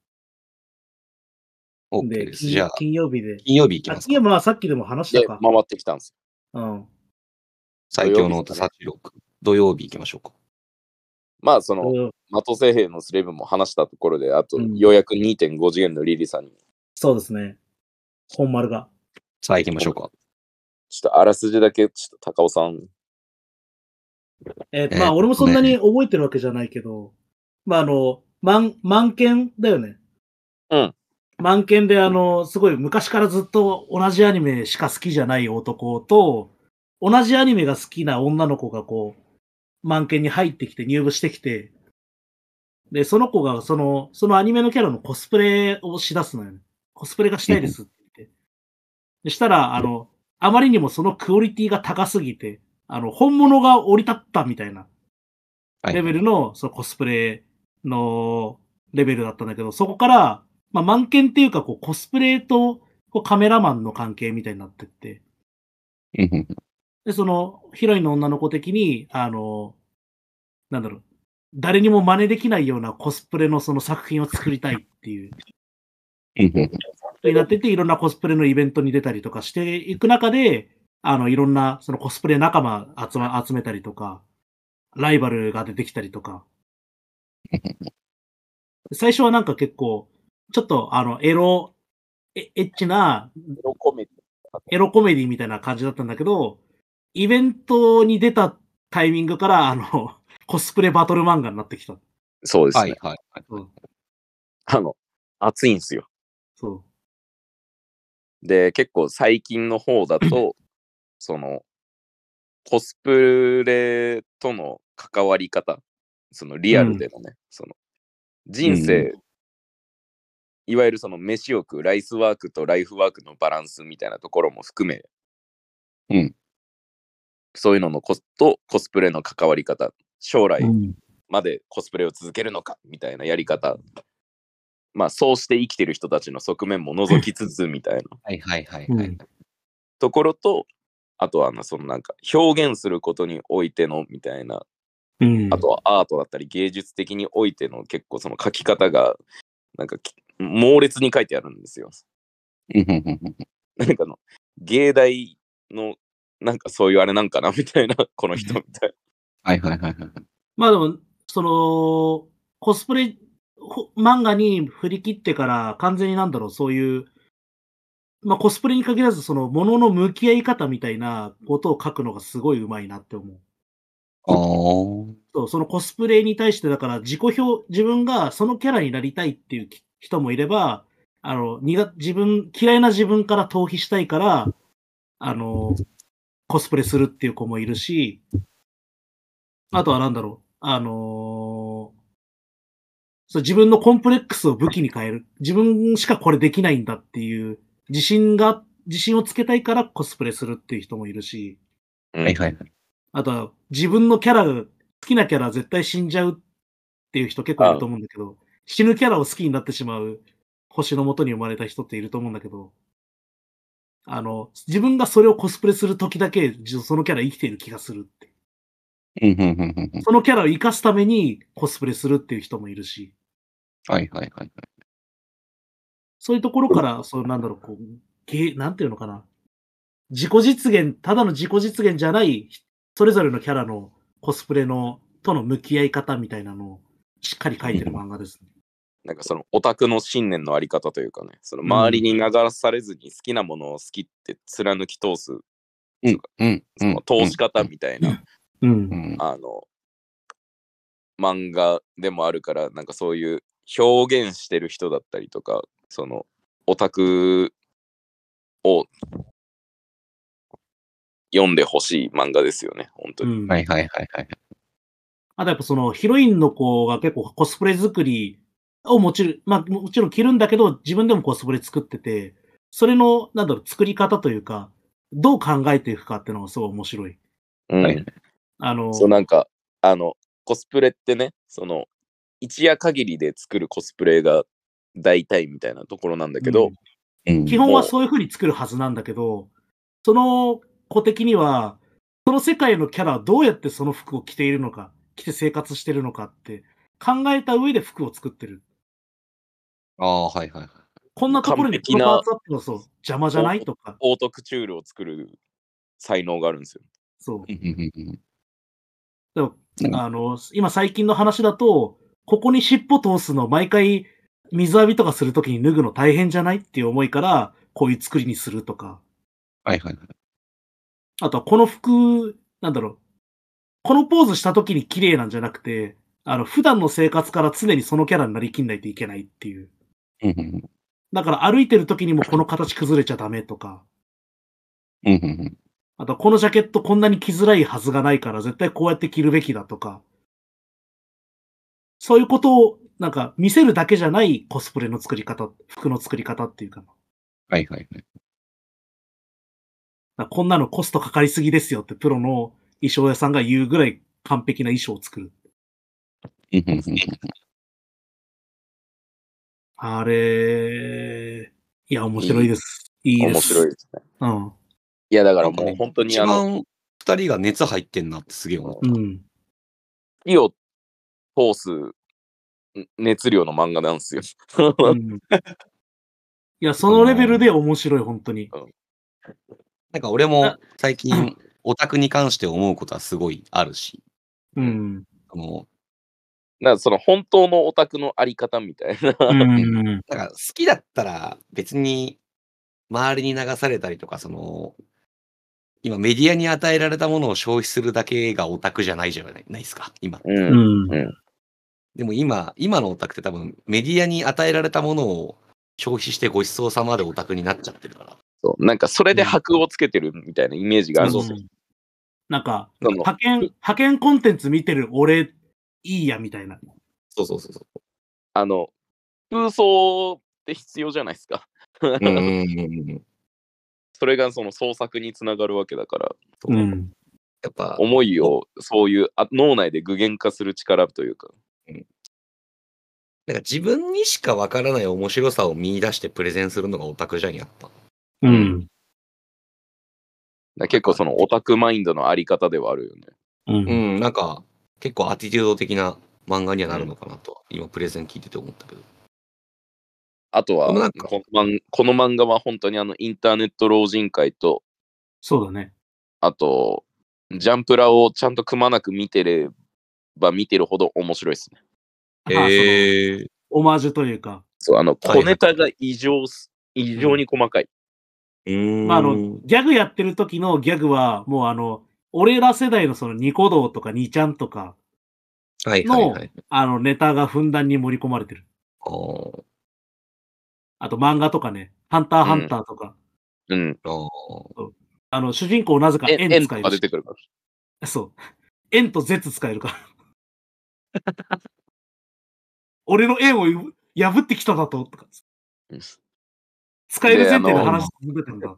[SPEAKER 1] OK
[SPEAKER 3] で
[SPEAKER 1] です。
[SPEAKER 3] 金
[SPEAKER 1] じゃあ、
[SPEAKER 3] 金曜日で。
[SPEAKER 1] 金曜日行き
[SPEAKER 3] あ
[SPEAKER 1] ます
[SPEAKER 3] 次
[SPEAKER 1] か。
[SPEAKER 3] はまあ、さっきでも話し
[SPEAKER 2] で、
[SPEAKER 3] たか
[SPEAKER 2] 回。ってきたんです
[SPEAKER 3] うん。
[SPEAKER 1] 最強の音
[SPEAKER 2] 土曜
[SPEAKER 1] サチロク。土曜日行きましょうか。
[SPEAKER 2] よ。まあ、その、
[SPEAKER 3] うん
[SPEAKER 2] 的製兵のスレブも話したところで、あと、
[SPEAKER 3] うん
[SPEAKER 2] ようやく2.5次元のリリーさんに、
[SPEAKER 3] そうですね。本丸が。
[SPEAKER 1] さあ行きましょうか。
[SPEAKER 2] ちょっとあらすじだけ、ちょっと高尾さん。
[SPEAKER 3] え
[SPEAKER 1] え
[SPEAKER 3] ー
[SPEAKER 1] ー
[SPEAKER 3] まあ、俺もそんなに覚えてるわけじゃないけど、まあ、あの、満、満剣だよね。
[SPEAKER 2] うん。
[SPEAKER 3] 満剣で、あの、すごい昔からずっと同じアニメしか好きじゃない男と、同じアニメが好きな女の子がこう、満剣に入ってきて、入部してきて、で、その子がその、そのアニメのキャラのコスプレをしだすのよね。コスプレがしたいですって言って。でしたら、あの、あまりにもそのクオリティが高すぎて、あの、本物が降り立ったみたいな
[SPEAKER 1] はい
[SPEAKER 3] レベルの、そのコスプレのレベルだったんだけど、そこから、まあ、満件っていうか、こう、コスプレとこうカメラマンの関係みたいになってって、で、その、ヒロインの女の子的に、あの、なんだろう、誰にも真似できないようなコスプレのその作品を作りたいっていう、になってて、いろんなコスプレのイベントに出たりとかしていく中で、あの、いろんな、そのコスプレ仲間集,、ま、集めたりとか、ライバルが出てきたりとか。最初はなんか結構、ちょっとあの、エロ、エエッチな、
[SPEAKER 2] コメデ
[SPEAKER 3] エロコメディみたいな感じだったんだけど、イベントに出たタイミングから、あの、 コスプレバトル漫画になってきた。
[SPEAKER 2] そうですね。
[SPEAKER 1] はいはいはい。
[SPEAKER 2] あの、熱いんですよ。
[SPEAKER 3] そ
[SPEAKER 2] で、結構最近の方だと、その、コスプレとの関わり方、そのリアルでのね、その、人生、いわゆるその飯を食う、ライスワークとライフワークのバランスみたいなところも含め、
[SPEAKER 1] うん
[SPEAKER 2] そういうののコスとコスプレの関わり方、将来
[SPEAKER 3] う。
[SPEAKER 2] までコスプレを続けるのかみたいなやり方、まあそうして生きてる人たちの側面も覗きつつみたいな
[SPEAKER 1] はいはいはい
[SPEAKER 3] うん
[SPEAKER 1] はい。
[SPEAKER 2] ところと、あとはあのそのなんか表現することにおいてのみたいな、
[SPEAKER 3] うん
[SPEAKER 2] あとはアートだったり芸術的においての結構その書き方がなんかき猛烈に書いてあるんですよ。 なんかあの芸大のなんかそういうあれなんかなみたいな、 この人みたい
[SPEAKER 1] はいはいはい。
[SPEAKER 3] まあでも、その、コスプレほ漫画に振り切ってから完全になんだろう、そういう、まあコスプレに限らず、その、ものの向き合い方みたいなことを書くのがすごい上手いなって思う。
[SPEAKER 1] あー
[SPEAKER 3] そう、そのコスプレに対して、だから自己表、自分がそのキャラになりたいっていうき人もいれば、あの、苦自分、嫌いな自分から逃避したいから、あの、コスプレするっていう子もいるし、あとはなんだろう、あのーそう自分のコンプレックスを武器に変える。自分しかこれできないんだっていう、自信が、自信をつけたいからコスプレするっていう人もいるし、
[SPEAKER 2] な。
[SPEAKER 1] はいはいはい。
[SPEAKER 3] あとは、自分のキャラが、好きなキャラは絶対死んじゃうっていう人結構いると思うんだけど、死ぬキャラを好きになってしまう星の元に生まれた人っていると思うんだけど、あの、自分がそれをコスプレする時だけ、じそのキャラ生きている気がするって。
[SPEAKER 1] うんうんうんうんうん
[SPEAKER 3] そのキャラを生かすためにコスプレするっていう人もいるし、
[SPEAKER 1] はいはいはいはい。
[SPEAKER 3] そういうところから、そうなんだろう、こう、げなんていうのかな。自己実現、ただの自己実現じゃないそれぞれのキャラのコスプレの、との向き合い方みたいなのをしっかり書いてる漫画ですね。
[SPEAKER 2] なんかそのオタクの信念のあり方というかね、その周りに流されずに好きなものを好きって貫き通す、
[SPEAKER 4] うん。うん。
[SPEAKER 2] その通し方みたいな、
[SPEAKER 3] うん。
[SPEAKER 4] うん。
[SPEAKER 2] あの、漫画でもあるから、なんかそういう表現してる人だったりとか、そのオタクを読んでほしい漫画ですよね、本当
[SPEAKER 3] う
[SPEAKER 2] に。
[SPEAKER 3] ん
[SPEAKER 4] はいはいはいはい。
[SPEAKER 3] あとやっぱそのヒロインの子が結構コスプレ作りをもちろん、まあもちろん着るんだけど自分でもコスプレ作ってて、それの、なんだろう、作り方というか、どう考えていくかっていうのがすごい面白い。
[SPEAKER 2] うん
[SPEAKER 4] はい
[SPEAKER 3] あの、
[SPEAKER 2] そうなんかあのコスプレってねその一夜限りで作るコスプレが大体みたいなところなんだけど、
[SPEAKER 3] う
[SPEAKER 4] う
[SPEAKER 3] ん
[SPEAKER 4] ん
[SPEAKER 3] 基本はそういう風に作るはずなんだけど、その子的には、その世界のキャラはどうやってその服を着ているのか、着て生活してるのかって考えた上で服を作ってる。
[SPEAKER 1] ああ、はいはいはい。
[SPEAKER 3] こんなところにこのパーツあってもそう、邪魔じゃないとか、
[SPEAKER 2] オートクチュールを作る才能があるんですよ。
[SPEAKER 3] そう。
[SPEAKER 4] うんうんうんうん
[SPEAKER 3] でも
[SPEAKER 4] うん
[SPEAKER 3] あの、今最近の話だと、ここに尻尾通すの毎回水浴びとかするときに脱ぐの大変じゃないっていう思いから、こういう作りにするとか、
[SPEAKER 4] はいはいはい。
[SPEAKER 3] あとはこの服、なんだろう、このポーズしたときに綺麗なんじゃなくて、あの、普段の生活から常にそのキャラになりきんないといけないっていう。
[SPEAKER 4] うんうん
[SPEAKER 3] だから歩いてるときにもこの形崩れちゃダメとか、
[SPEAKER 4] うんうんうん
[SPEAKER 3] あとはこのジャケットこんなに着づらいはずがないから絶対こうやって着るべきだとか、そういうことをなんか見せるだけじゃないコスプレの作り方、服の作り方っていうかな。だか
[SPEAKER 4] はいはいはい。
[SPEAKER 3] らこんなのコストかかりすぎですよってプロの衣装屋さんが言うぐらい完璧な衣装を作る。
[SPEAKER 4] うんうんうん
[SPEAKER 3] あれ、いや、面白いです。いいです。
[SPEAKER 2] 面白い。ですね。
[SPEAKER 3] うん。
[SPEAKER 2] いやだか
[SPEAKER 1] な
[SPEAKER 2] ら
[SPEAKER 1] ん
[SPEAKER 2] も
[SPEAKER 1] か
[SPEAKER 2] う
[SPEAKER 1] ね
[SPEAKER 2] 本当に
[SPEAKER 1] 一
[SPEAKER 2] あの
[SPEAKER 1] 番二人が熱入ってんなってすげえ思っ
[SPEAKER 3] うん。
[SPEAKER 2] 火を通すん熱量の漫画なんですよ。
[SPEAKER 3] うん、いや、そのレベルで面白い、本当に。
[SPEAKER 1] た。なんか俺も
[SPEAKER 3] あ
[SPEAKER 1] 最近オタクに関して思うことはすごいあるし、
[SPEAKER 3] うん。
[SPEAKER 1] あの
[SPEAKER 2] なんかその本当のオタクのあり方みたいな。
[SPEAKER 3] うん。
[SPEAKER 1] なんか好きだったら別に周りに流されたりとか、その、今メディアに与えられたものを消費するだけがオタクじゃないじゃないないですか、今。
[SPEAKER 2] う
[SPEAKER 3] うんん。
[SPEAKER 1] でも今、今のオタクって多分メディアに与えられたものを消費してごちそうさまでオタクになっちゃってるから。
[SPEAKER 2] そうなんかそれで箔をつけてるみたいなイメージがあるんですよ。
[SPEAKER 3] うんなんか、
[SPEAKER 2] その
[SPEAKER 3] 派遣、派遣コンテンツ見てる俺、いいや、みたいな。
[SPEAKER 1] そうそうそうそ
[SPEAKER 2] あの、空想って必要じゃないですか。
[SPEAKER 1] う。うんうんうんうん。
[SPEAKER 2] それがその創作につながるわけだから、
[SPEAKER 1] そう
[SPEAKER 3] うん。
[SPEAKER 1] やっぱ、
[SPEAKER 2] 思いをそういうあ脳内で具現化する力というか、
[SPEAKER 1] なんか自分にしかわからない面白さを見出してプレゼンするのがオタクじゃん、やっぱ。
[SPEAKER 3] うん。
[SPEAKER 2] だから結構そのオタクマインドのあり方ではあるよね。
[SPEAKER 3] う。
[SPEAKER 1] うんん、なんか、結構アティテュード的な漫画にはなるのかなと、今プレゼン聞いてて思ったけど。
[SPEAKER 2] あとは
[SPEAKER 1] でもなんか
[SPEAKER 2] この漫、この漫画は本当にあのインターネット老人会と、
[SPEAKER 3] そうだね。
[SPEAKER 2] あと、ジャンプラをちゃんとくまなく見てれば見てるほど面白いですね。
[SPEAKER 3] まあその
[SPEAKER 1] え
[SPEAKER 3] オマージュというか、
[SPEAKER 2] そう、あの、
[SPEAKER 1] はい
[SPEAKER 2] 小ネタが異常す、異常に細かい。
[SPEAKER 1] ー。
[SPEAKER 3] まああのギャグやってる時のギャグは、もうあの、俺ら世代のそのニコ動とかニちゃんとか、
[SPEAKER 1] はいはいはい。
[SPEAKER 3] あのネタがふんだんに盛り込まれてる。
[SPEAKER 1] あー
[SPEAKER 3] あと漫画とかね、ハンターハンターとか、
[SPEAKER 2] うん。
[SPEAKER 1] あー。
[SPEAKER 3] あの、主人公なぜか
[SPEAKER 2] え、
[SPEAKER 3] 円
[SPEAKER 2] 円
[SPEAKER 3] 使
[SPEAKER 2] と
[SPEAKER 3] え
[SPEAKER 2] か
[SPEAKER 3] る
[SPEAKER 2] 出
[SPEAKER 3] して
[SPEAKER 2] くるから。
[SPEAKER 3] そう。円と Z 使えるから。 俺の円を破ってきただと、とか。
[SPEAKER 2] うん
[SPEAKER 3] 使える前提
[SPEAKER 2] で
[SPEAKER 3] の
[SPEAKER 2] あの
[SPEAKER 3] 話続けてんだ。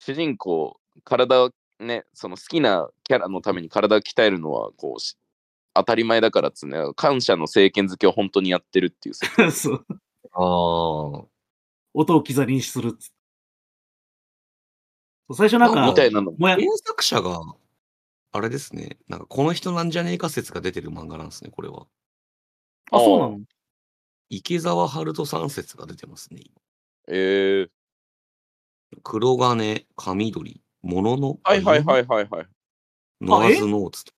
[SPEAKER 2] 主人公体をねその好きなキャラのために体を鍛えるのはこうし当たり前だからっつうね感謝の政権づけを本当にやってるっていう設定
[SPEAKER 3] そう。
[SPEAKER 1] ああ。
[SPEAKER 3] 音を刻りにするっつってそう最初なん
[SPEAKER 1] あ
[SPEAKER 3] か
[SPEAKER 2] み、たいなの
[SPEAKER 3] もや、
[SPEAKER 1] 原作者が、あれですね。なんか、この人なんじゃねえか説が出てる漫画なんですね、これは。
[SPEAKER 3] あ、そうなの
[SPEAKER 1] 池澤春人さん説が出てますね。
[SPEAKER 2] えー、
[SPEAKER 1] 黒金、神鳥、ものの、。
[SPEAKER 2] はいはいはいいはいはい。
[SPEAKER 1] ノアズノーツと。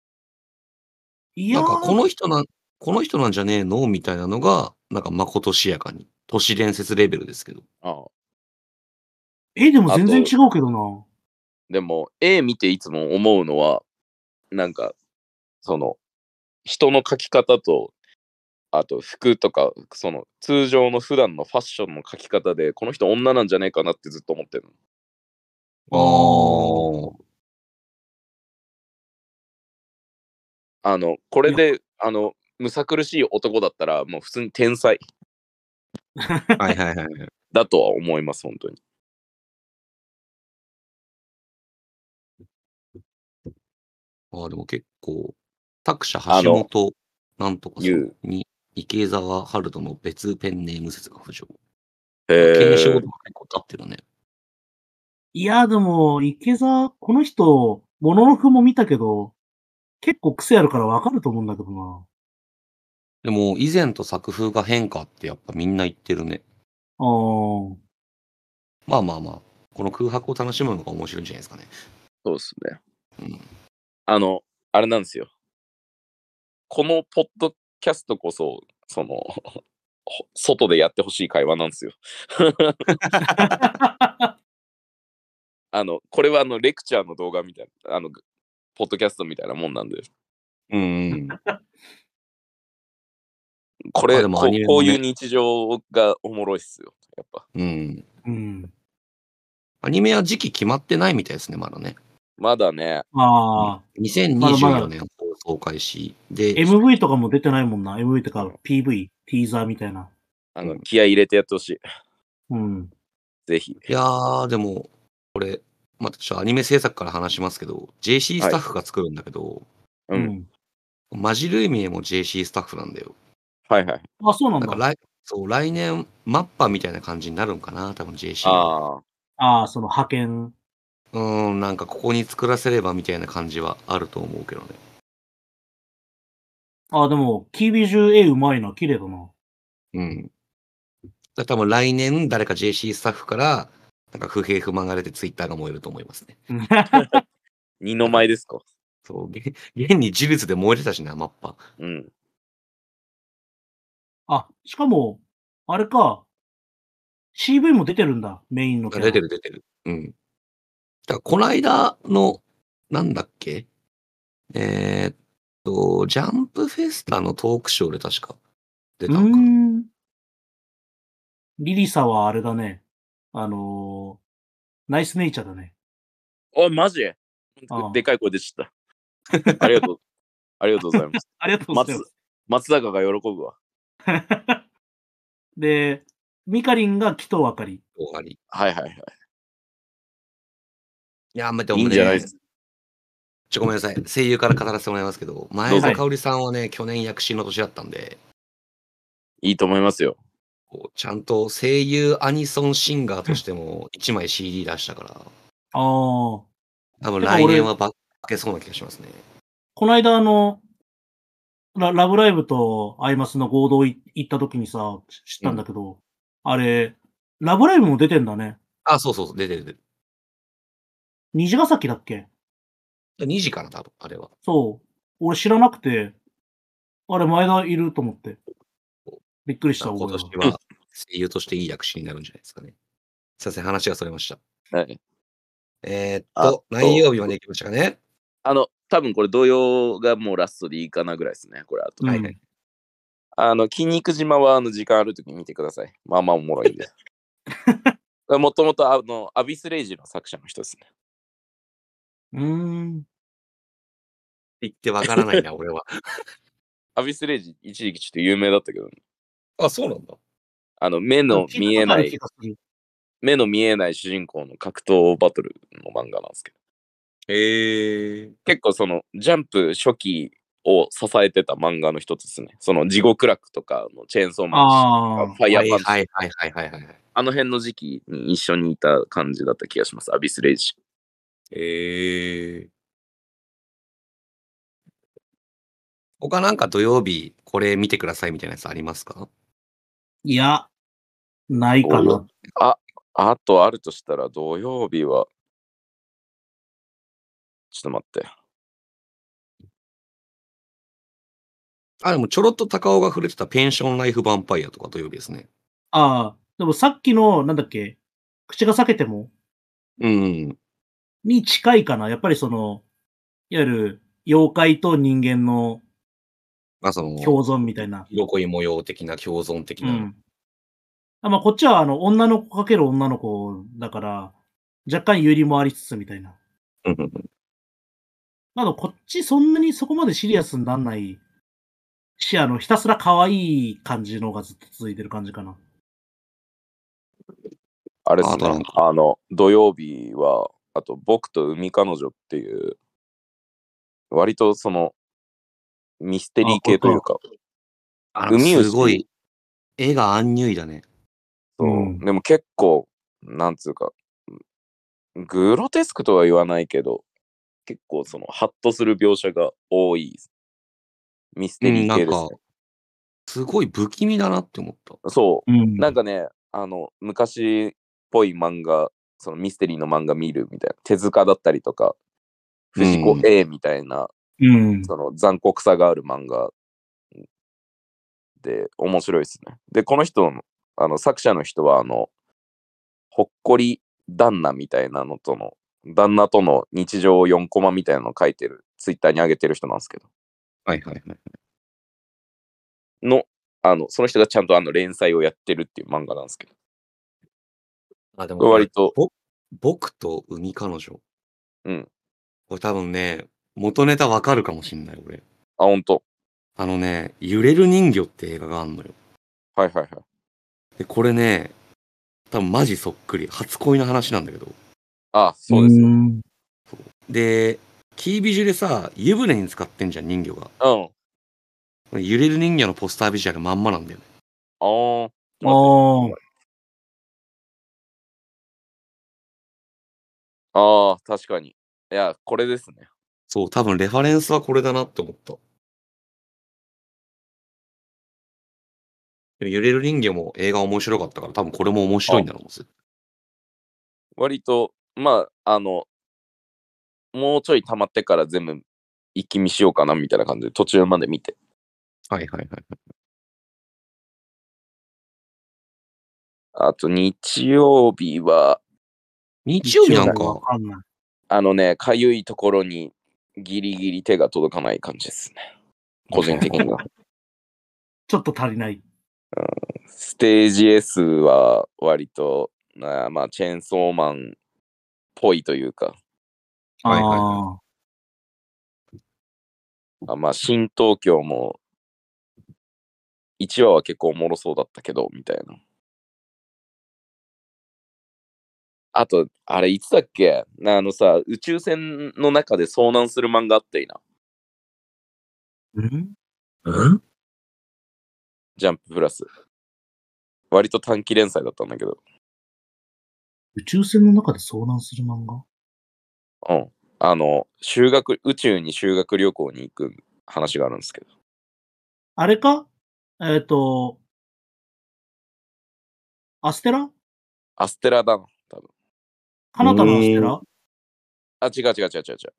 [SPEAKER 3] いや
[SPEAKER 1] な
[SPEAKER 3] ー
[SPEAKER 1] んかこの人なん、この人なんじゃねえのみたいなのが、なんかまことしやかに。都市伝説レベルですけど。
[SPEAKER 2] ああ
[SPEAKER 3] え、でも全然
[SPEAKER 2] あと
[SPEAKER 3] 違うけどな。
[SPEAKER 2] でも、絵見ていつも思うのは、なんか、その、人の描き方と、あと服とか、その、通常の普段のファッションの描き方で、この人女なんじゃねえかなってずっと思ってるの。
[SPEAKER 1] あー。
[SPEAKER 2] あの、これで、あの、むさ苦しい男だったら、もう普通に天才
[SPEAKER 1] はいはいはい。
[SPEAKER 2] だとは思います、本当に。
[SPEAKER 1] ああ、でも結構、作者
[SPEAKER 2] あ
[SPEAKER 1] 橋
[SPEAKER 2] の
[SPEAKER 1] 本なんとかさ
[SPEAKER 2] い
[SPEAKER 1] ん
[SPEAKER 2] う
[SPEAKER 1] に、池澤春人の別ペンネーム説が浮上。
[SPEAKER 2] へ
[SPEAKER 1] 継承と
[SPEAKER 2] え
[SPEAKER 1] か。結構立ってるね。
[SPEAKER 3] いやー、でも、池澤、この人、モノノフも見たけど、結構癖あるからわかると思うんだけどな。
[SPEAKER 1] でも、以前と作風が変化ってやっぱみんな言ってるね。
[SPEAKER 3] あー。
[SPEAKER 1] まあまあまあ、この空白を楽しむのが面白いんじゃないですかね。
[SPEAKER 2] そうですね。
[SPEAKER 1] うん
[SPEAKER 2] あの、あれなんですよ。このポッドキャストこそ、その、 ほ外でやってほしい会話なんですよ。 あの、これはあの、レクチャーの動画みたいな、あの、ポッドキャストみたいなもんなんで、
[SPEAKER 4] うん。
[SPEAKER 2] これ、
[SPEAKER 1] あでも
[SPEAKER 2] こ
[SPEAKER 1] ア
[SPEAKER 2] う
[SPEAKER 1] ニメも
[SPEAKER 2] こうい
[SPEAKER 1] ね
[SPEAKER 2] う日常がおもろいっすよ。やっぱ。
[SPEAKER 1] うん。
[SPEAKER 3] うん。
[SPEAKER 1] アニメは時期決まってないみたいですね、まだね。
[SPEAKER 2] まだね、
[SPEAKER 3] あまだまだ
[SPEAKER 1] 2024年放送開始
[SPEAKER 3] ー。
[SPEAKER 1] で、
[SPEAKER 3] MV とかも出てないもんな。MV とか PV、ティーザーみたいな。
[SPEAKER 2] あ
[SPEAKER 1] う
[SPEAKER 2] の、
[SPEAKER 1] ん
[SPEAKER 2] 気合い入れてやってほしい。
[SPEAKER 3] うん。
[SPEAKER 2] ぜひ。
[SPEAKER 1] いやー、でも、これ、まあ、ちょっとアニメ制作から話しますけど、JC スタッフが作るんだけど、
[SPEAKER 2] うん。
[SPEAKER 1] マジルイミエも JC スタッフなんだよ。
[SPEAKER 2] はいはい。
[SPEAKER 3] うんあ、そうなん
[SPEAKER 1] なん
[SPEAKER 3] だ
[SPEAKER 1] か。来そう来年、マッパみたいな感じになるんかな、多分 JC は。
[SPEAKER 2] ああ。
[SPEAKER 3] ああ、その派遣。
[SPEAKER 1] うーん、なんかここに作らせればみたいな感じはあると思うけどね。
[SPEAKER 3] ああ、でも、キービジュ絵うまいな。綺麗だな。
[SPEAKER 1] うん。だから多分来年、誰か JC スタッフから、なんか不平不満が出てツイッターが燃えると思いますね。
[SPEAKER 2] 二の舞ですか。
[SPEAKER 1] そう、げ 現に事実で燃えてたしな、マッパ。
[SPEAKER 2] うん。
[SPEAKER 3] あ、しかも、あれか。CV も出てるんだ。メインのキャラ
[SPEAKER 1] 出てる出てる。うん。だからこの間の、なんだっけえーっと、ジャンプフェスタのトークショーで確か出た
[SPEAKER 3] うー
[SPEAKER 1] んかな。
[SPEAKER 3] ん。リリサはあれだね。あのーナイスネイチャーだね。
[SPEAKER 2] お、マジ
[SPEAKER 3] ああ
[SPEAKER 2] でかい声出ちゃった。ありが とう。ありがとうございます。
[SPEAKER 3] ありがとうござい
[SPEAKER 2] 松
[SPEAKER 3] ます。
[SPEAKER 2] 松坂が喜ぶわ。
[SPEAKER 3] で、ミカリンが紀藤あかり。
[SPEAKER 1] 終わり。い
[SPEAKER 2] はいはいはい。
[SPEAKER 1] や、まあ、で
[SPEAKER 2] いい
[SPEAKER 1] も
[SPEAKER 2] ん
[SPEAKER 1] ね、
[SPEAKER 2] じゃないです
[SPEAKER 1] ちょ、ごめんなさい。声優から語らせてもらいますけど、前田香織さんはね、去年躍進の年だったんで、
[SPEAKER 2] いいと思いますよ。
[SPEAKER 1] こうちゃんと声優アニソンシンガーとして も1枚 CD 出したから、
[SPEAKER 3] ああ。こ
[SPEAKER 1] 多分
[SPEAKER 3] てか俺
[SPEAKER 1] 来年はばっけそうな気がしますね。
[SPEAKER 3] の間あの、ララブライブとアイマスの合同い行った時にさ、知ったんだけど、あれ、ラブライブも出てんだね。
[SPEAKER 1] あ、そうそうそう、出てる出て
[SPEAKER 3] 虹ヶ崎だっけ
[SPEAKER 1] る。2時かな、多分、あれは。
[SPEAKER 3] そう。俺知らなくて、あれ前田いると思って。びっくりした
[SPEAKER 1] 今
[SPEAKER 3] 覚え
[SPEAKER 1] 年
[SPEAKER 3] が。
[SPEAKER 1] は声優としていい躍進になるんじゃないですかね。すいません、話がそれました。
[SPEAKER 2] はい、
[SPEAKER 1] えーっ
[SPEAKER 2] あ
[SPEAKER 1] と、何曜日まで行きましたかね。
[SPEAKER 2] あの、多分これ同様がもうラストでいいかなぐらいですね。これあと。
[SPEAKER 3] うん
[SPEAKER 1] はいはい。
[SPEAKER 2] あの、筋肉島はあの時間あるときに見てください。まあまあおもろいん で。もともとあの、アビスレイジの作者の人ですね。
[SPEAKER 3] うーん。
[SPEAKER 1] 言ってわからない な、俺は。
[SPEAKER 2] アビスレイジ一時期ちょっと有名だったけど、
[SPEAKER 1] あ、そうなんだ。
[SPEAKER 2] あの、目の見えな
[SPEAKER 3] 聞
[SPEAKER 2] い
[SPEAKER 3] た、ことある気がする
[SPEAKER 2] 目の見えない主人公の格闘バトルの漫画なんですけど。
[SPEAKER 1] へえ。
[SPEAKER 2] 結構そのジャンプ初期を支えてた漫画の一つですね。その地獄楽とかのチェーンソーマン
[SPEAKER 3] あ
[SPEAKER 2] とかファイヤ
[SPEAKER 1] はい
[SPEAKER 2] ー
[SPEAKER 1] は
[SPEAKER 2] パ
[SPEAKER 1] い
[SPEAKER 2] ンチ、
[SPEAKER 1] はいはいはいはい。
[SPEAKER 2] あの辺の時期に一緒にいた感じだった気がします。アビスレイジ。
[SPEAKER 1] へえ。他なんか土曜日、これ見てくださいみたいなやつありますか
[SPEAKER 3] ー。いや、ないか
[SPEAKER 2] お
[SPEAKER 3] な。
[SPEAKER 2] あとあるとしたら土曜日は、ちょっと待って。
[SPEAKER 1] あ、でもちょろっと高尾が触れてたペンションライフヴァンパイアとか土曜日ですね。
[SPEAKER 3] ああ、でもさっきの、なんだっけ、口が裂けても
[SPEAKER 1] うん。
[SPEAKER 3] に近いかな。やっぱりその、いわゆる妖怪と人間の
[SPEAKER 1] まあその、
[SPEAKER 3] 共存みたいな。
[SPEAKER 1] 色恋模様的な共存的
[SPEAKER 3] う
[SPEAKER 1] な。
[SPEAKER 3] ん。あまあ、こっちはあの、女の子かける女の子だから、若干有利もありつつみたいな。
[SPEAKER 1] うんうん
[SPEAKER 3] まだこっちそんなにそこまでシリアスになんないし、あの、ひたすら可愛い感じのがずっと続いてる感じかな。
[SPEAKER 2] あれです
[SPEAKER 1] あどうな
[SPEAKER 2] ね
[SPEAKER 1] んだ。
[SPEAKER 2] あの、土曜日は、あと、僕と海彼女っていう、割とその、ミステリー系というか、
[SPEAKER 1] あ
[SPEAKER 2] 海牛
[SPEAKER 1] すごい。絵がアンニュイだね。
[SPEAKER 2] そう
[SPEAKER 3] うん
[SPEAKER 2] でも結構、なんつうか、グロテスクとは言わないけど、結構その、ハッとする描写が多い、ミステリー系です、ね
[SPEAKER 1] うんなんすごい不気味だなって思った。
[SPEAKER 2] そう、
[SPEAKER 3] うん
[SPEAKER 2] なんかね、あの、昔っぽい漫画、そのミステリーの漫画見るみたいな、手塚だったりとか、藤子
[SPEAKER 4] うん
[SPEAKER 2] A みたいな、
[SPEAKER 3] うん。
[SPEAKER 2] その残酷さがある漫画で、面白いですね。で、この人の、あの、作者の人は、あの、ほっこり旦那みたいなのとの、旦那との日常を4コマみたいなのを書いてる、ツイッターに上げてる人なんですけど、
[SPEAKER 4] はいはいはい。
[SPEAKER 2] の、あの、その人がちゃんとあの連載をやってるっていう漫画なんですけど、
[SPEAKER 1] あ、で
[SPEAKER 2] これ割と、
[SPEAKER 1] 僕と海彼女。
[SPEAKER 2] うん。
[SPEAKER 1] これ多分ね、元ネタわかるかもしんない、俺。
[SPEAKER 2] あ、ほんと。
[SPEAKER 1] あのね、揺れる人魚って映画があんのよ。
[SPEAKER 2] はいはいはい。
[SPEAKER 1] で、これね、多分マジそっくり。初恋の話なんだけど。
[SPEAKER 2] あ、そうですよ。
[SPEAKER 3] ん
[SPEAKER 1] で、キービジュでさ、湯船に使ってんじゃん、人魚が。
[SPEAKER 2] うん。
[SPEAKER 1] 揺れる人魚のポスタービジュアルまんまなんだよね。
[SPEAKER 2] あー
[SPEAKER 3] ああ。
[SPEAKER 2] あー、確かに。いや、これですね。
[SPEAKER 1] そう、多分レファレンスはこれだなって思った。でも揺れる人魚も映画面白かったから、多分これも面白いんだろうもん絶
[SPEAKER 2] 割と、まあ、あの、もうちょい溜まってから全部一気見しようかなみたいな感じで、途中まで見て。
[SPEAKER 4] はいはいはい。
[SPEAKER 2] あと、日曜日は、
[SPEAKER 1] 対。日曜日なん
[SPEAKER 3] わ
[SPEAKER 1] か、
[SPEAKER 3] かんない。
[SPEAKER 2] あのね、かゆいところにギリギリ手が届かない感じですね。個人的には。
[SPEAKER 3] ちょっと足りない。
[SPEAKER 2] ステージ S は割と、あーまあ、チェーンソーマンっぽいというか、
[SPEAKER 1] はいはいはい
[SPEAKER 3] ああ。
[SPEAKER 2] あまあ、新東京も、1話は結構おもろそうだったけど、みたいな。あと、あれ、いつだっけなあのさ、宇宙船の中で遭難する漫画あったいな。
[SPEAKER 3] うん
[SPEAKER 2] ジャンププラス。割と短期連載だったんだけど。
[SPEAKER 3] 宇宙船の中で遭難する漫画
[SPEAKER 2] うん。あの、修学、宇宙に修学旅行に行く話があるんですけど。
[SPEAKER 3] あれかえっ、と、アステラ
[SPEAKER 2] アステラだな、多分。
[SPEAKER 3] カナタのアステ
[SPEAKER 1] う
[SPEAKER 3] ラ
[SPEAKER 2] あ、違う違う違う違う違う。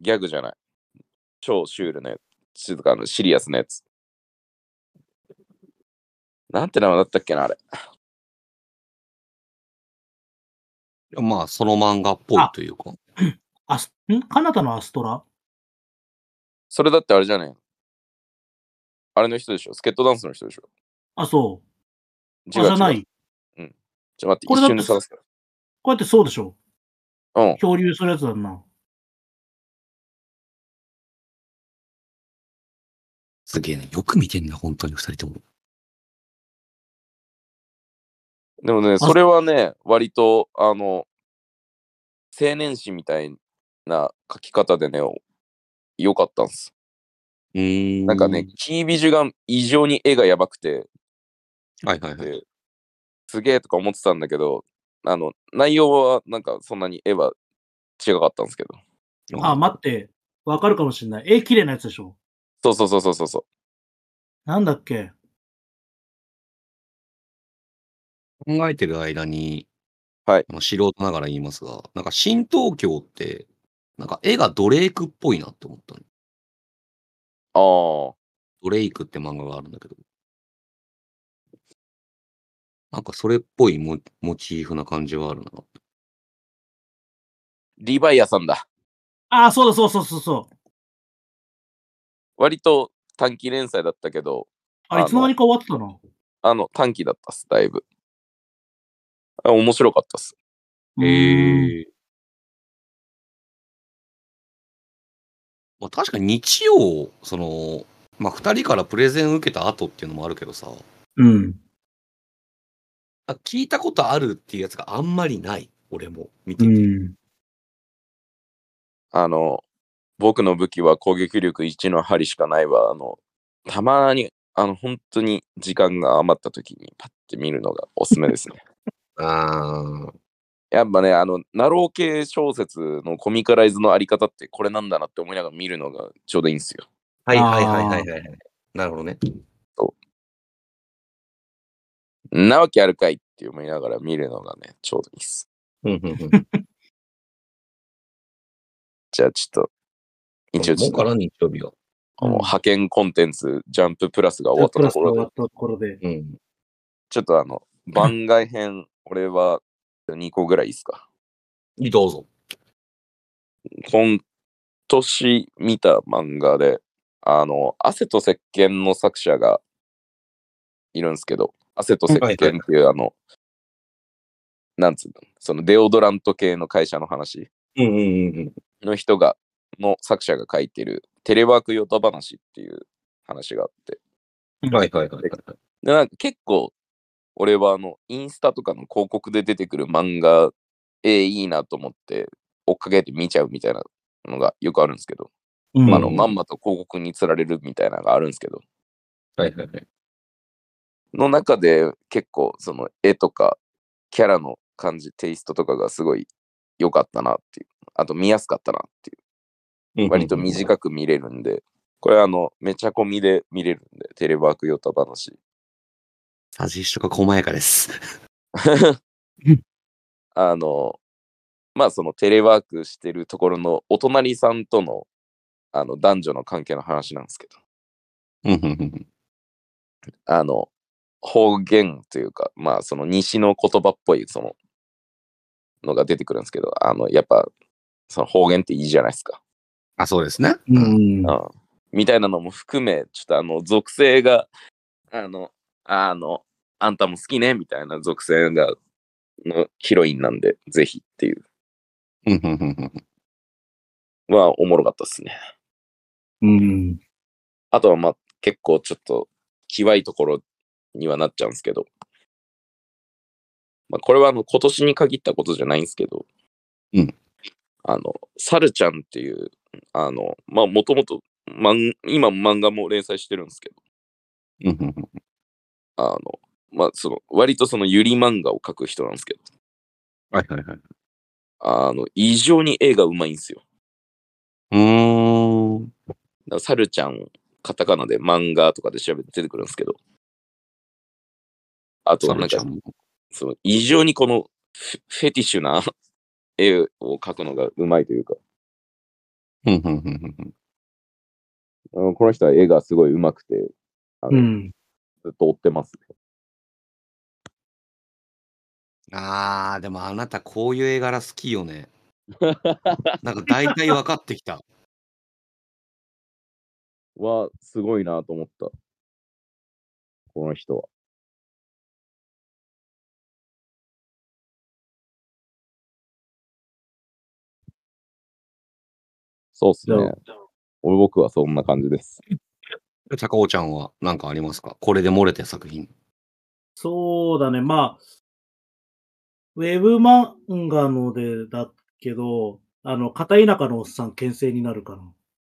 [SPEAKER 2] ギャグじゃない。超シュールなやつ。静かなシリアスなやつ。なんて名前だったっけな、あれ。
[SPEAKER 1] まあ、その漫画っぽいというか。
[SPEAKER 3] アス、んカナタのアストラ
[SPEAKER 2] それだってあれじゃねえ。あれの人でしょ。スケットダンスの人でしょ。
[SPEAKER 3] あ、そう。
[SPEAKER 2] 違
[SPEAKER 3] あ、
[SPEAKER 2] う違
[SPEAKER 3] じゃ
[SPEAKER 2] う。
[SPEAKER 3] ない。
[SPEAKER 2] ちょっと
[SPEAKER 3] これ
[SPEAKER 2] 待っ、一瞬
[SPEAKER 3] だってて
[SPEAKER 2] で探すか
[SPEAKER 3] こうやってそうでしょ
[SPEAKER 2] ら。うん。
[SPEAKER 3] 漂流するやつだな。
[SPEAKER 1] すげえね。よく見てんな、本当に二人とも。
[SPEAKER 2] でもね、それはね、割と、あの、青年誌みたいな書き方でね、良かったんです。
[SPEAKER 1] うーん。
[SPEAKER 2] なんかね、。キービジュが異常に絵がやばくて、
[SPEAKER 1] はいはいはい。
[SPEAKER 2] ですげえとか思ってたんだけど、あの、内容はなんかそんなに絵は違かったんですけど。
[SPEAKER 3] あ、待って。わかるかもしんない。絵綺麗なやつでしょ
[SPEAKER 2] そうそうそうそうそうそ
[SPEAKER 3] なんだっけ
[SPEAKER 1] 考えてる間に、
[SPEAKER 2] はい
[SPEAKER 1] あの素人ながら言いますが、なんか新東京って、なんか絵がドレイクっぽいなって思ったの。
[SPEAKER 2] ああ。
[SPEAKER 1] ドレイクって漫画があるんだけど。なんかそれっぽいモモチーフな感じはあるな。
[SPEAKER 2] リヴァイアさんだ。
[SPEAKER 3] ああ、そうだそうそうそうそう。
[SPEAKER 2] 割と短期連載だったけど、
[SPEAKER 3] あ、いつの間にか終わってたな。
[SPEAKER 2] あの、短期だったっす、だいぶ。あ面白かったっす。
[SPEAKER 3] え。
[SPEAKER 1] え。まあ、確かに日曜、その、まあ、2人からプレゼン受けた後っていうのもあるけどさ、
[SPEAKER 3] うん。
[SPEAKER 1] あ聞いたことあるっていうやつがあんまりない、俺も見て
[SPEAKER 3] う
[SPEAKER 1] て。
[SPEAKER 3] ん。
[SPEAKER 2] あの、僕の武器は攻撃力1の針しかないわ。あの、たまに、あの、本当に時間が余った時にパッて見るのがおすすめですね。
[SPEAKER 1] ああ。
[SPEAKER 2] やっぱね、あの、ナロー系小説のコミカライズのあり方ってこれなんだなって思いながら見るのがちょうどいいんですよ。
[SPEAKER 1] はいはいはいはいはいはい。なるほどね。
[SPEAKER 2] んなわけあるかいって思いながら見るのがね、ちょうどいいです。
[SPEAKER 1] うんうんうん。
[SPEAKER 2] じゃあちょっと、一応ち
[SPEAKER 1] も
[SPEAKER 2] ょっ
[SPEAKER 1] うか
[SPEAKER 2] と、
[SPEAKER 1] ら 日曜日は。
[SPEAKER 2] あの派遣コンテンツ、ジャンププラスが終わっ
[SPEAKER 3] プ
[SPEAKER 2] た
[SPEAKER 3] ラ
[SPEAKER 2] と
[SPEAKER 3] ス
[SPEAKER 2] こ
[SPEAKER 3] が終
[SPEAKER 2] ろ
[SPEAKER 3] わ
[SPEAKER 2] で
[SPEAKER 3] っ、たところで。
[SPEAKER 1] うん。
[SPEAKER 2] ちょっとあの、番外編、俺は2個ぐらいいいですか。
[SPEAKER 1] いいどうぞ。
[SPEAKER 2] 今年見た漫画で、あの、汗と石鹸の作者がいるんですけど、汗と石鹸っていうあの、なんつうの、そのデオドラント系の会社の話
[SPEAKER 1] うんうんうんうん。
[SPEAKER 2] の人が、の作者が書いてるテレワークヨタ話っていう話があって、
[SPEAKER 1] はいはいはいはい。
[SPEAKER 2] でなんか結構、俺はあの、インスタとかの広告で出てくる漫画、ええいいなと思って、追っかけて見ちゃうみたいなのがよくあるんですけど、
[SPEAKER 3] う
[SPEAKER 2] まあ、
[SPEAKER 1] あ
[SPEAKER 2] あの
[SPEAKER 1] うん
[SPEAKER 2] まんまと広告に釣られるみたいなのがあるんですけど、
[SPEAKER 1] はいはいはい。
[SPEAKER 2] の中で結構その絵とかキャラの感じ、テイストとかがすごい良かったなっていう、あと見やすかったなっていうう、
[SPEAKER 1] ん
[SPEAKER 2] 割と短く見れるんで、これあの、めちゃ込みで見れるんで、テレワークヨタ話。
[SPEAKER 1] サジシとか細やかです。
[SPEAKER 2] あの、まあそのテレワークしてるところのお隣さんとのあの男女の関係の話なんですけど、
[SPEAKER 1] うんうんうん
[SPEAKER 2] あの、方言というか、まあ、その西の言葉っぽい、その、のが出てくるんですけど、あの、やっぱ、その方言っていいじゃないですか。
[SPEAKER 1] あ、そうですね。
[SPEAKER 3] うん。
[SPEAKER 2] うんみたいなのも含め、ちょっとあの、属性が、あの、あの、あんたも好きね、みたいな属性が、のヒロインなんで、ぜひっていう、
[SPEAKER 1] うんうんうんうん
[SPEAKER 2] はおもろかったですね。
[SPEAKER 3] うん。
[SPEAKER 2] あとは、まあ、結構ちょっと、きわいところにはなっちゃうんですけど、まあ、これはあの今年に限ったことじゃないんですけど、
[SPEAKER 1] うん。
[SPEAKER 2] あの、サルちゃんっていう、あの、まあ、もともと、漫今漫画も連載してるんですけど、
[SPEAKER 1] うんうんうん
[SPEAKER 2] あの、まあ、その、割とそのゆり漫画を描く人なんですけど、
[SPEAKER 1] はいはいはい。
[SPEAKER 2] あの、異常に絵がうまいんですよ。
[SPEAKER 1] うーん。
[SPEAKER 2] だからサルちゃん、カタカナで漫画とかで調べて出てくるんですけど、あと、
[SPEAKER 1] サ
[SPEAKER 2] なん
[SPEAKER 1] ルちゃ
[SPEAKER 2] か
[SPEAKER 1] ん、も。
[SPEAKER 2] その異常にこのフフェティッシュな 絵を描くのがうまいというか、
[SPEAKER 1] うんうんうんうんうん
[SPEAKER 2] あのこの人は絵がすごい上手くて、あ
[SPEAKER 3] う
[SPEAKER 2] の
[SPEAKER 3] ん。
[SPEAKER 2] ずっと追ってます、
[SPEAKER 1] あー、でもあなたこういう絵柄好きよね。なんか大体分かってきた。
[SPEAKER 2] は、すごいなと思った。この人は。そうっす
[SPEAKER 3] じゃ
[SPEAKER 2] ね
[SPEAKER 3] あ、。
[SPEAKER 2] 俺僕はそんな感じです。
[SPEAKER 1] 高尾ちゃんは何かありますかこれで漏れて作品。
[SPEAKER 3] そうだね。まあ、ウェブ漫画のでだけど、あの、片田舎のおっさん、牽制になるかな。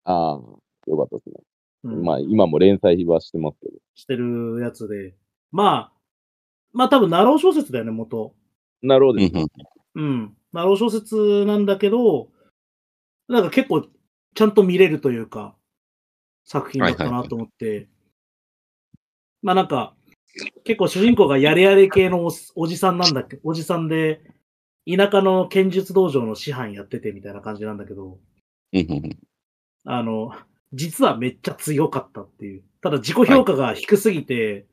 [SPEAKER 2] ああ、よかったですね。
[SPEAKER 3] うん、
[SPEAKER 2] まあ、今も連載はしてますけど。
[SPEAKER 3] してるやつで。まあ、まあ多分、ナロー小説だよね、元。
[SPEAKER 2] なるほど
[SPEAKER 1] う
[SPEAKER 2] で
[SPEAKER 1] ん
[SPEAKER 2] すね。
[SPEAKER 1] うん
[SPEAKER 3] うん。ナロー小説なんだけど、なんか結構、ちゃんと見れるというか、作品だったなと思って。まあなんか、結構主人公がやれやれ系のおすおじさんなんだっけ、おじさんで、田舎の剣術道場の師範やっててみたいな感じなんだけど、
[SPEAKER 4] うんうんうん
[SPEAKER 3] あの、実はめっちゃ強かったっていう。ただ自己評価が低すぎて、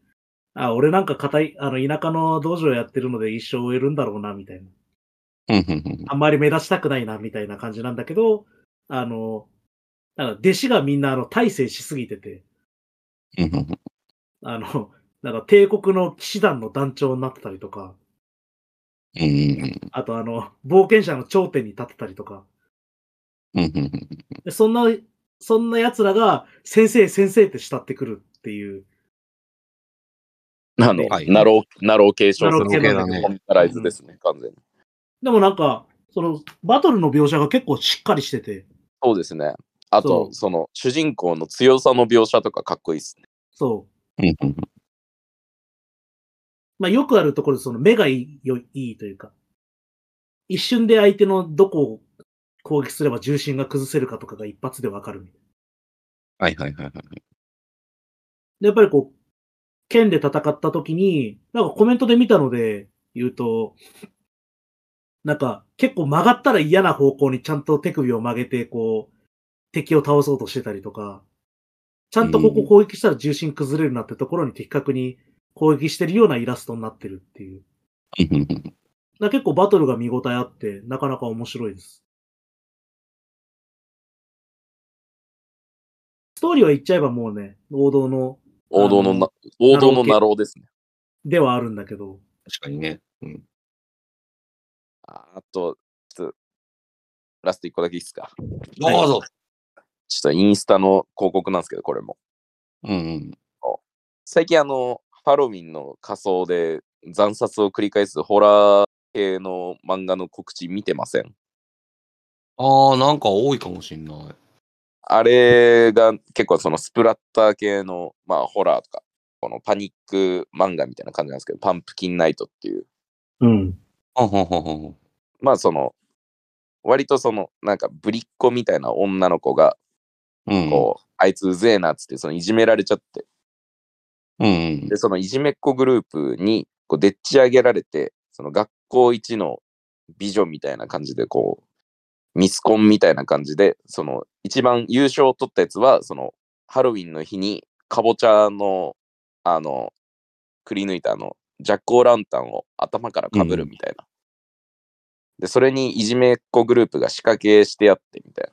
[SPEAKER 3] あ、俺なんか硬い、あの、田舎の道場やってるので一生終えるんだろうな、みたいな。
[SPEAKER 4] うんうんうん
[SPEAKER 3] あんまり目立ちたくないな、みたいな感じなんだけど、あの、なんか弟子がみんな、あの、大成しすぎてて、
[SPEAKER 4] うんうんうん
[SPEAKER 3] あの、なんか帝国の騎士団の団長になってたりとか、
[SPEAKER 4] うん
[SPEAKER 3] あとあの、冒険者の頂点に立ってたりとか、
[SPEAKER 4] うんうんうん
[SPEAKER 3] でそんな、そんな奴らが、先生、先生って慕ってくるっていう、
[SPEAKER 2] あの、
[SPEAKER 4] はい
[SPEAKER 2] ナロー、ナロー継承
[SPEAKER 3] ナロー系
[SPEAKER 1] だね
[SPEAKER 2] コンピュライズですね、完全に。
[SPEAKER 3] でもなんか、その、バトルの描写が結構しっかりしてて、
[SPEAKER 2] そうですね。あ
[SPEAKER 3] そ
[SPEAKER 2] と、
[SPEAKER 3] う
[SPEAKER 2] その、主人公の強さの描写とかかっこいいですね。
[SPEAKER 3] そ
[SPEAKER 4] うんうん
[SPEAKER 3] う。まあ、よくあるところで、その、目がいいよ、いいというか、一瞬で相手のどこを攻撃すれば重心が崩せるかとかが一発でわかるみたいな。
[SPEAKER 4] はいはいはいはいはい。
[SPEAKER 3] で、やっぱりこう、剣で戦った時に、なんかコメントで見たので言うと、なんか結構曲がったら嫌な方向にちゃんと手首を曲げて、こう、敵を倒そうとしてたりとか、ちゃんとここ攻撃したら重心崩れるなってところに的確に攻撃してるようなイラストになってるっていう。
[SPEAKER 4] うんうんうん
[SPEAKER 3] だから結構バトルが見応えあって、なかなか面白いです。ストーリーは言っちゃえばもうね、王道の
[SPEAKER 2] 王道の
[SPEAKER 3] あ
[SPEAKER 2] な
[SPEAKER 3] の、
[SPEAKER 2] 王道の
[SPEAKER 3] ナ
[SPEAKER 2] ナローですね。
[SPEAKER 3] ではあるんだけど、
[SPEAKER 1] 確かにね。うん。
[SPEAKER 2] ああと、ちょっと、ラスト一個だけいいですか。
[SPEAKER 1] どうぞ。
[SPEAKER 2] ちょっとインスタの広告なんですけど、これも。
[SPEAKER 4] うん
[SPEAKER 2] 最近あの、ハロウィンの仮装で惨殺を繰り返すホラー系の漫画の告知見てません
[SPEAKER 1] ああ、なんか多いかもしんない。
[SPEAKER 2] あれが結構そのスプラッター系の、まあホラーとか、このパニック漫画みたいな感じなんですけど、パンプキンナイトっていう、
[SPEAKER 3] うん。
[SPEAKER 4] ほんほんほんほんほん
[SPEAKER 2] まあその、割とその、なんかぶりっ子みたいな女の子が、
[SPEAKER 4] うん
[SPEAKER 2] こう、あいつうぜえなっつって、そのいじめられちゃって、
[SPEAKER 4] うんうん
[SPEAKER 2] で、そのいじめっ子グループに、こう、でっち上げられて、その学校一の美女みたいな感じで、こう、ミスコンみたいな感じで、その、一番優勝を取ったやつは、その、ハロウィンの日に、かぼちゃの、あの、くり抜いたあの、ジャック・オー・ランタンを頭からかぶるみたいな。で、それにいじめっ子グループが仕掛けしてやってみたいな。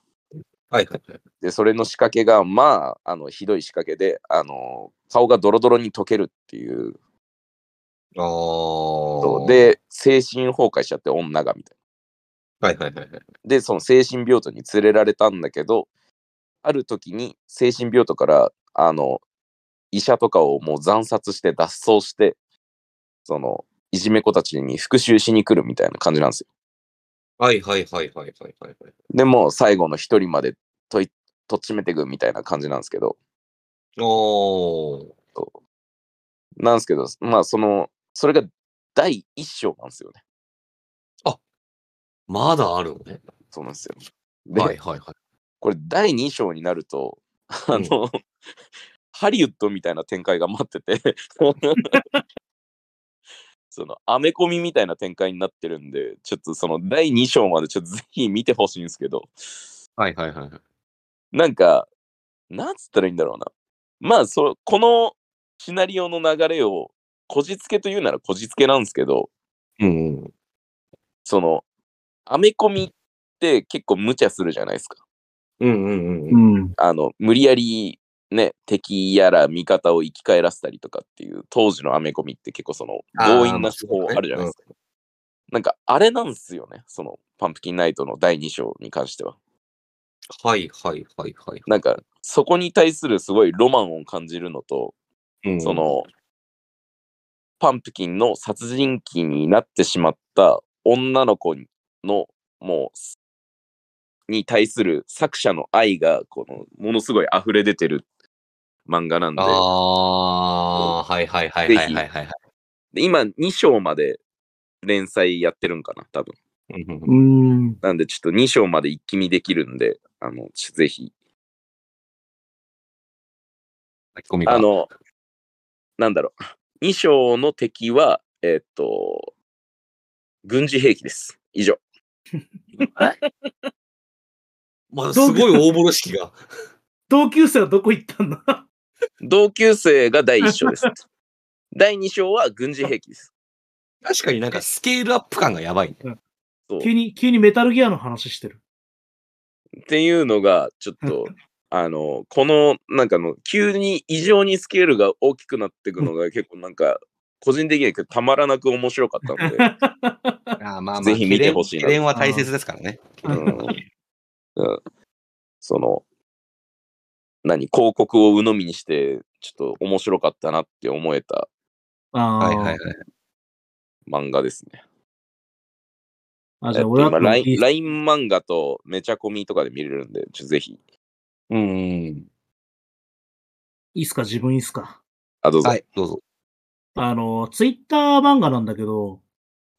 [SPEAKER 1] はいはいはい。
[SPEAKER 2] で、それの仕掛けが、まあ、あの、ひどい仕掛けで、あの、顔がドロドロに溶けるっていう
[SPEAKER 1] あ
[SPEAKER 2] そう
[SPEAKER 1] あ。、
[SPEAKER 2] で、精神崩壊しちゃって、女がみたい
[SPEAKER 1] はいはいはいはい。
[SPEAKER 2] な。で、その精神病棟に連れられたんだけど、ある時に精神病棟から、あの、医者とかをもう惨殺して脱走して、その、いじめっ子たちに復讐しに来るみたいな感じなんですよ。
[SPEAKER 1] はいはいはいはいはいはいはい。
[SPEAKER 2] でも、最後の一人までとい、とっちめていくみたいな感じなんですけど、
[SPEAKER 1] おー。
[SPEAKER 2] なんですけど、まあ、その、それが第一章なんですよね。
[SPEAKER 1] まだあるのね。
[SPEAKER 2] そうなんですよ。で、
[SPEAKER 1] はいはいはい。
[SPEAKER 2] これ第2章になると、あの、ハリウッドみたいな展開が待ってて、 その、アメコミみたいな展開になってるんで、ちょっとその第2章までちょっとぜひ見てほしいんですけど、
[SPEAKER 1] はいはいはいはい。
[SPEAKER 2] なんか、なんつったらいいんだろうな。まあ、そこのシナリオの流れを、こじつけというならこじつけなんですけど、
[SPEAKER 1] うんうん。
[SPEAKER 2] その、アメコミって結構無茶するじゃないですか。
[SPEAKER 1] うんうんうんうん。
[SPEAKER 3] ん。
[SPEAKER 2] あの、無理やり、ね、敵やら味方を生き返らせたりとかっていう、当時のアメコミって結構その、
[SPEAKER 1] あー
[SPEAKER 2] 強引な手法あるじゃないですか。なんか、あれなんですよね。その、パンプキンナイトの第2章に関しては。
[SPEAKER 1] はいはいはいはい。
[SPEAKER 2] なんか、そこに対するすごいロマンを感じるのと、
[SPEAKER 1] うん、
[SPEAKER 2] その、パンプキンの殺人鬼になってしまった女の子の、もう、に対する作者の愛が、この、ものすごい溢れ出てる漫画なんで。
[SPEAKER 1] ああー、はいはいはいはいはいはいはい。
[SPEAKER 2] で今2章まで連載やってるんかな、多分。
[SPEAKER 1] うんうんうん
[SPEAKER 3] うん。
[SPEAKER 2] なんでちょっと2章まで一気見できるんで、あの、ちょぜひ。
[SPEAKER 1] 書き込みが
[SPEAKER 2] あの、なんだろう。2章の敵は、えっと、軍事兵器です。以上。
[SPEAKER 1] まあ、すごい大風呂敷が。
[SPEAKER 3] 同級生はどこ行ったんだ
[SPEAKER 2] 同級生が第1章です。第2章は軍事兵器です。
[SPEAKER 1] 確かになんかスケールアップ感がやばいね。
[SPEAKER 2] そう
[SPEAKER 3] 急に、急にメタルギアの話してる。
[SPEAKER 2] っていうのが、ちょっと、あの、この、なんかあの、急に異常にスケールが大きくなっていくのが結構なんか、個人的にはたまらなく面白かったので、
[SPEAKER 1] ああま
[SPEAKER 2] ぜひ見てほしいな
[SPEAKER 1] 懸念は大切ですからね。
[SPEAKER 2] うんうんその、何、広告を鵜呑みにして、ちょっと面白かったなって思えた
[SPEAKER 3] あー
[SPEAKER 1] はいはいはい。
[SPEAKER 2] 漫画ですね。
[SPEAKER 3] あ、じゃ
[SPEAKER 2] えっ
[SPEAKER 3] あ
[SPEAKER 2] と
[SPEAKER 3] 俺は
[SPEAKER 2] 今ライン、ライン漫画とめちゃコミとかで見れるんで、ちょぜひ。
[SPEAKER 4] うん。
[SPEAKER 3] いいっすか自分いいっすか
[SPEAKER 2] あ、どうぞ。
[SPEAKER 1] はい、どうぞ。
[SPEAKER 3] あの、ツイッター漫画なんだけど、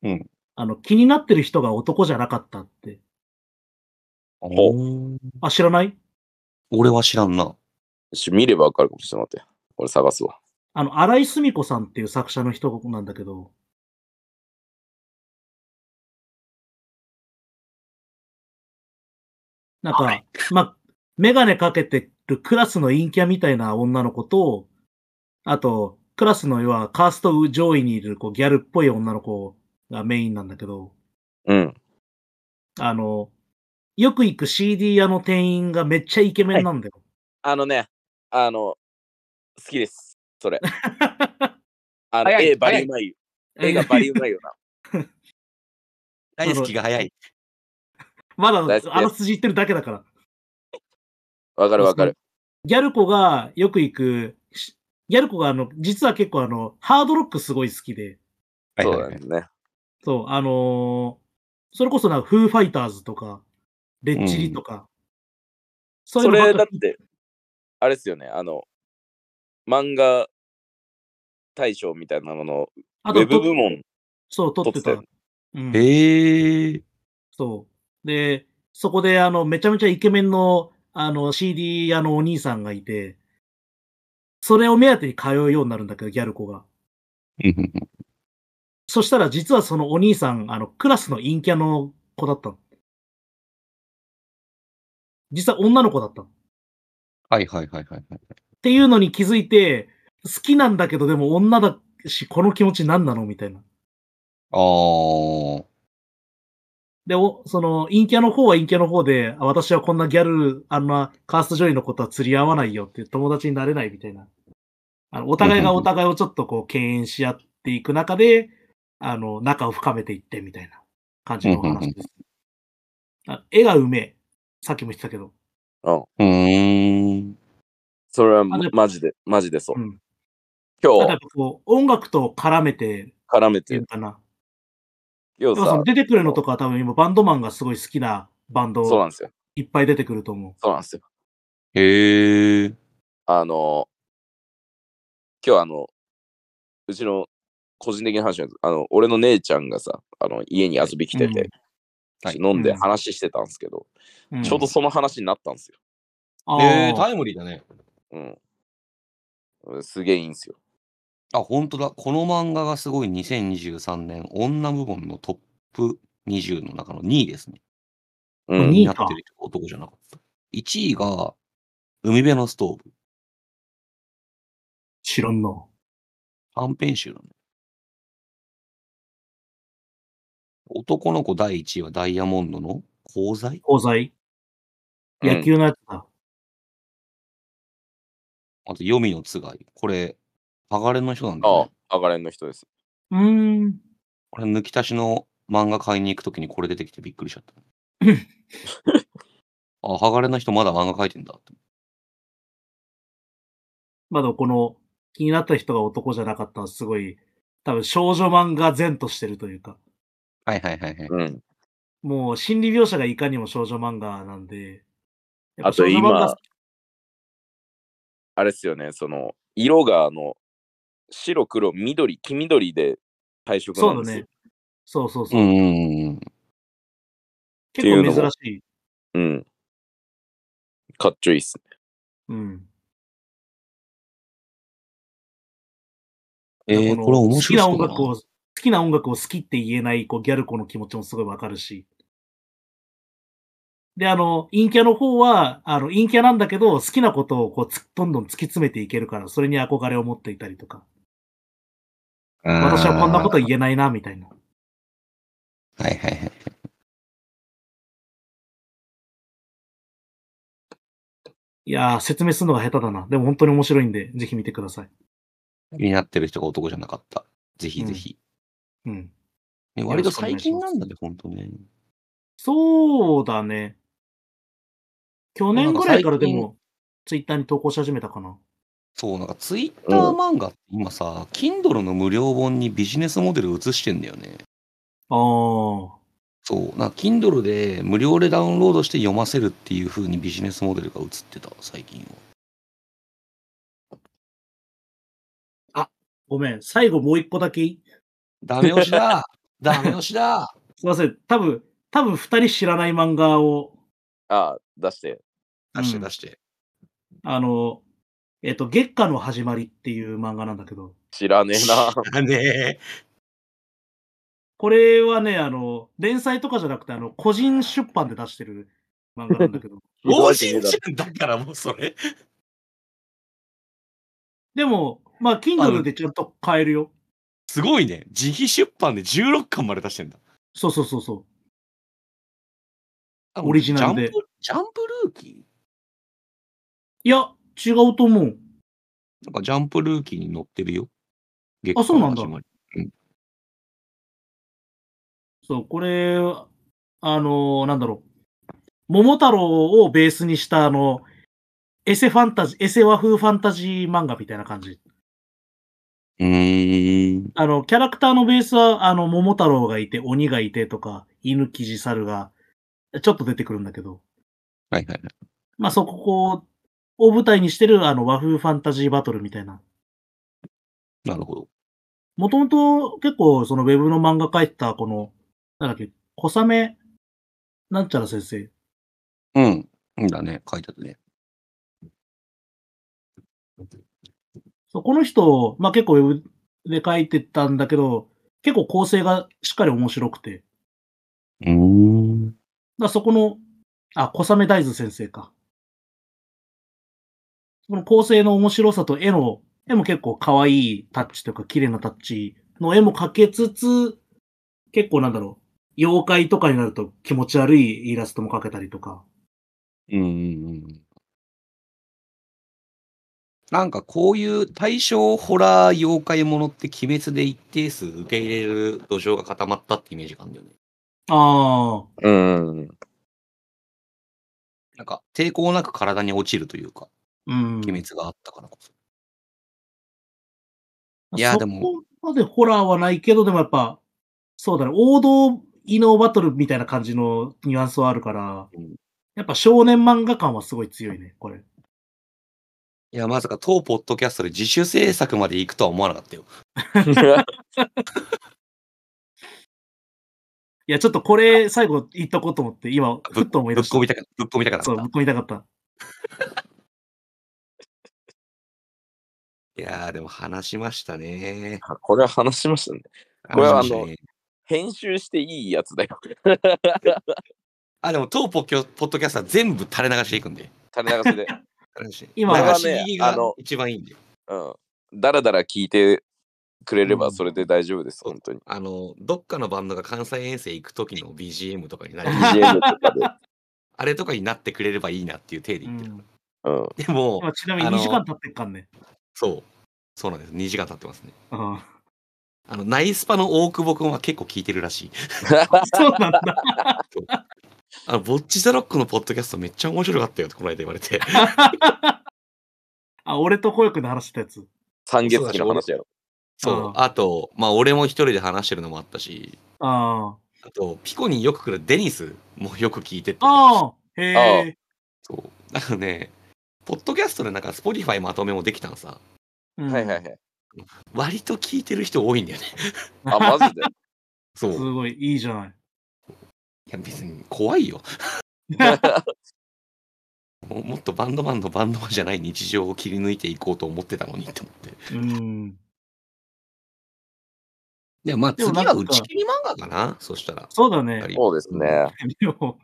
[SPEAKER 4] うん
[SPEAKER 3] あの、気になってる人が男じゃなかったって。
[SPEAKER 2] お
[SPEAKER 1] うん
[SPEAKER 3] あ、知らない
[SPEAKER 4] 俺は知らんな。
[SPEAKER 2] ちょ見ればわかるかもしれない。待って俺探すわ。
[SPEAKER 3] あの、荒井澄子さんっていう作者の人なんだけど、なんか、まあ、メガネかけてるクラスの陰キャみたいな女の子と、あと、クラスの要はカースト上位にいるこうギャルっぽい女の子がメインなんだけど、
[SPEAKER 2] うん。
[SPEAKER 3] あの、よく行く CD 屋の店員がめっちゃイケメンなんだよ。
[SPEAKER 2] あのね、あの、好きです。それ。あの、
[SPEAKER 4] 早い
[SPEAKER 2] 絵バリうまい よ。絵がバリうまいよな。
[SPEAKER 1] 大好きが早い。
[SPEAKER 3] まだ
[SPEAKER 2] 大好きです
[SPEAKER 3] あらすじ言ってるだけだから。
[SPEAKER 2] わかるわかる。
[SPEAKER 3] ギャル子がよく行くし、ギャル子があの、実は結構あの、ハードロックすごい好きで、
[SPEAKER 1] はい
[SPEAKER 2] そう
[SPEAKER 1] はい
[SPEAKER 2] だ
[SPEAKER 1] はい。
[SPEAKER 2] ね。
[SPEAKER 3] そう、あのーそれこそなんか、フーファイターズとか、レッチリとか、そ
[SPEAKER 2] そ
[SPEAKER 3] のば
[SPEAKER 2] れ
[SPEAKER 3] か
[SPEAKER 2] だって、あれですよね。あの、漫画大賞みたいなののウ
[SPEAKER 3] あと
[SPEAKER 2] ェブ部門。
[SPEAKER 3] そう、撮って
[SPEAKER 2] 撮
[SPEAKER 3] た
[SPEAKER 2] って。
[SPEAKER 3] うん
[SPEAKER 4] へえ。
[SPEAKER 3] そう。で、そこで、あの、めちゃめちゃイケメンの、あの、CD 屋のお兄さんがいて、それを目当てに通うようになるんだけど、ギャル子が。そしたら、実はそのお兄さん、あの、クラスの陰キャの子だったの。実は女の子だったの。っ
[SPEAKER 4] はいはいはいはい。
[SPEAKER 3] ていうのに気づいて、好きなんだけど、でも女だし、この気持ち何なのみたいな。
[SPEAKER 4] ああ。
[SPEAKER 3] で、おその、陰キャの方は陰キャの方で、あ私はこんなギャル、あんなカースト上位のことは釣り合わないよっていう友達になれないみたいな。あのお互いがお互いをちょっとこう、敬遠し合っていく中で、あの、仲を深めていってみたいな感じのお話です。あ絵がうめえ。さっきも言ってたけど。
[SPEAKER 4] うーん。
[SPEAKER 2] それは
[SPEAKER 3] あ
[SPEAKER 2] ま
[SPEAKER 3] で
[SPEAKER 2] マジで、マジでそうう。
[SPEAKER 3] ん。ただや
[SPEAKER 2] 今
[SPEAKER 3] っ
[SPEAKER 2] 日
[SPEAKER 3] ぱこう、音楽と絡めてっ
[SPEAKER 2] 絡め
[SPEAKER 3] てい
[SPEAKER 2] て
[SPEAKER 3] う、かな。
[SPEAKER 2] 今
[SPEAKER 3] だ
[SPEAKER 2] 日
[SPEAKER 3] からそ
[SPEAKER 2] さ
[SPEAKER 3] の、出てくるのとかは多分今バンドマンがすごい好きなバン
[SPEAKER 2] そうな
[SPEAKER 3] ド
[SPEAKER 2] んですよ。
[SPEAKER 3] いっぱい出てくると思う。
[SPEAKER 2] そうなんですよ。
[SPEAKER 4] へえ。
[SPEAKER 2] あの、今日あの、うちの個人的な話なんですあの、俺の姉ちゃんがさ、あの、家に遊び来てて、
[SPEAKER 1] はい
[SPEAKER 2] 飲んで
[SPEAKER 3] うん
[SPEAKER 2] 話してたんですけど、
[SPEAKER 3] ん
[SPEAKER 2] ちょうどその話になったんですよ。
[SPEAKER 3] あー
[SPEAKER 1] えー、タイムリーだね。
[SPEAKER 2] うん。うんすげえいいんですよ。
[SPEAKER 4] あ、本当だ。この漫画がすごい2023年女部門のトップ20の中の2位ですね。
[SPEAKER 2] う
[SPEAKER 3] うん
[SPEAKER 2] ん。
[SPEAKER 3] いい
[SPEAKER 4] に
[SPEAKER 3] か
[SPEAKER 4] なってる男じゃなかった。1位が海辺のストーブ。
[SPEAKER 3] 知らんな。
[SPEAKER 4] 短編集なんだ。男の子第1位はダイヤモンドの鉱材
[SPEAKER 3] 東西
[SPEAKER 2] うん
[SPEAKER 3] 野球のやつだ。
[SPEAKER 4] あと、黄泉のつがい。これ、鋼の人なんだ、
[SPEAKER 2] あ
[SPEAKER 4] ね。
[SPEAKER 2] あ、赤レンの人です。
[SPEAKER 3] うーん。
[SPEAKER 4] これ、抜き足しの漫画買いに行くときにこれ出てきてびっくりしちゃった。 あ、鋼の人まだ漫画描いてんだって。
[SPEAKER 3] まあでもこの気になった人が男じゃなかったのはすごい、多分少女漫画前としてるというか、
[SPEAKER 4] はいはいはいはい。
[SPEAKER 2] うん。
[SPEAKER 3] もう心理描写がいかにも少女漫画なんで、やっぱ
[SPEAKER 2] あと
[SPEAKER 3] 少女漫画
[SPEAKER 2] 今、あれっすよね、その、色があの、白黒緑黄緑で配色
[SPEAKER 3] そ
[SPEAKER 2] なんで
[SPEAKER 3] うだ
[SPEAKER 2] すよ
[SPEAKER 3] ね。。そうそう
[SPEAKER 4] う
[SPEAKER 3] そう。
[SPEAKER 4] んうんうん。
[SPEAKER 3] 結
[SPEAKER 2] っていうの
[SPEAKER 3] 構
[SPEAKER 2] も
[SPEAKER 3] 珍しい。
[SPEAKER 2] うん。かっちょいいっすね。
[SPEAKER 3] うん。
[SPEAKER 4] えー、
[SPEAKER 3] の
[SPEAKER 4] これ面白そう
[SPEAKER 3] 好きな
[SPEAKER 4] だ
[SPEAKER 3] 音楽を、好きな音楽を好きって言えないこうギャル子の気持ちもすごいわかるし、で、あの、陰キャの方は、あの、陰キャなんだけど、好きなことをこうつ、どんどん突き詰めていけるから、それに憧れを持っていたりとか、私はこんなこと言えないな、みたいな。
[SPEAKER 1] はいはいはい。
[SPEAKER 3] いやー、説明するのが下手だな。でも本当に面白いんで、ぜひ見てください。
[SPEAKER 1] 気になってる人が男じゃなかった。ぜひぜひ。
[SPEAKER 3] うん。
[SPEAKER 1] ね
[SPEAKER 3] ん
[SPEAKER 1] 割と最近なんだね、本当ね。
[SPEAKER 3] そうだね。去年ぐらいからでも、ツイッターに投稿し始めたかな。
[SPEAKER 1] そう、なんかツイッター漫画って今さ、Kindle の無料本にビジネスモデル移してんだよね。
[SPEAKER 3] あー。
[SPEAKER 1] そう、なんか Kindle で無料でダウンロードして読ませるっていう風にビジネスモデルが移ってた、最近は。
[SPEAKER 3] ごめん。最後もう一個だけいい
[SPEAKER 1] ダメ押し だダメ押しだ
[SPEAKER 3] すいません。多分、多分二人知らない漫画を、
[SPEAKER 2] ああ、出して。
[SPEAKER 1] 出して
[SPEAKER 3] うん
[SPEAKER 1] 出して。
[SPEAKER 3] あの、えっと、月下の始まりっていう漫画なんだけど、
[SPEAKER 2] 知らねえな。
[SPEAKER 1] ね
[SPEAKER 3] これはね、あの、連載とかじゃなくて、あの、個人出版で出してる漫画なんだけど、
[SPEAKER 1] 老人じゃんだからもうそれ。
[SPEAKER 3] でも、まあ、Kindle でちゃんと買えるよ。
[SPEAKER 1] すごいね。自費出版で16巻まで出してんだ。
[SPEAKER 3] そうそうそうそう。オリジナルで
[SPEAKER 1] ジャンプ。ジャンプルーキー
[SPEAKER 3] いや、違うと思う。
[SPEAKER 1] なんかジャンプルーキーに載ってるよ。
[SPEAKER 3] あそうなん
[SPEAKER 1] 月
[SPEAKER 3] だ
[SPEAKER 1] 刊の始まり
[SPEAKER 3] そう、これ、あの、なんだろう。桃太郎をベースにした、あの、エセファンタジー、エセ和風ファンタジー漫画みたいな感じ。
[SPEAKER 1] うーん。
[SPEAKER 3] あの、キャラクターのベースは、あの、桃太郎がいて、鬼がいてとか、犬、キジ、猿が、ちょっと出てくるんだけど、
[SPEAKER 1] はいはいはい。
[SPEAKER 3] まあ、そこを舞台にしてる、あの、和風ファンタジーバトルみたいな。
[SPEAKER 1] なるほど。
[SPEAKER 3] もともと結構、そのウェブの漫画描いてた、この、なんだっけ、小雨、なんちゃら先生。
[SPEAKER 1] うん。うんだね。書いてあるね。
[SPEAKER 3] そうこの人、まあ結構ウェブで描いてたんだけど、結構構成がしっかり面白くて、だか
[SPEAKER 1] うーん。
[SPEAKER 3] らそこの、あ、小雨大豆先生か。この構成の面白さと絵の、絵も結構可愛いタッチというか綺麗なタッチの絵も描けつつ、結構なんだろう、妖怪とかになると気持ち悪いイラストも描けたりとか。
[SPEAKER 1] うんうんうん。なんかこういう対象ホラー妖怪ものって鬼滅で一定数受け入れる土壌が固まったってイメージがあるんだよね。
[SPEAKER 3] ああ、
[SPEAKER 2] うん。
[SPEAKER 1] なんか抵抗なく体に落ちるというか、
[SPEAKER 3] うん。
[SPEAKER 1] 鬼滅があったからこそ。いやでも
[SPEAKER 3] そこまでホラーはないけど、でもやっぱ、そうだね、王道異能バトルみたいな感じのニュアンスはあるから
[SPEAKER 1] うん、
[SPEAKER 3] やっぱ少年漫画感はすごい強いね、これ。
[SPEAKER 1] いや、まさか当ポッドキャストで自主制作まで行くとは思わなかったよ。
[SPEAKER 3] いや、ちょっとこれ最後言っとこうと思って、今、ふっと思い
[SPEAKER 1] ぶ
[SPEAKER 3] 出
[SPEAKER 1] っ
[SPEAKER 3] した
[SPEAKER 1] 込。みたかぶっ込みたかった
[SPEAKER 3] そう、ぶっ。込みたかった。
[SPEAKER 1] いやー、でも話しましたね。
[SPEAKER 2] これは話しましたね。これはあの
[SPEAKER 1] 話しましたね。
[SPEAKER 2] 編集していいやつだよ。
[SPEAKER 1] あ、でも当ポッキョポッドキャストは全部垂れ流していくんで。
[SPEAKER 2] 垂れ流しで。
[SPEAKER 3] 今
[SPEAKER 1] 流
[SPEAKER 3] は
[SPEAKER 1] し聞き
[SPEAKER 2] あ
[SPEAKER 1] が
[SPEAKER 2] の
[SPEAKER 1] 一番いいんで。
[SPEAKER 2] うん。だらだら聞いてくれれ
[SPEAKER 3] う
[SPEAKER 2] ば
[SPEAKER 3] ん
[SPEAKER 2] それで大丈夫です、本当に。
[SPEAKER 1] あの、どっかのバンドが関西遠征行く時の BGM とか になる。
[SPEAKER 2] BGM とかで。
[SPEAKER 1] あれとかになってくれればいいなっていう体で
[SPEAKER 3] う
[SPEAKER 1] 言ってる。
[SPEAKER 3] ん、
[SPEAKER 2] うん。
[SPEAKER 1] でも、
[SPEAKER 3] 今ちなみに
[SPEAKER 1] あの
[SPEAKER 3] 2時間経ってっかんね。
[SPEAKER 1] そう。そうなんです。2時間経ってますね。
[SPEAKER 3] うん、
[SPEAKER 1] あの、ナイスパの大久保くんは結構聞いてるらしい。
[SPEAKER 3] そうなんだ。
[SPEAKER 1] あの、ボッチザロックのポッドキャストめっちゃ面白かったよってこの間言われ て。
[SPEAKER 3] あ、俺とコヨ君で話したやつ。
[SPEAKER 2] 三月期の話やろ。
[SPEAKER 1] そう。
[SPEAKER 3] あ
[SPEAKER 1] あと、まあ、俺も一人で話してるのもあったし、
[SPEAKER 3] あ
[SPEAKER 1] あと、ピコによく来るデニスもよく聞いてて。
[SPEAKER 3] あ。ああ。へえ。
[SPEAKER 1] そう。あのね、ポッドキャストでなんか Spotify まとめもできたのさ、
[SPEAKER 3] うん
[SPEAKER 2] はいはいは。い。
[SPEAKER 1] 割と聞いてる人多いんだよ ね。
[SPEAKER 2] あ、マジで。
[SPEAKER 1] そう。
[SPEAKER 3] すごい、いいじ ゃない。
[SPEAKER 1] いや、別に怖いよ。ももっとバンドマンのバンドマンじゃない日常を切り抜いていこうと思ってたのにって思って。
[SPEAKER 3] うん。
[SPEAKER 1] でもまあ
[SPEAKER 3] でも
[SPEAKER 1] 次
[SPEAKER 3] なん
[SPEAKER 1] は
[SPEAKER 3] か
[SPEAKER 1] 打ち切り漫画かなそしたら。
[SPEAKER 3] そうだ
[SPEAKER 1] やっぱ
[SPEAKER 3] ね。
[SPEAKER 1] り
[SPEAKER 2] そうですね。
[SPEAKER 3] でも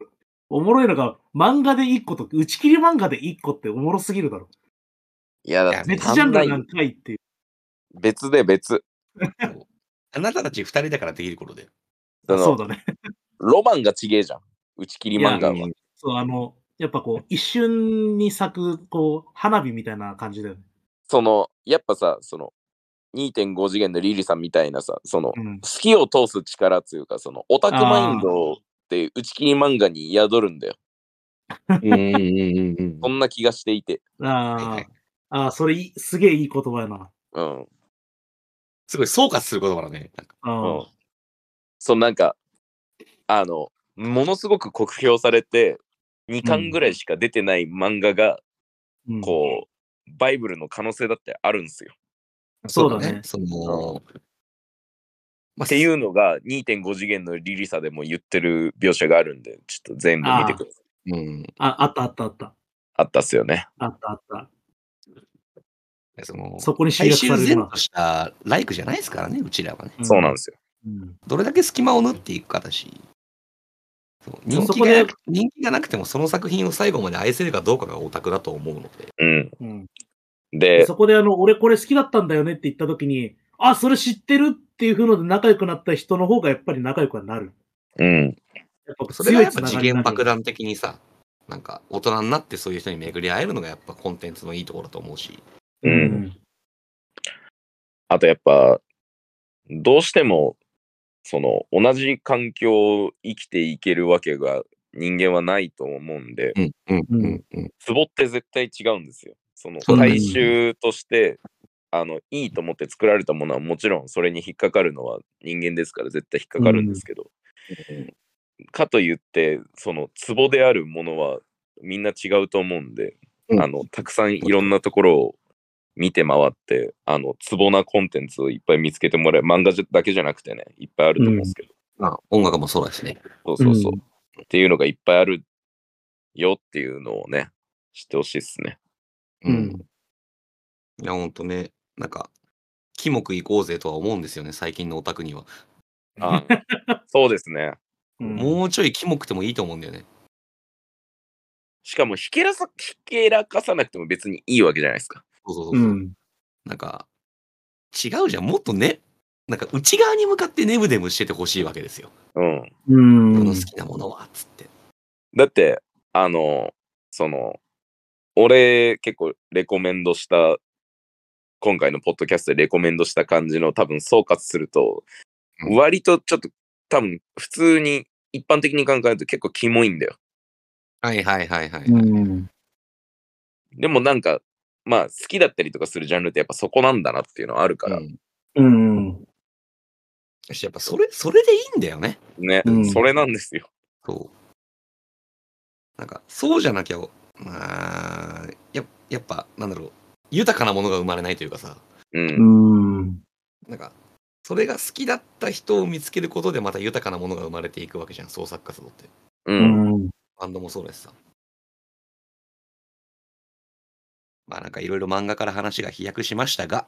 [SPEAKER 3] おもろいのが、漫画で1個と、打ち切り漫画で1個っておもろすぎるだろ。
[SPEAKER 2] いや、だ
[SPEAKER 1] や
[SPEAKER 2] って
[SPEAKER 3] 別ジャンル
[SPEAKER 2] 短
[SPEAKER 3] なんかいっていう。
[SPEAKER 2] 大別で別。
[SPEAKER 1] あなたたち二人だからできることで。
[SPEAKER 2] その
[SPEAKER 3] そうだね。
[SPEAKER 2] ロマンがちげえじゃん。打ち切り漫画は。
[SPEAKER 3] いやそう、あの、やっぱこう、一瞬に咲く、こう、花火みたいな感じだよね。
[SPEAKER 2] その、やっぱさ、その、2.5次元のリリさんみたいなさ、その、
[SPEAKER 3] うん。
[SPEAKER 2] 好きを通す力というか、その、オタクマインドって打ち切り漫画に宿るんだよ。
[SPEAKER 5] うんうんうんうん
[SPEAKER 2] そんな気がしていて。
[SPEAKER 3] あ
[SPEAKER 1] は
[SPEAKER 3] ー
[SPEAKER 1] い
[SPEAKER 3] あー、それい、すげえいい言葉やな。
[SPEAKER 2] うん。
[SPEAKER 1] すごい総括する言葉だね。なんか
[SPEAKER 3] うん。
[SPEAKER 2] そのなんか、あの、ものすごく酷評されて、2巻ぐらいしか出てない漫画が、
[SPEAKER 3] うん
[SPEAKER 2] こう、バイブルの可能性だってあるんですよ。
[SPEAKER 3] そうだね
[SPEAKER 1] そうだその、まあ
[SPEAKER 2] っていうのが2.5次元のリリさでも言ってる描写があるんで、ちょっと全部見てください。
[SPEAKER 1] うん、
[SPEAKER 3] あ、あったあったあった。
[SPEAKER 2] あったっすよね。
[SPEAKER 3] あったあった。
[SPEAKER 1] その、
[SPEAKER 3] そこに集
[SPEAKER 1] 最
[SPEAKER 3] 約さ
[SPEAKER 1] 終
[SPEAKER 3] れる
[SPEAKER 1] 前
[SPEAKER 3] な。
[SPEAKER 1] と。したライクじゃないですからね、うちらはね。
[SPEAKER 2] そうなんですすよ。
[SPEAKER 3] うん
[SPEAKER 1] どれだけ隙間を縫っていくかだし。そう
[SPEAKER 3] そう
[SPEAKER 1] 人
[SPEAKER 3] そ
[SPEAKER 1] 気
[SPEAKER 3] こ
[SPEAKER 1] が
[SPEAKER 3] で
[SPEAKER 1] 人気がなくても、その作品を最後まで愛せるかどうかがオタクだと思うので。
[SPEAKER 2] うん。
[SPEAKER 3] うん
[SPEAKER 2] で、
[SPEAKER 3] そこであの、俺これ好きだったんだよねって言った時に、あ、それ知ってるっていう風ので仲良くなった人の方がやっぱり仲良くはなる。
[SPEAKER 2] うん。
[SPEAKER 3] やっぱ
[SPEAKER 1] それはやっ
[SPEAKER 3] つ
[SPEAKER 1] ぱ
[SPEAKER 3] な
[SPEAKER 1] 次
[SPEAKER 3] がりにな
[SPEAKER 1] 元
[SPEAKER 3] る
[SPEAKER 1] 爆弾的にさ、なんか大人になってそういう人に巡り会えるのがやっぱコンテンツのいいところだと思うし。
[SPEAKER 2] う。
[SPEAKER 3] うんん。
[SPEAKER 2] あとやっぱ、どうしても、その、同じ環境を生きていけるわけが人間はないと思うんで、
[SPEAKER 1] うんうん
[SPEAKER 3] うん
[SPEAKER 1] うん。
[SPEAKER 2] ツボって絶対違うんですよ。その
[SPEAKER 1] そうだね
[SPEAKER 2] 大衆として、あのいいと思って作られたものはもちろんそれに引っかかるのは人間ですから絶対引っかかるんですけど、かといってそのツボであるものはみんな違うと思うんで、
[SPEAKER 5] うん
[SPEAKER 2] あのたくさんいろんなところを見て回ってあのツボなコンテンツをいっぱい見つけてもらえ漫画じゃだけじゃなくてねいっぱいあると思うんですけど、
[SPEAKER 1] まあ、音楽もそうだしね。
[SPEAKER 2] そうそうそう、
[SPEAKER 3] うん
[SPEAKER 2] っていうのがいっぱいあるよっていうのをね知ってほしいっすね。
[SPEAKER 3] うん
[SPEAKER 1] いや、ほんとね、なんか、キモく行こうぜとは思うんですよね、最近のオタクには。
[SPEAKER 2] あそうですね。
[SPEAKER 3] うん
[SPEAKER 1] もうちょいキモくてもいいと思うんだよね。
[SPEAKER 2] しかもひけらさ、ひけらかさなくても別にいいわけじゃないですか。
[SPEAKER 1] そうそうそう
[SPEAKER 3] う
[SPEAKER 1] そう、
[SPEAKER 3] ん。
[SPEAKER 1] なんか、違うじゃん。もっとね、なんか内側に向かってネムネムしててほしいわけですよ。
[SPEAKER 2] うん。
[SPEAKER 3] うん。
[SPEAKER 1] この好きなものは、つって。
[SPEAKER 2] だって、あの、その、俺結構レコメンドした、今回のポッドキャストでレコメンドした感じの多分総括すると、
[SPEAKER 1] うん
[SPEAKER 2] 割とちょっと多分普通に一般的に考えると結構キモいんだよ。
[SPEAKER 1] はいはいはいはい。
[SPEAKER 3] うん。
[SPEAKER 2] でもなんか、まあ好きだったりとかするジャンルってやっぱそこなんだなっていうのはあるから、
[SPEAKER 1] うん
[SPEAKER 3] うん。
[SPEAKER 1] だしやっぱそれ、それでいいんだよね。
[SPEAKER 2] ね、
[SPEAKER 3] うん
[SPEAKER 2] それなんですよ。
[SPEAKER 1] そう。なんか、そうじゃなきゃ、まあ、ややっぱ、なんだろう、豊かなものが生まれないというかさ、
[SPEAKER 2] うん。
[SPEAKER 3] うん。
[SPEAKER 1] なんか、それが好きだった人を見つけることでまた豊かなものが生まれていくわけじゃん、創作活動って。
[SPEAKER 2] うん。
[SPEAKER 3] うん。
[SPEAKER 1] バンドもそうだしさ。まあなんかいろいろ漫画から話が飛躍しましたが、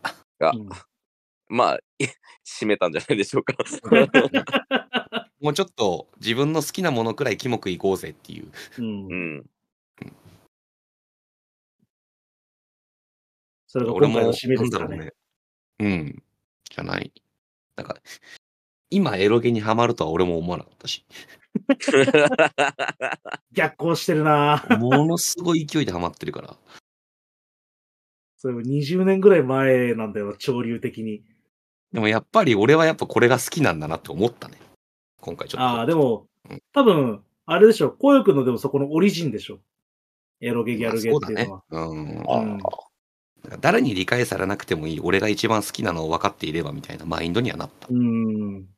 [SPEAKER 2] まあ、い 締めたんじゃないでしょう か。
[SPEAKER 1] もうちょっと自分の好きなものくらいキモくいこうぜっていう。
[SPEAKER 3] うん
[SPEAKER 2] う。 ん。
[SPEAKER 3] それが
[SPEAKER 1] 俺
[SPEAKER 3] 今
[SPEAKER 1] も、
[SPEAKER 3] 回の締め
[SPEAKER 1] な
[SPEAKER 3] で
[SPEAKER 1] ん
[SPEAKER 3] す
[SPEAKER 1] だろ
[SPEAKER 3] か
[SPEAKER 1] う
[SPEAKER 3] ね。
[SPEAKER 1] ね。うん。じゃない。なんか、今エロゲにハマるとは俺も思わなかった し、
[SPEAKER 3] 逆行してるな
[SPEAKER 1] ものすごい勢いでハマってるから。
[SPEAKER 3] それも20年ぐらい前なんだよ、潮流的に。
[SPEAKER 1] でもやっぱり俺はやっぱこれが好きなんだなって思ったね。今回ちょっと。
[SPEAKER 3] ああ、でも
[SPEAKER 1] うん、
[SPEAKER 3] 多分、あれでしょ、こうよくんのでもそこのオリジンでしょ。エロゲギャルゲっていうのは。
[SPEAKER 1] まあそうだね。うん。
[SPEAKER 2] あそうだね
[SPEAKER 3] うん
[SPEAKER 1] なんか誰に理解されなくてもいい、俺が一番好きなのを分かっていればみたいなマインドにはなった。
[SPEAKER 3] うん。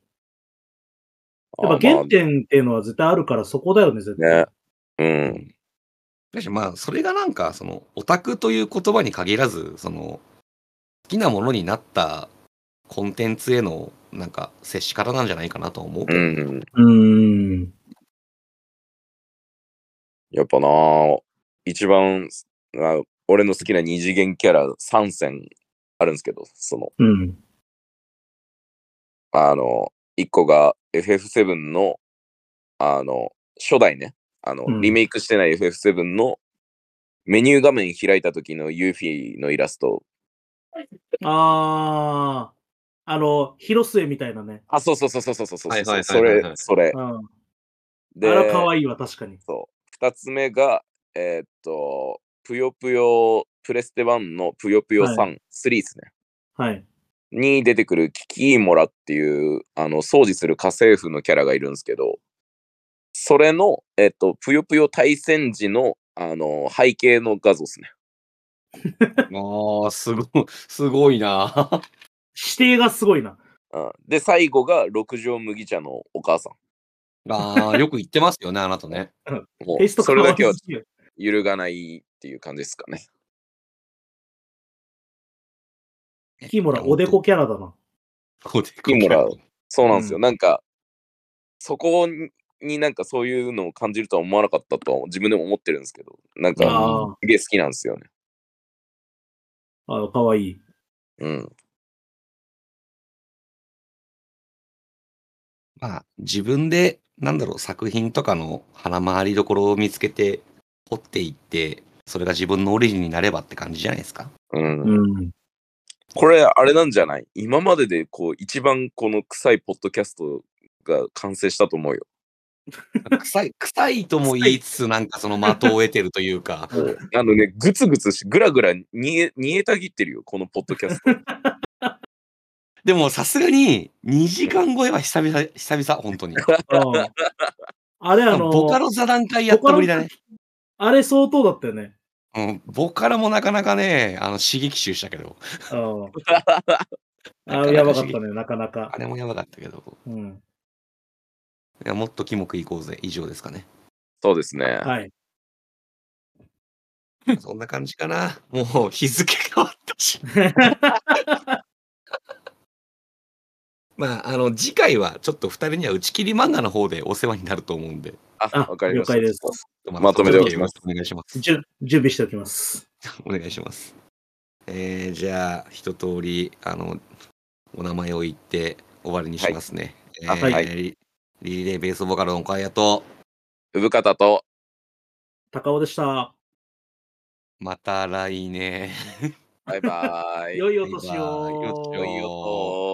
[SPEAKER 2] あ
[SPEAKER 3] やっぱ
[SPEAKER 2] ま
[SPEAKER 3] 原
[SPEAKER 2] あ
[SPEAKER 3] 点っていうのは絶対あるから、そこだよね、絶対。
[SPEAKER 2] ね。うん。
[SPEAKER 1] だしまあ、それがなんか、その、オタクという言葉に限らず、その、好きなものになったコンテンツへの、なんか、接し方なんじゃないかなとは思うけ
[SPEAKER 2] う
[SPEAKER 1] ど。
[SPEAKER 2] ん。
[SPEAKER 3] うん。
[SPEAKER 2] やっぱなあ、一番、あ俺の好きな二次元キャラ3選あるんですけど、その、
[SPEAKER 3] うん。
[SPEAKER 2] あの、1個が FF7 の、あの、初代ね、あの、
[SPEAKER 3] うん
[SPEAKER 2] リメイクしてない FF7 のメニュー画面開いた時のユーフィーのイラスト。
[SPEAKER 3] ああ、あの、広末みたいなね。
[SPEAKER 2] あ、そうそうそうそうそうそうそう
[SPEAKER 1] はい
[SPEAKER 2] そ
[SPEAKER 1] は
[SPEAKER 2] う。
[SPEAKER 1] い
[SPEAKER 2] そ
[SPEAKER 1] はいはい
[SPEAKER 2] れ
[SPEAKER 1] はい、
[SPEAKER 2] それ
[SPEAKER 3] う。ん。あ
[SPEAKER 2] で、
[SPEAKER 3] ら、可愛いわ、確かに。
[SPEAKER 2] そう。2つ目が、えーっと、ぷよぷよ、プレステ1のぷよぷよ3、
[SPEAKER 3] は
[SPEAKER 2] 3ですね。
[SPEAKER 3] はい。
[SPEAKER 2] に出てくるキキーモラっていう、あの、掃除する家政婦のキャラがいるんですけど、それの、えっと、ぷよぷよ対戦時の、あの、背景の画像ですね。
[SPEAKER 1] ああ、すごい、すごいな。
[SPEAKER 3] 指定がすごいな。
[SPEAKER 2] うん、で、最後が六条麦茶のお母さん。
[SPEAKER 1] ああ、よく言ってますよね、あなたね。
[SPEAKER 2] もう
[SPEAKER 3] テイスト
[SPEAKER 2] そ
[SPEAKER 3] 変
[SPEAKER 2] れ
[SPEAKER 3] わ
[SPEAKER 2] だけ
[SPEAKER 3] り
[SPEAKER 2] は
[SPEAKER 3] すぎる。
[SPEAKER 2] 揺るがないっていう感じですかね。
[SPEAKER 3] キーモラ、おでこキャラだな。
[SPEAKER 1] おでこ
[SPEAKER 2] キモラそうなんですよ。
[SPEAKER 3] うん
[SPEAKER 2] なんか、そこにになんかそういうのを感じるとは思わなかったとは自分でも思ってるんですけど、なん
[SPEAKER 3] あ
[SPEAKER 2] か
[SPEAKER 3] ー、
[SPEAKER 2] すげえ好きなんですよね。
[SPEAKER 3] あ可愛い。
[SPEAKER 2] うん。
[SPEAKER 1] まあ、自分で、なんだろう、作品とかの腹回りどころを見つけて、掘っていって、それが自分のオリジンになればって感じじゃないです か。
[SPEAKER 2] うん
[SPEAKER 3] うん。
[SPEAKER 2] これ、あれなんじゃない今までで、こう、一番この臭いポッドキャストが完成したと思うよ。
[SPEAKER 1] 臭い、臭いとも言いつつ、なんかその的を得てるという か、
[SPEAKER 2] あのね、ぐつぐつし、ぐらぐら煮え、煮えたぎってるよ、このポッドキャ スト。
[SPEAKER 1] でもさすがに、2時間超えは久々、久々、本 当に。
[SPEAKER 3] ああれ、あの、
[SPEAKER 1] ボカロ座談会やったぶりだね。
[SPEAKER 3] あれ相当だったよね。
[SPEAKER 1] うん、ボカロもなかなかね、あの、刺激臭したけど、
[SPEAKER 3] うん。
[SPEAKER 1] なかな
[SPEAKER 3] あ
[SPEAKER 1] か
[SPEAKER 3] やばかったね、なかなか
[SPEAKER 1] あ。れもやばかったけど、
[SPEAKER 3] うん。
[SPEAKER 1] いやもっとキモくいこうぜ、以上ですかね。
[SPEAKER 2] そうですね。
[SPEAKER 3] はい。
[SPEAKER 1] そんな感じかな。もう日付変わった し。まあ、あの、次回はちょっと二人には打ち切り漫画の方でお世話になると思うんで、
[SPEAKER 2] あ、
[SPEAKER 3] あ
[SPEAKER 2] わかりました。
[SPEAKER 3] 了解です
[SPEAKER 2] まとめておきます。
[SPEAKER 1] お願いします。
[SPEAKER 3] じゅ準備しておきます。
[SPEAKER 1] お願いします。えー、じゃあ、一通り、あの、お名前を言って終わりにしますね。
[SPEAKER 2] はい
[SPEAKER 1] えー
[SPEAKER 2] あはい
[SPEAKER 1] リリリー・デイ・ベースボーカルの岡谷と、
[SPEAKER 2] 産方と、
[SPEAKER 3] 高尾でした。
[SPEAKER 1] また来年。
[SPEAKER 2] バイバーイ。
[SPEAKER 3] 良いお年
[SPEAKER 1] バイバイ
[SPEAKER 3] を。
[SPEAKER 2] 良いお年を。